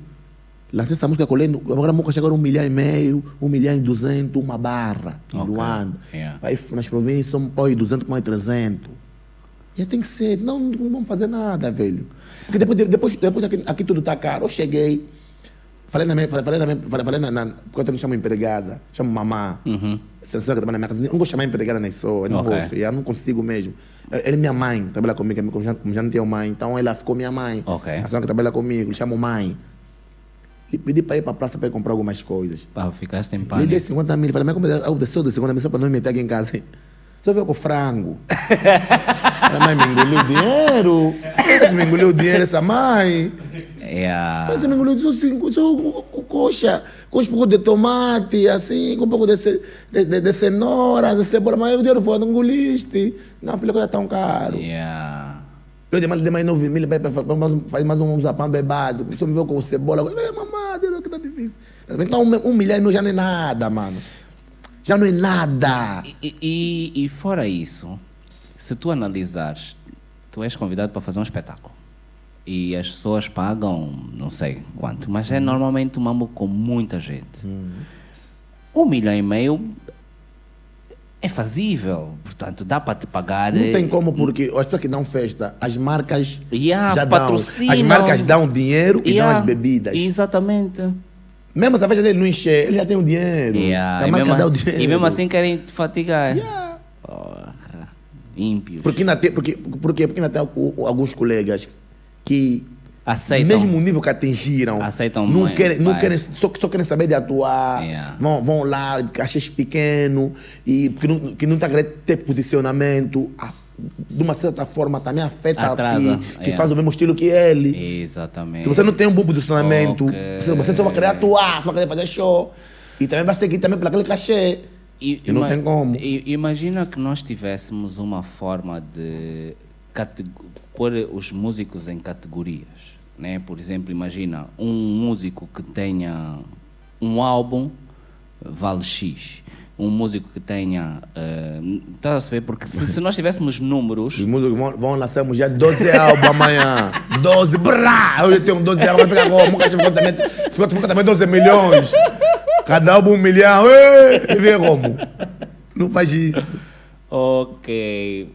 [SPEAKER 3] Lancei essa música colhendo, agora a música chegou a um milhão e meio, um milhão e duzentos, uma barra em
[SPEAKER 1] Ok,
[SPEAKER 3] Luanda.
[SPEAKER 1] yeah.
[SPEAKER 3] Aí nas províncias, um pau e duzentos, mais trezentos. E aí tem que ser, não, não vamos fazer nada, velho. Porque depois, depois, depois aqui, aqui tudo tá caro. Eu cheguei, falei na minha, falei, falei na minha, falei, falei na, na, porque eu também chamo empregada, chamo mamá.
[SPEAKER 1] Uhum.
[SPEAKER 3] Censura que trabalha na minha casa. Eu não gosto de chamar empregada nem só, eu não
[SPEAKER 1] Ok.
[SPEAKER 3] gosto, eu não consigo mesmo. Ela é minha mãe, trabalha comigo, como já, como já não tenho mãe, então ela ficou minha mãe.
[SPEAKER 1] Ok.
[SPEAKER 3] A senhora que trabalha comigo, lhe chamo mãe. E pedi para ir para a praça para ir comprar algumas coisas.
[SPEAKER 1] Pá, ficaste em
[SPEAKER 3] Lhe
[SPEAKER 1] pânico.
[SPEAKER 3] dei 50 mil, falei, mas como é eu desceu de 50 mil só para não me meter aqui em casa? (laughs) Só veio
[SPEAKER 1] (laughs)
[SPEAKER 3] com frango. a mãe me engoliu o dinheiro. Esse me engoliu o dinheiro, essa mãe.
[SPEAKER 1] É a...
[SPEAKER 3] Mas me engoliu, sou, cinco, sou co- co- coxa, com um pouco de tomate, assim, com um pouco de, ce- de, de, de cenoura, de cebola, mas o dinheiro foi, não engoliste. Não, filho, coisa tão caro.
[SPEAKER 1] é Yeah.
[SPEAKER 3] Eu dei mais, dei mais 9 mil, faz mais um zapão bebado, só me viu com cebola. Eu falei, mamãe, dinheiro que tá difícil. Então, um, um milhão e meio já não é nada, mano. Já não é nada.
[SPEAKER 1] E- E, e- e fora isso, se tu analisares, tu és convidado para fazer um espetáculo. E as pessoas pagam não sei quanto, mas
[SPEAKER 3] Uhum.
[SPEAKER 1] é normalmente um mambo com muita gente. Um milhão e meio é fazível, portanto dá para te pagar.
[SPEAKER 3] Não tem
[SPEAKER 1] eh,
[SPEAKER 3] como, porque as pessoas que dão festa, as marcas
[SPEAKER 1] Yeah,
[SPEAKER 3] já
[SPEAKER 1] patrocinam.
[SPEAKER 3] dão. As marcas dão dinheiro e
[SPEAKER 1] yeah,
[SPEAKER 3] dão as bebidas. Uhum.
[SPEAKER 1] Exatamente.
[SPEAKER 3] Mesmo essa festa dele não encher, ele já tem o dinheiro.
[SPEAKER 1] Yeah,
[SPEAKER 3] a
[SPEAKER 1] e,
[SPEAKER 3] marca
[SPEAKER 1] mesmo,
[SPEAKER 3] dá o dinheiro.
[SPEAKER 1] e mesmo assim querem te fatigar.
[SPEAKER 3] Yeah.
[SPEAKER 1] Porra, ímpios.
[SPEAKER 3] Porque ainda tem, porque, porque, porque ainda tem o- o- alguns colegas que,
[SPEAKER 1] Aceitam.
[SPEAKER 3] mesmo o nível que atingiram,
[SPEAKER 1] Aceitam É.
[SPEAKER 3] não
[SPEAKER 1] mais,
[SPEAKER 3] querem, não
[SPEAKER 1] mais.
[SPEAKER 3] querem, só, só querem saber de atuar.
[SPEAKER 1] Yeah.
[SPEAKER 3] Vão, vão lá, cachês pequenos, e que não, que não tá querendo ter posicionamento. A- de uma certa forma também afeta a
[SPEAKER 1] Atrasa, é.
[SPEAKER 3] ti, que
[SPEAKER 1] yeah.
[SPEAKER 3] faz o mesmo estilo que ele.
[SPEAKER 1] Exatamente.
[SPEAKER 3] Se você não tem um bom posicionamento,
[SPEAKER 1] Ok.
[SPEAKER 3] você- você só vai querer atuar, só vai querer fazer show. E também vai seguir também por aquele cachê.
[SPEAKER 1] I-
[SPEAKER 3] E não
[SPEAKER 1] ima-
[SPEAKER 3] tem como.
[SPEAKER 1] i- Imagina que nós tivéssemos uma forma de cate- pôr os músicos em categorias. Né? Por exemplo, imagina um músico que tenha um álbum vale X. Um músico que tenha. Está a saber? Porque se, se nós tivéssemos números.
[SPEAKER 3] Os músicos vão, vão lançar um já 12 álbuns amanhã. 12, brá! Hoje eu tenho 12 álbuns, fica agora. Nunca tive contamento. Ficou ficou também 12 milhões. Cada álbum um milhão. Ê, Vê como. Não faz isso.
[SPEAKER 1] Ok,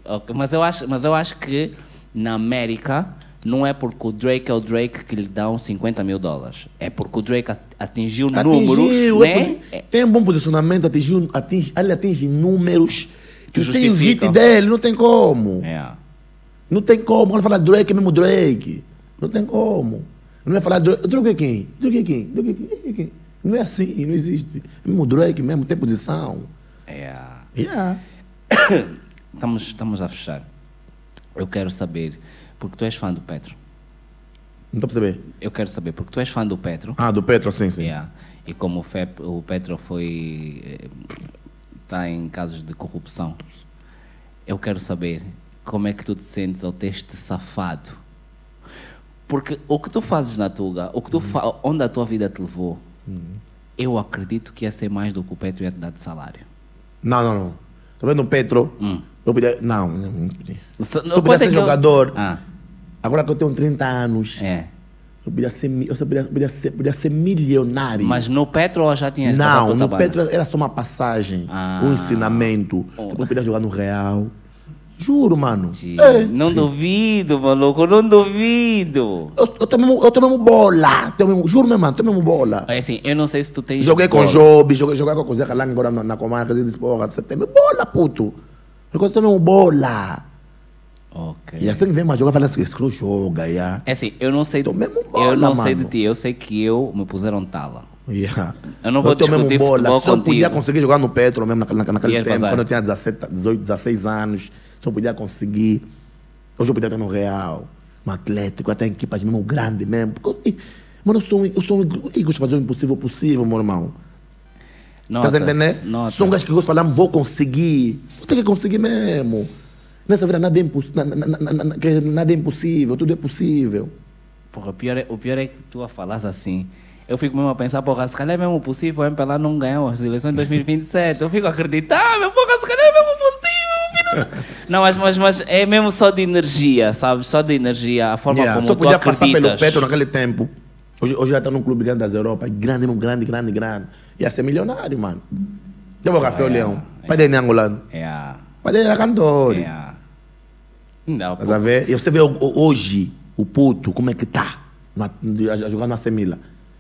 [SPEAKER 1] ok. Mas, eu acho, mas eu acho que na América não é porque o Drake é o Drake que lhe dão 50 mil dólares. É porque o Drake at- atingiu, números,
[SPEAKER 3] é
[SPEAKER 1] né?
[SPEAKER 3] posi- Tem um bom posicionamento, atingiu, atinge, ele atinge números.
[SPEAKER 1] Que
[SPEAKER 3] Que tem o hit
[SPEAKER 1] justificam.
[SPEAKER 3] dele, não tem como.
[SPEAKER 1] É.
[SPEAKER 3] Não tem como. Quando fala Drake, é mesmo Drake. Não tem como. Não é falar Drake. Drake é quem? Drake é quem? Drake é quem? Drake é quem? Não é assim, não existe. É mesmo Drake, mesmo, tem posição.
[SPEAKER 1] É.
[SPEAKER 3] Yeah.
[SPEAKER 1] Estamos, estamos a fechar. Eu quero saber, porque tu és fã do Petro.
[SPEAKER 3] Não estou a perceber.
[SPEAKER 1] Eu quero saber, porque tu és fã do Petro.
[SPEAKER 3] Ah, do Petro, sim, sim.
[SPEAKER 1] Yeah. E como o, Fep, o Petro foi. está em casos de corrupção, eu quero saber como é que tu te sentes ao ter-te safado. Porque o que tu fazes na Tuga, o que
[SPEAKER 3] Uhum.
[SPEAKER 1] tu fa- onde a tua vida te levou, eu acredito que ia ser mais do que o Petro ia te dar de salário.
[SPEAKER 3] Não, não, não. Tô vendo o Petro.
[SPEAKER 1] Hum.
[SPEAKER 3] Eu podia... Não, não, não podia.
[SPEAKER 1] Se,
[SPEAKER 3] eu pudesse ser jogador-
[SPEAKER 1] Ah,
[SPEAKER 3] Agora que eu tenho 30 anos,
[SPEAKER 1] é.
[SPEAKER 3] eu podia ser, mi- eu só podia, podia ser, podia ser milionário.
[SPEAKER 1] Mas no Petro ou já tinhas
[SPEAKER 3] não,
[SPEAKER 1] no
[SPEAKER 3] no Petro era só uma passagem,
[SPEAKER 1] Ah.
[SPEAKER 3] um ensinamento.
[SPEAKER 1] Oh.
[SPEAKER 3] Eu podia jogar no Real, Juro, mano.
[SPEAKER 1] Ti-
[SPEAKER 3] É,
[SPEAKER 1] não
[SPEAKER 3] fi.
[SPEAKER 1] duvido, maluco, não duvido.
[SPEAKER 3] Eu, eu, tomei, eu tomei um bola. Tomei, um- juro mesmo, mano, tomei um bola.
[SPEAKER 1] É assim, eu não sei se tu tens.
[SPEAKER 3] Joguei com
[SPEAKER 1] bola.
[SPEAKER 3] o Job, joguei, joguei com o Zé Calango agora na, na comarca. Ele disse, porra, você tem bola, puto. Eu tomei um bola.
[SPEAKER 1] Ok.
[SPEAKER 3] E assim que vem mais jogar, fala assim, esse cru joga, yeah.
[SPEAKER 1] É assim, eu não sei.
[SPEAKER 3] Tô mesmo bola,
[SPEAKER 1] eu não sei de
[SPEAKER 3] mano.
[SPEAKER 1] ti, eu sei que eu me puseram um tala.
[SPEAKER 3] Yeah.
[SPEAKER 1] Eu não vou
[SPEAKER 3] tomei um
[SPEAKER 1] discutir futebol
[SPEAKER 3] Só
[SPEAKER 1] contigo.
[SPEAKER 3] podia conseguir jogar no Petro mesmo naquele, naquele, naquele
[SPEAKER 1] Ias
[SPEAKER 3] tempo,
[SPEAKER 1] vazar.
[SPEAKER 3] quando eu tinha 17, 18, 16 anos. Só podia conseguir. Hoje eu podia estar no Real, no Atlético, até em equipas mesmo grande mesmo. Porque, eu- ih, mano, eu sou um. Eu sou um. Eu gosto de fazer o impossível possível, meu irmão.
[SPEAKER 1] Notas,
[SPEAKER 3] tá entendendo?
[SPEAKER 1] notas.
[SPEAKER 3] São gajos que gostam de falar, vou conseguir. Vou ter que conseguir mesmo. Nessa vida nada é, imposs... na- na- na- na- na- que nada é impossível, tudo é possível.
[SPEAKER 1] Porra, o pior, é, o pior é que tu a falas assim. Eu fico mesmo a pensar, porra, se calhar é mesmo possível o MPLA não ganhar as eleições de 2027. Eu fico a acreditar, meu porra, se calhar é mesmo possível. meu filho da- Não, mas, mas, mas é mesmo só de energia, sabes? Só de energia, a forma
[SPEAKER 3] Yeah,
[SPEAKER 1] como
[SPEAKER 3] Só
[SPEAKER 1] tu
[SPEAKER 3] podia
[SPEAKER 1] acreditas.
[SPEAKER 3] passar pelo Petro naquele tempo. Hoje, hoje já está num clube grande das Europa, grande, mesmo, grande, grande, grande. Ia ser milionário, mano. Já vou Rafael
[SPEAKER 1] é,
[SPEAKER 3] Leão.
[SPEAKER 1] é.
[SPEAKER 3] Pai dele é angolano.
[SPEAKER 1] É a...
[SPEAKER 3] Pai dele era cantor.
[SPEAKER 1] É a... Não,
[SPEAKER 3] Mas a ver, tá e você vê o- o- hoje o puto, como é que tá? Na, de- a, a jogar na Semila.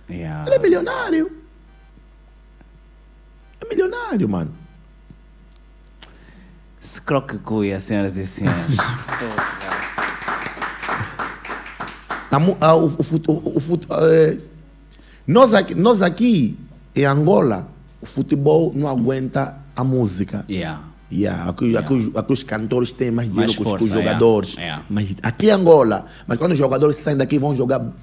[SPEAKER 1] é a...
[SPEAKER 3] Ele é milionário. É milionário, mano.
[SPEAKER 1] Scroque cuia, senhoras e senhores.
[SPEAKER 3] A mu- a- o, o fut- o- o fut- eh, nós, aqui, nós aqui, em Angola, o futebol não aguenta a música.
[SPEAKER 1] yeah.
[SPEAKER 3] Yeah, aqui, aqui os- aqui os cantores têm mais dinheiro
[SPEAKER 1] Mais
[SPEAKER 3] que, os- que
[SPEAKER 1] força,
[SPEAKER 3] os
[SPEAKER 1] yeah.
[SPEAKER 3] jogadores.
[SPEAKER 1] Yeah.
[SPEAKER 3] Mas aqui em Angola, mas quando os jogadores saem daqui vão jogar. vão-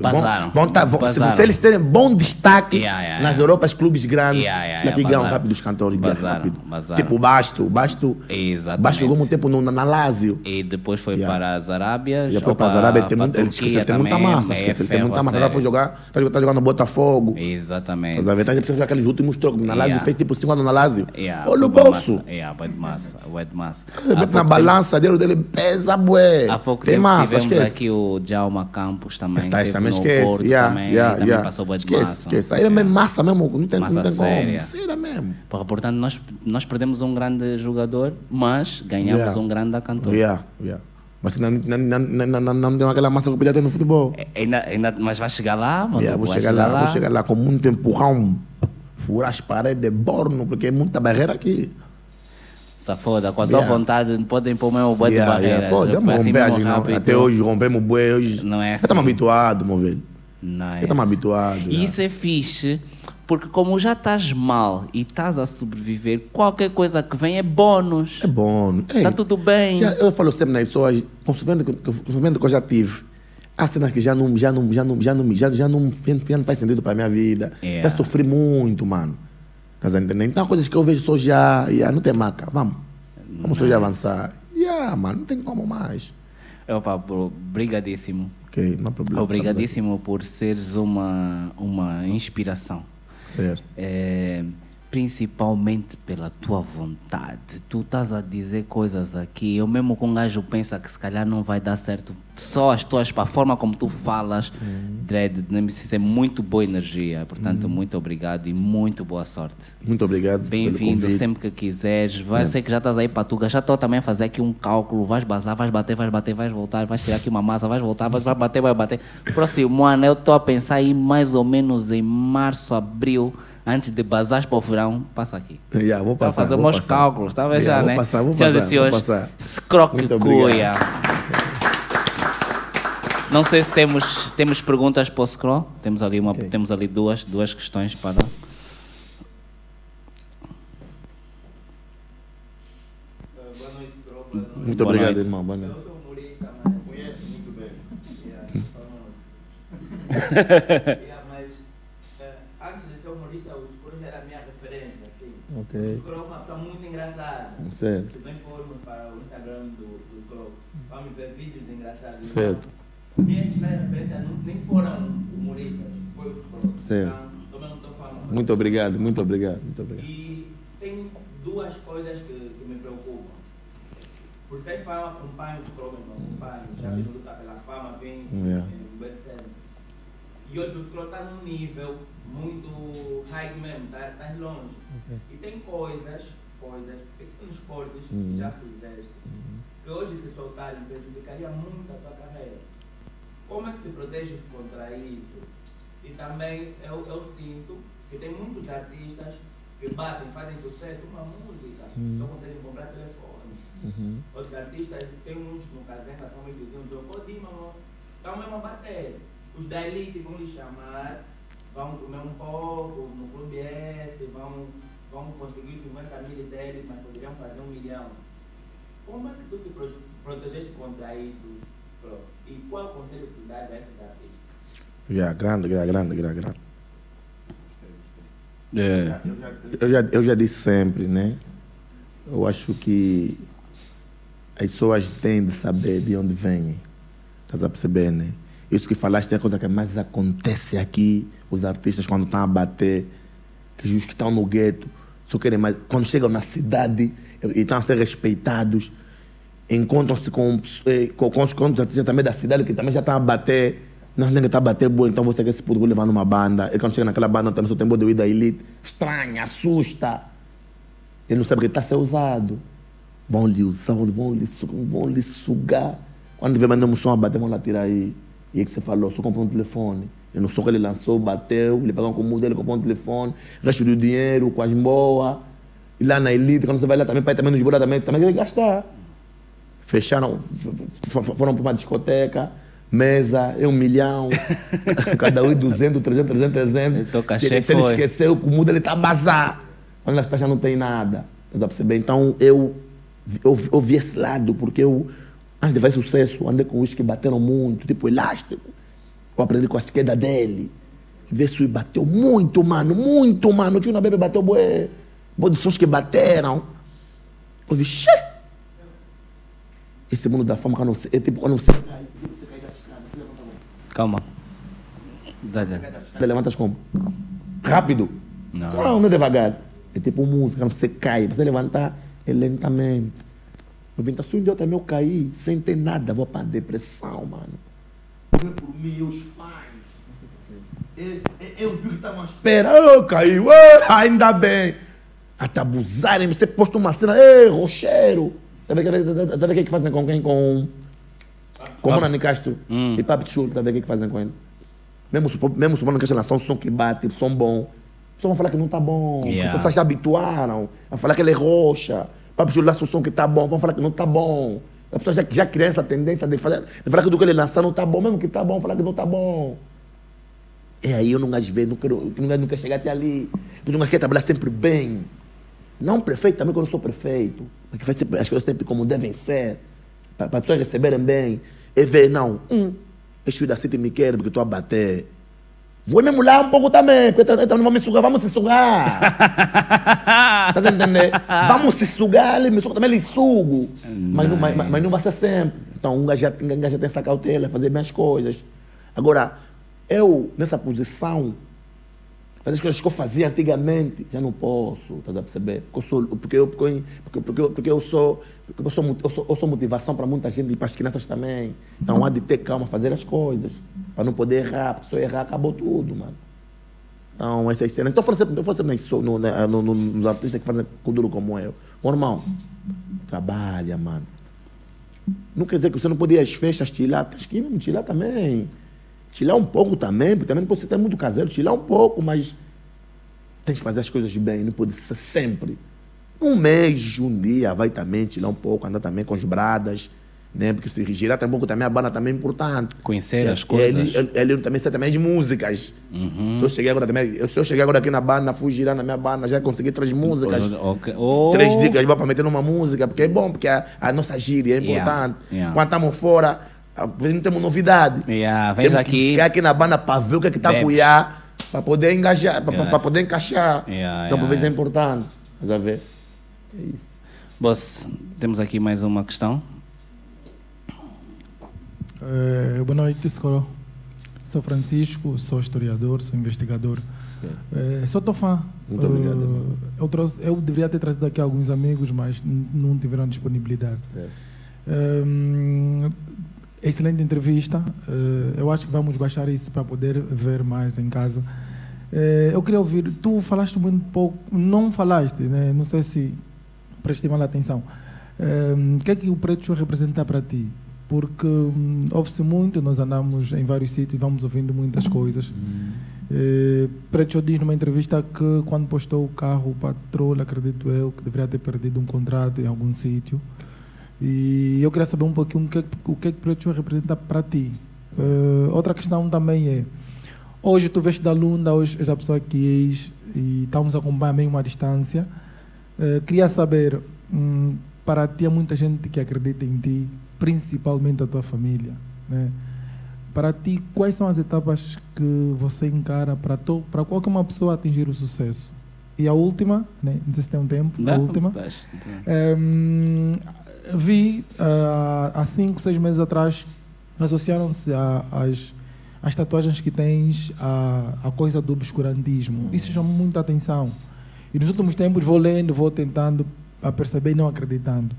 [SPEAKER 1] Passaram.
[SPEAKER 3] Vão, tá- vão- se-
[SPEAKER 1] Passaram.
[SPEAKER 3] se eles terem bom destaque
[SPEAKER 1] Yeah, yeah,
[SPEAKER 3] nas
[SPEAKER 1] yeah.
[SPEAKER 3] Europas, clubes grandes,
[SPEAKER 1] Yeah, yeah,
[SPEAKER 3] daqui
[SPEAKER 1] yeah,
[SPEAKER 3] ganham
[SPEAKER 1] passaram.
[SPEAKER 3] rápido os cantores. ganham
[SPEAKER 1] Passaram,
[SPEAKER 3] rápido.
[SPEAKER 1] passaram.
[SPEAKER 3] Tipo o Basto. o Basto,
[SPEAKER 1] Exatamente.
[SPEAKER 3] Basto jogou muito tempo no, na, na Lazio.
[SPEAKER 1] E depois foi
[SPEAKER 3] Yeah.
[SPEAKER 1] para as Arábias.
[SPEAKER 3] Já foi
[SPEAKER 1] ou
[SPEAKER 3] para a Arábia, tem,
[SPEAKER 1] pra
[SPEAKER 3] muito, ele esqueceu,
[SPEAKER 1] Turquia
[SPEAKER 3] tem muita
[SPEAKER 1] também,
[SPEAKER 3] massa. Esqueceu, ele tem
[SPEAKER 1] é
[SPEAKER 3] muita massa.
[SPEAKER 1] ferro,
[SPEAKER 3] Agora foi
[SPEAKER 1] sério.
[SPEAKER 3] jogar, tá jogando- tá jogando no Botafogo.
[SPEAKER 1] Exatamente.
[SPEAKER 3] Mas a verdade é que aqueles últimos trocos. Na Lazio
[SPEAKER 1] Yeah.
[SPEAKER 3] fez tipo 5 anos na Lazio.
[SPEAKER 1] Yeah,
[SPEAKER 3] Olha o
[SPEAKER 1] foi bué
[SPEAKER 3] bolso.
[SPEAKER 1] massa. Yeah, bué de massa, bué de massa.
[SPEAKER 3] Ele
[SPEAKER 1] Há
[SPEAKER 3] mete é na
[SPEAKER 1] pouco
[SPEAKER 3] balança, o dinheiro dele pesa, bué.
[SPEAKER 1] tempo- Há pouco
[SPEAKER 3] Tem
[SPEAKER 1] tempo
[SPEAKER 3] massa,
[SPEAKER 1] tivemos
[SPEAKER 3] esquece.
[SPEAKER 1] aqui o Djalma Campos também.
[SPEAKER 3] Tá,
[SPEAKER 1] que
[SPEAKER 3] isso
[SPEAKER 1] teve no
[SPEAKER 3] também esquece.
[SPEAKER 1] Porto
[SPEAKER 3] yeah,
[SPEAKER 1] também,
[SPEAKER 3] yeah,
[SPEAKER 1] e também
[SPEAKER 3] yeah.
[SPEAKER 1] passou bué de
[SPEAKER 3] esquece,
[SPEAKER 1] massa.
[SPEAKER 3] Esquece. Aí é mesmo massa mesmo, não tem,
[SPEAKER 1] Massa
[SPEAKER 3] não tem
[SPEAKER 1] séria.
[SPEAKER 3] como. Séria mesmo.
[SPEAKER 1] Porra, portanto, nós, nós perdemos um grande jogador, mas ganhamos
[SPEAKER 3] Yeah.
[SPEAKER 1] um grande cantor.
[SPEAKER 3] Yeah, yeah. Mas não, não, não, não, não, não, não deu aquela massa que podia ter no futebol.
[SPEAKER 1] É, Ainda, ainda, mas vai chegar lá, mano.
[SPEAKER 3] Yeah, vou
[SPEAKER 1] vai
[SPEAKER 3] chegar lá, vou chegar lá com muito empurrão. Furar as paredes, borno, porque é muita barreira aqui.
[SPEAKER 1] Safoda, com a tua
[SPEAKER 3] Yeah.
[SPEAKER 1] vontade, podem pôr mesmo o boi de barreira. assim
[SPEAKER 3] Pô, demos romper, acho que não. Até hoje rompemos bué. Hoje.
[SPEAKER 1] Não é
[SPEAKER 3] Já estamos
[SPEAKER 1] assim.
[SPEAKER 3] habituados, meu velho. Já estamos habituados.
[SPEAKER 1] E
[SPEAKER 3] yeah.
[SPEAKER 1] isso é fixe, porque como já estás mal e estás a sobreviver, qualquer coisa que vem é bónus.
[SPEAKER 3] É bom.
[SPEAKER 1] Tá tudo bem.
[SPEAKER 3] Já, eu falo sempre nas pessoas, com o sofrimento que, com o sofrimento que eu já tive, há cenas que já não, já não, já não, já não, já, já não, já não faz sentido para minha vida.
[SPEAKER 1] É.
[SPEAKER 3] Já sofri muito, mano. Tá entendendo? Então, coisas que eu vejo só já, já não tem marca. Vamos. Vamos só já avançar. Já, mano, não tem como mais.
[SPEAKER 1] Opa, bro, obrigadíssimo.
[SPEAKER 3] Ok, não há problema.
[SPEAKER 1] Obrigadíssimo por seres uma, uma inspiração.
[SPEAKER 3] Tá Certo.
[SPEAKER 1] É, principalmente pela tua vontade. Tu estás a dizer coisas aqui. Eu mesmo com um gajo pensa que se calhar não vai dar certo. Só as tuas, a forma como tu falas, Dread, né, isso é muito boa energia. Portanto, muito obrigado e muito boa sorte.
[SPEAKER 3] Muito obrigado. pelo
[SPEAKER 1] Bem-vindo
[SPEAKER 3] convite. (laughs)
[SPEAKER 1] sempre que quiseres. Vai, sei que já estás aí para tu Já estou também a fazer aqui um cálculo. Vais bazar, vais bater, vais bater, vais voltar, vais tirar aqui uma massa, vais voltar, vais, vai bater, vai bater. Próximo ano eu estou a pensar aí mais ou menos em março, abril, antes de bazares para o verão. Passa aqui.
[SPEAKER 3] Yeah, vou
[SPEAKER 1] Para
[SPEAKER 3] passar.
[SPEAKER 1] fazer
[SPEAKER 3] vou
[SPEAKER 1] meus
[SPEAKER 3] passar.
[SPEAKER 1] cálculos, tá vendo
[SPEAKER 3] Yeah,
[SPEAKER 1] já,
[SPEAKER 3] vou
[SPEAKER 1] né?
[SPEAKER 3] Passar, vou
[SPEAKER 1] Senhoras
[SPEAKER 3] passar,
[SPEAKER 1] e
[SPEAKER 3] vou
[SPEAKER 1] senhores,
[SPEAKER 3] passar.
[SPEAKER 1] Scroque
[SPEAKER 3] Muito obrigado.
[SPEAKER 1] Cuia. Não sei se temos, temos perguntas para o Scroll. Temos ali, uma, temos ali duas, duas questões para.
[SPEAKER 3] Muito
[SPEAKER 1] Boa
[SPEAKER 3] obrigado,
[SPEAKER 1] noite.
[SPEAKER 3] irmão. Boa noite.
[SPEAKER 5] Yeah, mas eh, antes de ser humorista, o Cruz era a minha referência, assim. O
[SPEAKER 3] Ok.
[SPEAKER 5] Cruz é uma pessoa muito engraçada.
[SPEAKER 3] Certo.
[SPEAKER 5] Também formam para o Instagram do, do Cruz. Vamos ver vídeos engraçados.
[SPEAKER 3] Certo.
[SPEAKER 5] Então, minhas primeiras referências não- nem foram humoristas, foi o Cruz.
[SPEAKER 3] Certo.
[SPEAKER 5] Então, também não estou falando.
[SPEAKER 3] Muito obrigado, muito obrigado, muito obrigado.
[SPEAKER 5] E tem duas coisas que, que me preocupam. Por ser fama, um acompanho os problemas, acompanho. Já vi luta um pela fama, vem
[SPEAKER 3] Yeah.
[SPEAKER 5] em bem sério. E hoje o Cló está num tá, nível muito high mesmo, está longe. E tem coisas coisas, pequenos cortes que já fizeste, que hoje se soltarem prejudicaria muito a tua carreira. Como é que te proteges contra isso? E também é eu, eu sinto que tem muitos artistas que batem, fazem sucesso, uma música, Então, não conseguem comprar telefone. Outros artistas, tem uns no né, Casenga, como eles diziam, eu vou dizer, mano, estão mesmo a bater. é Os da elite vão lhe chamar, vão comer um pouco no Clube S, vão, vão conseguir 50 mil deles, mas poderiam fazer um milhão. Como é que tu te pro- protegeste contra isso? Pro? E qual conselho tu dás a esses artistas?
[SPEAKER 3] Yeah, grande, grande, grande, grande, grande.
[SPEAKER 1] É.
[SPEAKER 3] Eu já, eu já disse sempre, né? Eu acho que as pessoas têm de saber de onde vêm. Estás a perceber, né? Isso que falaste é a coisa que mais acontece aqui. Os artistas, quando estão a bater, que os que estão no gueto, só querem mais. Quando chegam na cidade e estão a ser respeitados, encontram-se com, eh, com, com os com os artistas também da cidade que também já estão a bater. Nós nem que está a bater boa, então você quer se pôr levar numa banda. E quando chega naquela banda, também só tem boa de da elite. Estranha, assusta. Ele não sabe que está a ser usado. Vão lhe usar, vão lhe, su- vão lhe sugar. Quando vem mandando um som a bater, vão lá tirar aí. E é que você falou, só comprou um telefone. E no som que ele lançou, bateu, ele pagou com multa, ele comprou um telefone, resto do dinheiro, com as boas. E lá na elite, quando você vai lá também, pai também nos bora também, também quer gastar. Fecharam, f- f- f- foram para uma discoteca, mesa, é um milhão, (laughs) cada um é 200, 300, 300, 300.
[SPEAKER 1] Então, o cachê
[SPEAKER 3] Se ele- se ele
[SPEAKER 1] foi.
[SPEAKER 3] esquecer, esqueceu, o muda ele tá a bazar. Quando nas taxas não tem nada. Dá pra perceber? Então eu, eu, eu vi esse lado, porque eu, antes de fazer sucesso, andei com os que bateram muito, tipo elástico. Eu aprendi com a esquerda dele. Verso e bateu muito, mano, muito, mano. O tio na bebê bateu bué. Boa de sons que bateram. Eu vi, xê! Esse mundo da fama, quando você, é tipo, quando você cai, você cai da escada, você levanta a mão.
[SPEAKER 1] Calma. Dá-lhe.
[SPEAKER 3] Você levantas como? Rápido.
[SPEAKER 1] Não.
[SPEAKER 3] não, não é devagar. É tipo música, quando você cai, você levantar é lentamente. Eu vim, tá subindo, eu também eu caí, sem ter nada, vou pra depressão, mano. Não é por mim, é os fãs. É, é, é os que estavam à espera, eu caiu, eh, ainda bem. Até abusarem, você posta uma cena, ei, rocheiro. Tá vendo tá vendo o que que fazem com quem? Com. Com o Nani Castro
[SPEAKER 1] Hum.
[SPEAKER 3] e Papi Chulo, tá vendo o que que fazem com ele? Mesmo, supo- mesmo supondo que essa nação, um som que bate, som bom. Só vão falar que não tá bom. porque
[SPEAKER 1] Yeah.
[SPEAKER 3] As pessoas se habituaram a falar que ele é roxa. Para pessoa lançar o som que tá bom, vão falar que não tá bom. As pessoas já, já criam essa tendência de, fazer, de falar que do que ele lançar não tá bom, mesmo que tá bom, falar que não tá bom. E aí eu não gajo ver, não quero, não, quero- não quero chegar até ali. Porque não quero trabalhar sempre bem. Não perfeito, também que eu não sou perfeito. Mas que faz sempre- as coisas sempre como devem ser. Para as pessoas receberem bem. E ver, não, hum, esse da City me quer porque estou a bater. Vou me mular um pouco também, porque então não vamos me sugar, vamos se sugar. Tá Estás a entender? Vamos se sugar, ele me suga, também lhe sugo. Mas, não, mas, mas- mas não vai ser sempre. Então, um gajo já, um gajo já tem essa cautela, fazer minhas coisas. Agora, eu, nessa posição, fazer as coisas que eu fazia antigamente, já não posso, estás a perceber? Porque eu sou, porque eu, porque eu, porque, porque, eu- porque eu sou, porque eu sou, mu- eu sou, eu sou motivação para muita gente e para as crianças também. Então há de ter calma, fazer as coisas, para não poder errar, porque se eu errar acabou tudo, mano. Então, essas cenas. Então, eu falo sempre, eu falo sempre nas so- no- na- no- no- nos artistas que fazem duro como eu. Meu irmão, trabalha, mano. Não quer dizer que você não podia ir às festas, tirar. Tens que ir mesmo, tirar também. Tirar um pouco também, porque também não pode ser muito caseiro. Tirar um pouco, mas tem que fazer as coisas bem, não pode ser sempre. Um mês, um dia, vai também tirar um pouco, andar também com as bradas, né? Porque se girar também um pouco também, a banda também é importante.
[SPEAKER 1] Conhecer
[SPEAKER 3] E-
[SPEAKER 1] as
[SPEAKER 3] e
[SPEAKER 1] coisas.
[SPEAKER 3] É,
[SPEAKER 1] Uhum.
[SPEAKER 3] Ele, ele, ele também sabe também de músicas. Se, eu cheguei agora também, eu- se eu cheguei agora aqui na banda, fui girar na minha banda, já consegui três músicas.
[SPEAKER 1] Ok. Oh.
[SPEAKER 3] é, Três dicas para meter numa música, porque é bom, porque a, a nossa gíria é
[SPEAKER 1] Yeah,
[SPEAKER 3] importante.
[SPEAKER 1] yeah.
[SPEAKER 3] Quando estamos fora, às vezes não temos novidade.
[SPEAKER 1] Yeah, vens
[SPEAKER 3] temos que
[SPEAKER 1] aqui.
[SPEAKER 3] chegar aqui na banda para ver o que é que está a
[SPEAKER 1] Bebes.
[SPEAKER 3] apoiar, para poder engajar,
[SPEAKER 1] Yeah.
[SPEAKER 3] para poder encaixar.
[SPEAKER 1] Yeah,
[SPEAKER 3] então,
[SPEAKER 1] yeah,
[SPEAKER 3] por vezes
[SPEAKER 1] yeah.
[SPEAKER 3] é importante. Mas a ver.
[SPEAKER 1] Boss, temos aqui mais uma questão.
[SPEAKER 2] É, boa noite, Scoró. Sou Francisco, sou historiador, sou investigador. É, sou teu fã.
[SPEAKER 3] Muito obrigado,
[SPEAKER 2] Eh,
[SPEAKER 3] irmão.
[SPEAKER 2] eu, trouxe- eu deveria ter trazido aqui alguns amigos, mas n- não tiveram disponibilidade. Hum, excelente entrevista. Eh, eu acho que vamos baixar isso para poder ver mais em casa. Eh, eu queria ouvir, tu falaste muito pouco, não falaste, né? não sei se
[SPEAKER 6] prestei mal atenção. Hum, O que é que o Preto Show representa para ti? Porque hum, ouve-se muito, nós andamos em vários sítios, vamos ouvindo muitas coisas. Eh, Preto Show diz numa entrevista que quando postou o carro, o patrulha, acredito eu, que deveria ter perdido um contrato em algum sítio. E eu queria saber um pouquinho o que, é que- o que é que Preto Show representa para ti. Eh, outra questão também é, hoje tu veste da Lunda, hoje és a pessoa que és, e tá estamos a acompanhar meio uma distância. Eh, queria saber, hum, para ti há muita gente que acredita em ti, principalmente a tua família, né? Para ti, quais são as etapas que você encara para to- para qualquer uma pessoa atingir o sucesso? E a última, né? não sei se tem um tempo, a última. Hum, vi ah, há cinco, seis meses atrás, associaram-se a- às às tatuagens que tens, à, à coisa do obscurantismo. Isso chama muita atenção. E nos últimos tempos vou lendo, vou tentando a perceber e não acreditando.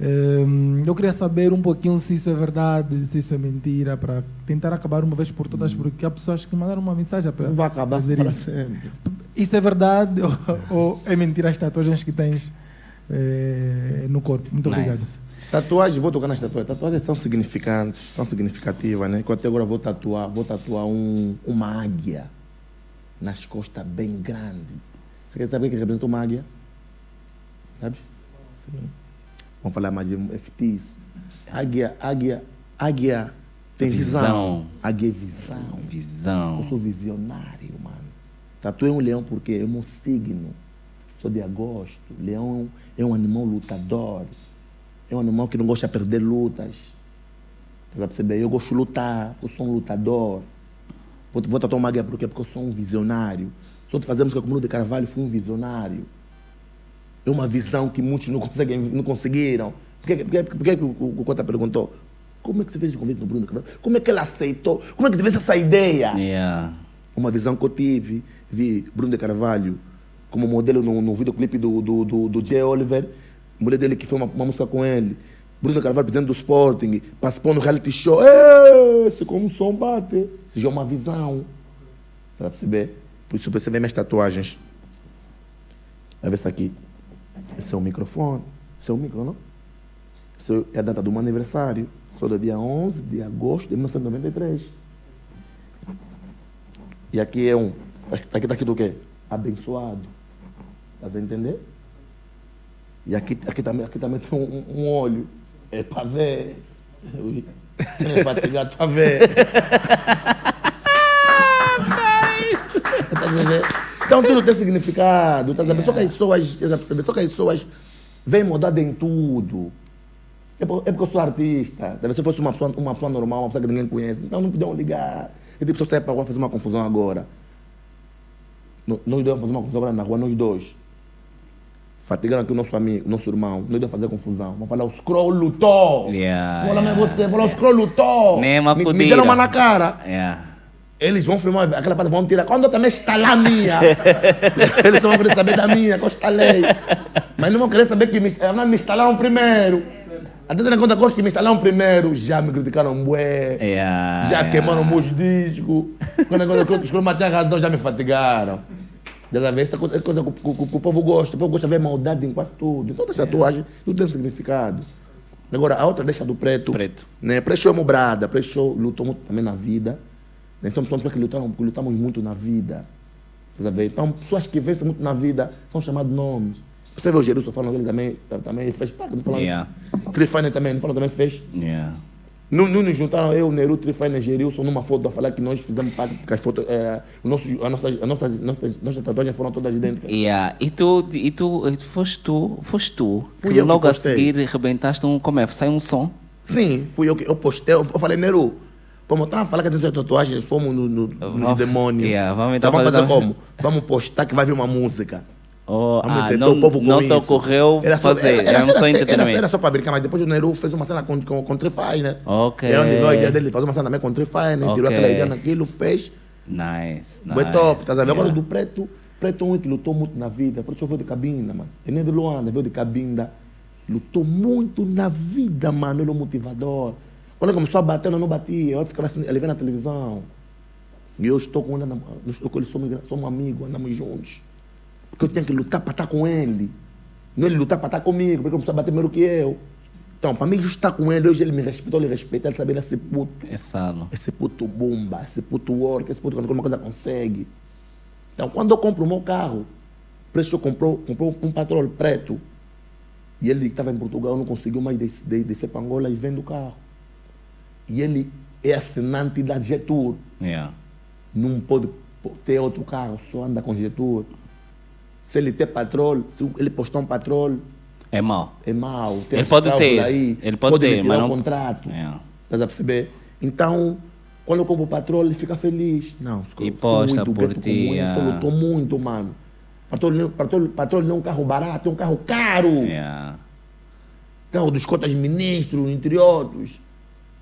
[SPEAKER 6] Hum, eu queria saber um pouquinho se isso é verdade, se isso é mentira, para tentar acabar uma vez por todas, porque há pessoas que mandaram uma mensagem para
[SPEAKER 3] Não vai acabar
[SPEAKER 6] Fazer
[SPEAKER 3] (laughs) para
[SPEAKER 6] isso.
[SPEAKER 3] sempre.
[SPEAKER 6] isso é verdade (laughs) ou, ou é mentira as tatuagens que tens eh, no corpo? Muito
[SPEAKER 1] Nice.
[SPEAKER 6] obrigado.
[SPEAKER 3] Tatuagens, vou tocar nas tatuagens. Tatuagens são significantes, são significativas, né? Que eu até agora vou tatuar, vou tatuar um, uma águia nas costas bem grande. Você quer saber o que representa uma águia? Sabe? Sim. Vamos falar mais de um- é fictício. Águia, águia, águia tem visão.
[SPEAKER 1] Visão.
[SPEAKER 3] Águia é visão. Eu
[SPEAKER 1] Visão.
[SPEAKER 3] sou visionário, mano. Tatuei um leão porque é meu signo. Sou de agosto. Leão é um, é um animal lutador. É um animal que não gosta de perder lutas. Você vai perceber? Eu gosto de lutar. Eu sou um lutador. Vou, vou tatuar uma guerra porque, porque eu sou um visionário. Se eu te fazer música com o Bruno de Carvalho, fui um visionário. É uma visão que muitos não, conseguem, não conseguiram. Por que- por que- por que que o- o o Cota perguntou? Como é que você fez o convite no Bruno Carvalho? Como é que ela aceitou? Como é que teve essa ideia?
[SPEAKER 1] Yeah.
[SPEAKER 3] uma visão que eu tive, vi Bruno de Carvalho como modelo no, no videoclipe do, do, do, do Jay Oliver, mulher dele que foi uma, uma música com ele. Bruno de Carvalho, presidente do Sporting, participou no reality show. "Ê, Esse como o som bate. Isso já é uma visão. Para perceber? Por isso perceber minhas tatuagens. Vai ver isso aqui. Esse é o microfone. Esse é o micro, não? Essa é a data do meu aniversário. Sou do dia 11 de agosto de 1993. E aqui é um. Acho que tá aqui, tá aqui do quê? Abençoado. Tá a entender? E aqui, aqui, também, aqui também tem um, um olho. É pra ver. Ui. É pra tirar pra ver. Tá entendendo? Então tudo tem significado. Tá sabendo? Só que as pessoas. tá sabendo? Só que as pessoas vêm mudar em tudo. É por- é porque eu sou artista. Talvez se eu fosse uma pessoa, uma pessoa normal, uma pessoa que ninguém conhece, então não podiam ligar. E tipo, se eu sair pra rua fazer uma confusão agora. No- Nós dois vamos fazer uma confusão agora na rua, nós dois. Fatigaram aqui o nosso amigo, o nosso irmão. Nós dois fazer confusão. Vamos falar, o scroll lutou.
[SPEAKER 1] Yeah,
[SPEAKER 3] Vou lá, mas
[SPEAKER 1] yeah,
[SPEAKER 3] você, vou lá, o scroll lutou.
[SPEAKER 1] Ah, Mesma
[SPEAKER 3] me, me
[SPEAKER 1] pudida.
[SPEAKER 3] deram uma na cara.
[SPEAKER 1] Yeah.
[SPEAKER 3] Eles vão filmar aquela parte, vão tirar. Quando eu também estalar a minha, eles só vão querer saber da minha, que eu estalei. Mas não vão querer saber que me, ah, me instalaram primeiro. Tá Até tendo em conta é que me instalaram primeiro, já me criticaram, bué.
[SPEAKER 1] Yeah.
[SPEAKER 3] Já
[SPEAKER 1] yeah.
[SPEAKER 3] queimaram meus discos. Quando quando eu escolhi matar a razão, já me fatigaram. Dessa vez, essa coisa, é coisa que, o- que o povo gosta. O povo gosta de ver maldade em quase tudo. Então, Todas as tatuagens não tem um significado. Agora, a outra deixa do preto.
[SPEAKER 1] Preto.
[SPEAKER 3] Né? Preto é mobrada. Preto lutou muito também na vida. Né? Somos somos pessoas que lutamos, que lutamos muito na vida. Você vê? Então, pessoas que vencem muito na vida são chamadas de nomes. Você vê o Jerusalém falando que ele também, tá, também fez parte. Não falando.
[SPEAKER 1] Yeah.
[SPEAKER 3] Trifane também, não falando também que fez.
[SPEAKER 1] Yeah.
[SPEAKER 3] Não, não nos juntaram eu, Neru, Trifai e Gerilson numa foto a falar que nós fizemos parte, porque as fotos, é, o nosso, a nossa, a nossa, nossas, nossas tatuagens foram todas idênticas.
[SPEAKER 1] Yeah. E tu, e tu, e tu foste tu, foste tu,
[SPEAKER 3] Fui
[SPEAKER 1] que
[SPEAKER 3] eu que
[SPEAKER 1] logo a
[SPEAKER 3] postei.
[SPEAKER 1] seguir rebentaste um, como é, sai um som.
[SPEAKER 3] Sim, fui eu que eu postei, eu, eu falei, Neru, como eu tava falando que as nossas tatuagens fomos no, no, nos
[SPEAKER 1] Vamos-
[SPEAKER 3] demônios.
[SPEAKER 1] Yeah, vamos
[SPEAKER 3] então
[SPEAKER 1] então
[SPEAKER 3] vamos fazer
[SPEAKER 1] fazer-
[SPEAKER 3] como? Vamos postar que vai vir uma música.
[SPEAKER 1] Oh,
[SPEAKER 3] Vamos
[SPEAKER 1] ah,
[SPEAKER 3] entreter
[SPEAKER 1] não,
[SPEAKER 3] o povo com
[SPEAKER 1] não te
[SPEAKER 3] isso.
[SPEAKER 1] ocorreu fazer, era, um só
[SPEAKER 3] (laughs) era-
[SPEAKER 1] entretenimento.
[SPEAKER 3] Era, só pra brincar, mas depois o Neru fez uma cena com, com, com o Trifai, né?
[SPEAKER 1] Ok.
[SPEAKER 3] Era onde veio a ideia dele fazer uma cena também com o Trifai, né?
[SPEAKER 1] Ok.
[SPEAKER 3] Tirou aquela ideia naquilo, fez.
[SPEAKER 1] Nice, nice.
[SPEAKER 3] Foi top, tá sabendo? Agora
[SPEAKER 1] Ah, é. Yeah.
[SPEAKER 3] do Preto, Preto é um que lutou muito na vida. Preto só veio de Cabinda, mano. Ele nem é de Luanda, veio de Cabinda. Lutou muito na vida, mano. Ele é um motivador. Quando ele começou a bater, eu não batia. Eu ficava assim, ele vê na televisão. E eu estou com ele, na- eu estou com ele somos, gra- somos amigos, andamos juntos. Porque eu tenho que lutar para estar com ele.
[SPEAKER 2] Não ele lutar para estar comigo, porque começou a bater melhor é que eu. Então, para mim, estar com ele hoje, ele me respeitou, ele respeita, ele sabia esse puto.
[SPEAKER 1] É salo.
[SPEAKER 2] Esse puto bomba, esse puto work, esse puto quando alguma coisa consegue. Então, quando eu compro o meu carro, o preço comprou, comprou um patrol preto. E ele que estava em Portugal não conseguiu mais descer de, descer para Angola e vende o carro. E ele é assinante da Getúlio
[SPEAKER 1] Yeah.
[SPEAKER 2] não pode po- ter outro carro, só anda com Getúlio. Se ele tem patrol, se ele postar um patrol,
[SPEAKER 1] É mau.
[SPEAKER 2] é mau. tem
[SPEAKER 1] Ele pode
[SPEAKER 2] escravo
[SPEAKER 1] ter,
[SPEAKER 2] daí,
[SPEAKER 1] ele pode
[SPEAKER 2] lhe
[SPEAKER 1] ter,
[SPEAKER 2] tirar
[SPEAKER 1] mas
[SPEAKER 2] o
[SPEAKER 1] não-
[SPEAKER 2] contrato.
[SPEAKER 1] É.
[SPEAKER 2] Estás a perceber? Então, quando eu compro o patrol, ele fica feliz. Não,
[SPEAKER 1] E posta por
[SPEAKER 2] gueto
[SPEAKER 1] ti,
[SPEAKER 2] comum,
[SPEAKER 1] ah.
[SPEAKER 2] Ele lutou muito, mano. Patrol, não- patrol, patrol não é um carro barato, é um carro caro.
[SPEAKER 1] Yeah.
[SPEAKER 2] Carro dos cotas ministros, entre outros.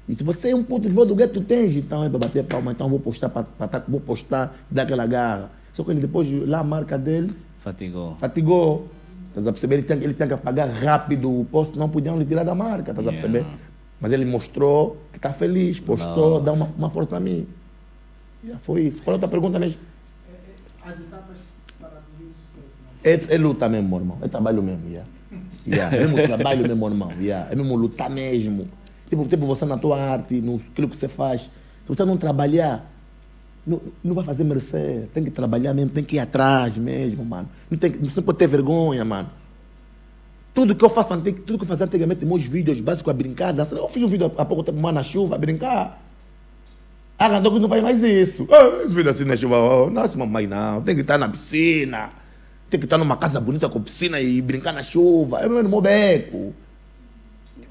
[SPEAKER 2] E se você é um ponto de voo do gueto, tens, então é para bater palma, então vou postar, pra, pra, tá- vou postar, dar aquela garra. Só que ele depois, lá a marca dele,
[SPEAKER 1] Fatigou.
[SPEAKER 2] fatigou. Estás a perceber? Ele tem, ele tem que pagar rápido o posto, não podiam lhe tirar da marca, estás
[SPEAKER 1] Yeah.
[SPEAKER 2] a perceber? Mas ele mostrou que está feliz, postou,
[SPEAKER 1] Não.
[SPEAKER 2] dá uma, uma força a mim. Já foi isso. Qual é a outra pergunta É, mesmo?
[SPEAKER 7] As etapas para atingir o sucesso. Não?
[SPEAKER 2] É, é luta mesmo, meu irmão. É trabalho mesmo, yeah. Yeah. É mesmo trabalho mesmo, meu irmão. Yeah. É mesmo lutar mesmo. Tipo, tipo você na tua arte, no aquilo que você faz. Se você não trabalhar, não, não vai fazer merecer. Tem que trabalhar mesmo, tem que ir atrás mesmo, mano. Não tem, que- você não pode ter vergonha, mano. Tudo que eu faço, antig- tudo que eu fazia antigamente, meus vídeos básicos a brincar, dançar. Eu fiz um vídeo há pouco tempo, mano, na chuva, a brincar. A Randoco não faz mais isso. Ah, esse filho assim na chuva, oh, não, esse mamãe não. Tem que estar na piscina. Tem que estar numa casa bonita com piscina e brincar na chuva. É meu irmão beco.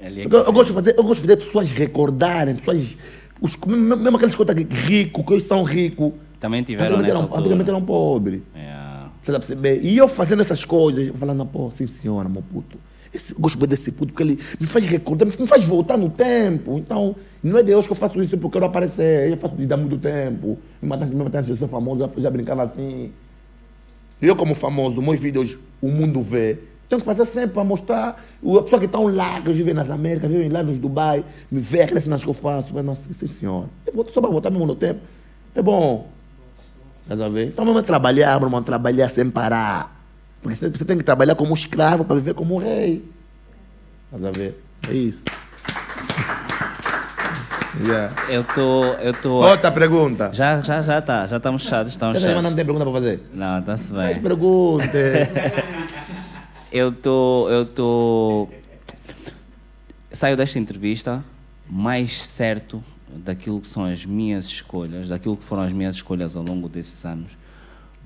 [SPEAKER 1] Ele é
[SPEAKER 2] Eu, eu gosto de fazer, eu gosto de fazer pessoas recordarem, pessoas. Os, mesmo mesmo aqueles que eu estou rico, que eles são ricos.
[SPEAKER 1] Também tiveram
[SPEAKER 2] Antigamente
[SPEAKER 1] nessa
[SPEAKER 2] eram,
[SPEAKER 3] um-
[SPEAKER 2] antigamente
[SPEAKER 1] altura.
[SPEAKER 2] eram pobres.
[SPEAKER 1] Yeah.
[SPEAKER 2] Você tá percebendo? E eu fazendo essas coisas, eu falando, pô, sim senhora, meu puto. Esse, eu gosto muito desse puto, porque ele me faz recordar, me faz voltar no tempo. Então, não é de hoje que eu faço isso porque eu quero aparecer. Eu faço de dar muito tempo. Me matando, me matando, eu sou famoso, eu já brincava assim. Eu, como famoso, meus vídeos, o mundo vê. Tenho que fazer sempre para mostrar o- a pessoa que estão lá, que vivem nas Américas, vivem lá nos Dubai, me vê, cresce nas que eu faço. Mas, nossa, sim senhora. Eu vou só para voltar mesmo no tempo. É bom. Estás a ver? Então vamos trabalhar, vamos trabalhar sem parar. Porque você, você tem que trabalhar como escravo para viver como rei. Estás a ver? É isso. Yeah.
[SPEAKER 1] Eu tô. Eu tô.
[SPEAKER 2] Outra pergunta.
[SPEAKER 1] Já, já, já tá. Já estamos chatos, estamos
[SPEAKER 2] Quer dizer, mas não
[SPEAKER 1] chatos.
[SPEAKER 2] tem pergunta para fazer?
[SPEAKER 1] Não, tá-se
[SPEAKER 2] Faz
[SPEAKER 1] bem. (laughs)
[SPEAKER 2] perguntas.
[SPEAKER 1] Eu tô. Eu tô. Saio desta entrevista mais certo daquilo que são as minhas escolhas, daquilo que foram as minhas escolhas ao longo desses anos,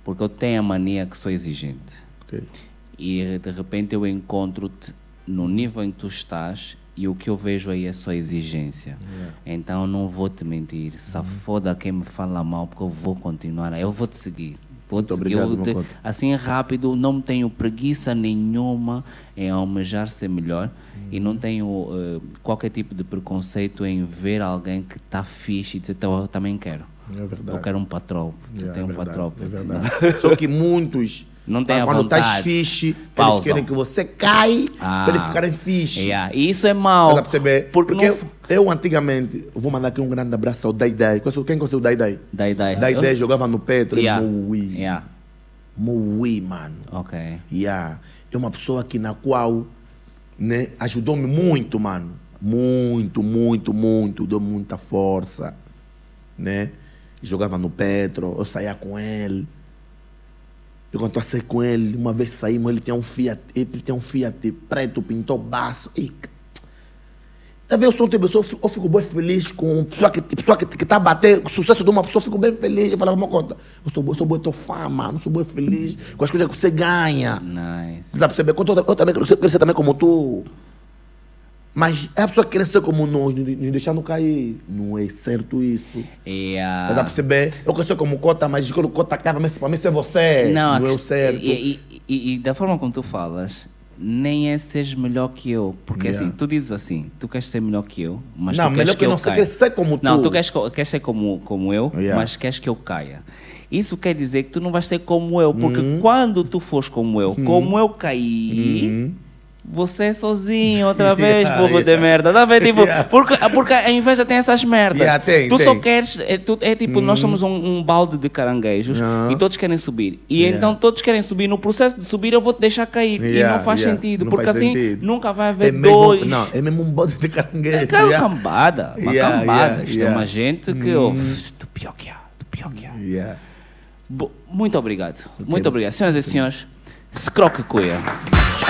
[SPEAKER 1] porque eu tenho a mania que sou exigente.
[SPEAKER 2] Ok.
[SPEAKER 1] e de repente eu encontro-te no nível em que tu estás e o que eu vejo aí é só exigência.
[SPEAKER 3] É.
[SPEAKER 1] Então não vou te mentir,
[SPEAKER 3] Uhum.
[SPEAKER 1] safoda quem me fala mal, porque eu vou continuar, eu vou te seguir. Vou te
[SPEAKER 2] Muito
[SPEAKER 1] seguir. Eu
[SPEAKER 2] obrigado,
[SPEAKER 1] te-
[SPEAKER 2] Makoto.
[SPEAKER 1] assim rápido, não tenho preguiça nenhuma em almejar ser melhor e
[SPEAKER 3] Uhum.
[SPEAKER 1] não tenho eh, qualquer tipo de preconceito em ver alguém que está fixe e dizer, "Tá, eu também quero.
[SPEAKER 3] É verdade.
[SPEAKER 1] Eu quero um patrão. Você
[SPEAKER 3] Yeah,
[SPEAKER 1] tem
[SPEAKER 3] é
[SPEAKER 1] um
[SPEAKER 3] verdade,
[SPEAKER 1] patrão.
[SPEAKER 3] é
[SPEAKER 1] putz,
[SPEAKER 3] verdade.
[SPEAKER 2] Só que muitos.
[SPEAKER 1] Não tem a
[SPEAKER 2] quando tá
[SPEAKER 1] vontade.
[SPEAKER 2] fixe,
[SPEAKER 1] Pausam.
[SPEAKER 2] eles querem que você cai
[SPEAKER 1] Ah.
[SPEAKER 2] para eles ficarem fixe.
[SPEAKER 1] (laughs) Yeah. E isso é mau.
[SPEAKER 2] Dá pra perceber?
[SPEAKER 1] Porque,
[SPEAKER 2] Porque
[SPEAKER 1] não...
[SPEAKER 2] eu, eu antigamente, eu vou mandar aqui um grande abraço ao Dai Dai. Conhece- Quem conhece o Dai Dai?
[SPEAKER 1] Dai, dai.
[SPEAKER 2] Dai Dai jogava no Petro,
[SPEAKER 1] Yeah.
[SPEAKER 2] yeah. Moui.
[SPEAKER 1] Yeah.
[SPEAKER 2] Moui, mano.
[SPEAKER 1] Ok.
[SPEAKER 2] Yeah. É uma pessoa que na qual né, ajudou-me muito, mano. Muito, muito, muito. Deu muita força. Né? Jogava no Petro, eu saía com ele. Eu quando eu saí com ele, uma vez saímos, ele tinha um Fiat, ele tinha um Fiat preto, pintou baço. E... Tá vendo? Eu sou um tipo, eu, sou- eu fico bem feliz com pessoa que, pessoa que, que tá batendo, o sucesso de uma pessoa, eu fico bem feliz. Eu falava, uma conta, eu sou, boi- eu sou bem teu fã, mano, eu sou bem feliz com as coisas que você ganha.
[SPEAKER 1] Nice.
[SPEAKER 2] Você tá percebendo? Quando Eu, eu também quero ser, quero ser também como tu. Mas é a pessoa que quer ser como nós, nos nos deixando cair. Não é certo isso.
[SPEAKER 1] Yeah.
[SPEAKER 2] Tá a perceber? Eu quero ser como Cota, mas quando Cota acaba, mas pra mim ser
[SPEAKER 1] Não,
[SPEAKER 2] você. Não,
[SPEAKER 1] a
[SPEAKER 2] é o
[SPEAKER 1] quest-
[SPEAKER 2] certo.
[SPEAKER 1] E, e- e- e da forma como tu falas, nem é seres melhor que eu. Porque
[SPEAKER 3] Yeah.
[SPEAKER 1] assim, tu dizes assim, tu queres ser melhor que eu, mas
[SPEAKER 2] Não,
[SPEAKER 1] tu queres
[SPEAKER 2] melhor
[SPEAKER 1] que,
[SPEAKER 2] que
[SPEAKER 1] eu
[SPEAKER 2] não, você
[SPEAKER 1] caia.
[SPEAKER 2] quer ser como
[SPEAKER 1] Não,
[SPEAKER 2] tu.
[SPEAKER 1] tu queres, co- queres ser como, como eu,
[SPEAKER 2] Yeah.
[SPEAKER 1] mas queres que eu caia. Isso quer dizer que
[SPEAKER 2] Uhum. Uhum.
[SPEAKER 1] tu não vais ser como eu, porque quando tu fores como eu, como eu caí, Você é sozinho,
[SPEAKER 2] (laughs)
[SPEAKER 1] outra vez, burro de merda. Tá vendo? Tipo, porque, porque a inveja tem essas merdas.
[SPEAKER 3] Yeah, tem,
[SPEAKER 1] tu só
[SPEAKER 3] tem.
[SPEAKER 1] queres. É, tu- é tipo, nós somos um, um balde de caranguejos
[SPEAKER 3] Ah.
[SPEAKER 1] e todos querem subir. E
[SPEAKER 3] Yeah.
[SPEAKER 1] então todos querem subir. No processo de subir, eu vou te deixar cair. e
[SPEAKER 3] Yeah,
[SPEAKER 1] não faz
[SPEAKER 3] yeah.
[SPEAKER 1] sentido.
[SPEAKER 3] Não
[SPEAKER 1] porque
[SPEAKER 3] faz
[SPEAKER 1] assim
[SPEAKER 3] sentido.
[SPEAKER 1] nunca vai
[SPEAKER 3] É
[SPEAKER 1] haver
[SPEAKER 3] mesmo-
[SPEAKER 1] dois.
[SPEAKER 3] Não, é mesmo um bode de caranguejo.
[SPEAKER 1] É claro,
[SPEAKER 3] yeah.
[SPEAKER 1] cambada. Uma
[SPEAKER 3] Yeah,
[SPEAKER 1] cambada.
[SPEAKER 3] yeah,
[SPEAKER 1] Isto é
[SPEAKER 3] yeah. Hum.
[SPEAKER 1] uma gente que. Oh, do pior que há. Do pior que há.
[SPEAKER 3] Yeah.
[SPEAKER 1] Bo- Muito obrigado. Muito obrigado. Senhoras e senhores, Scroque Cuia.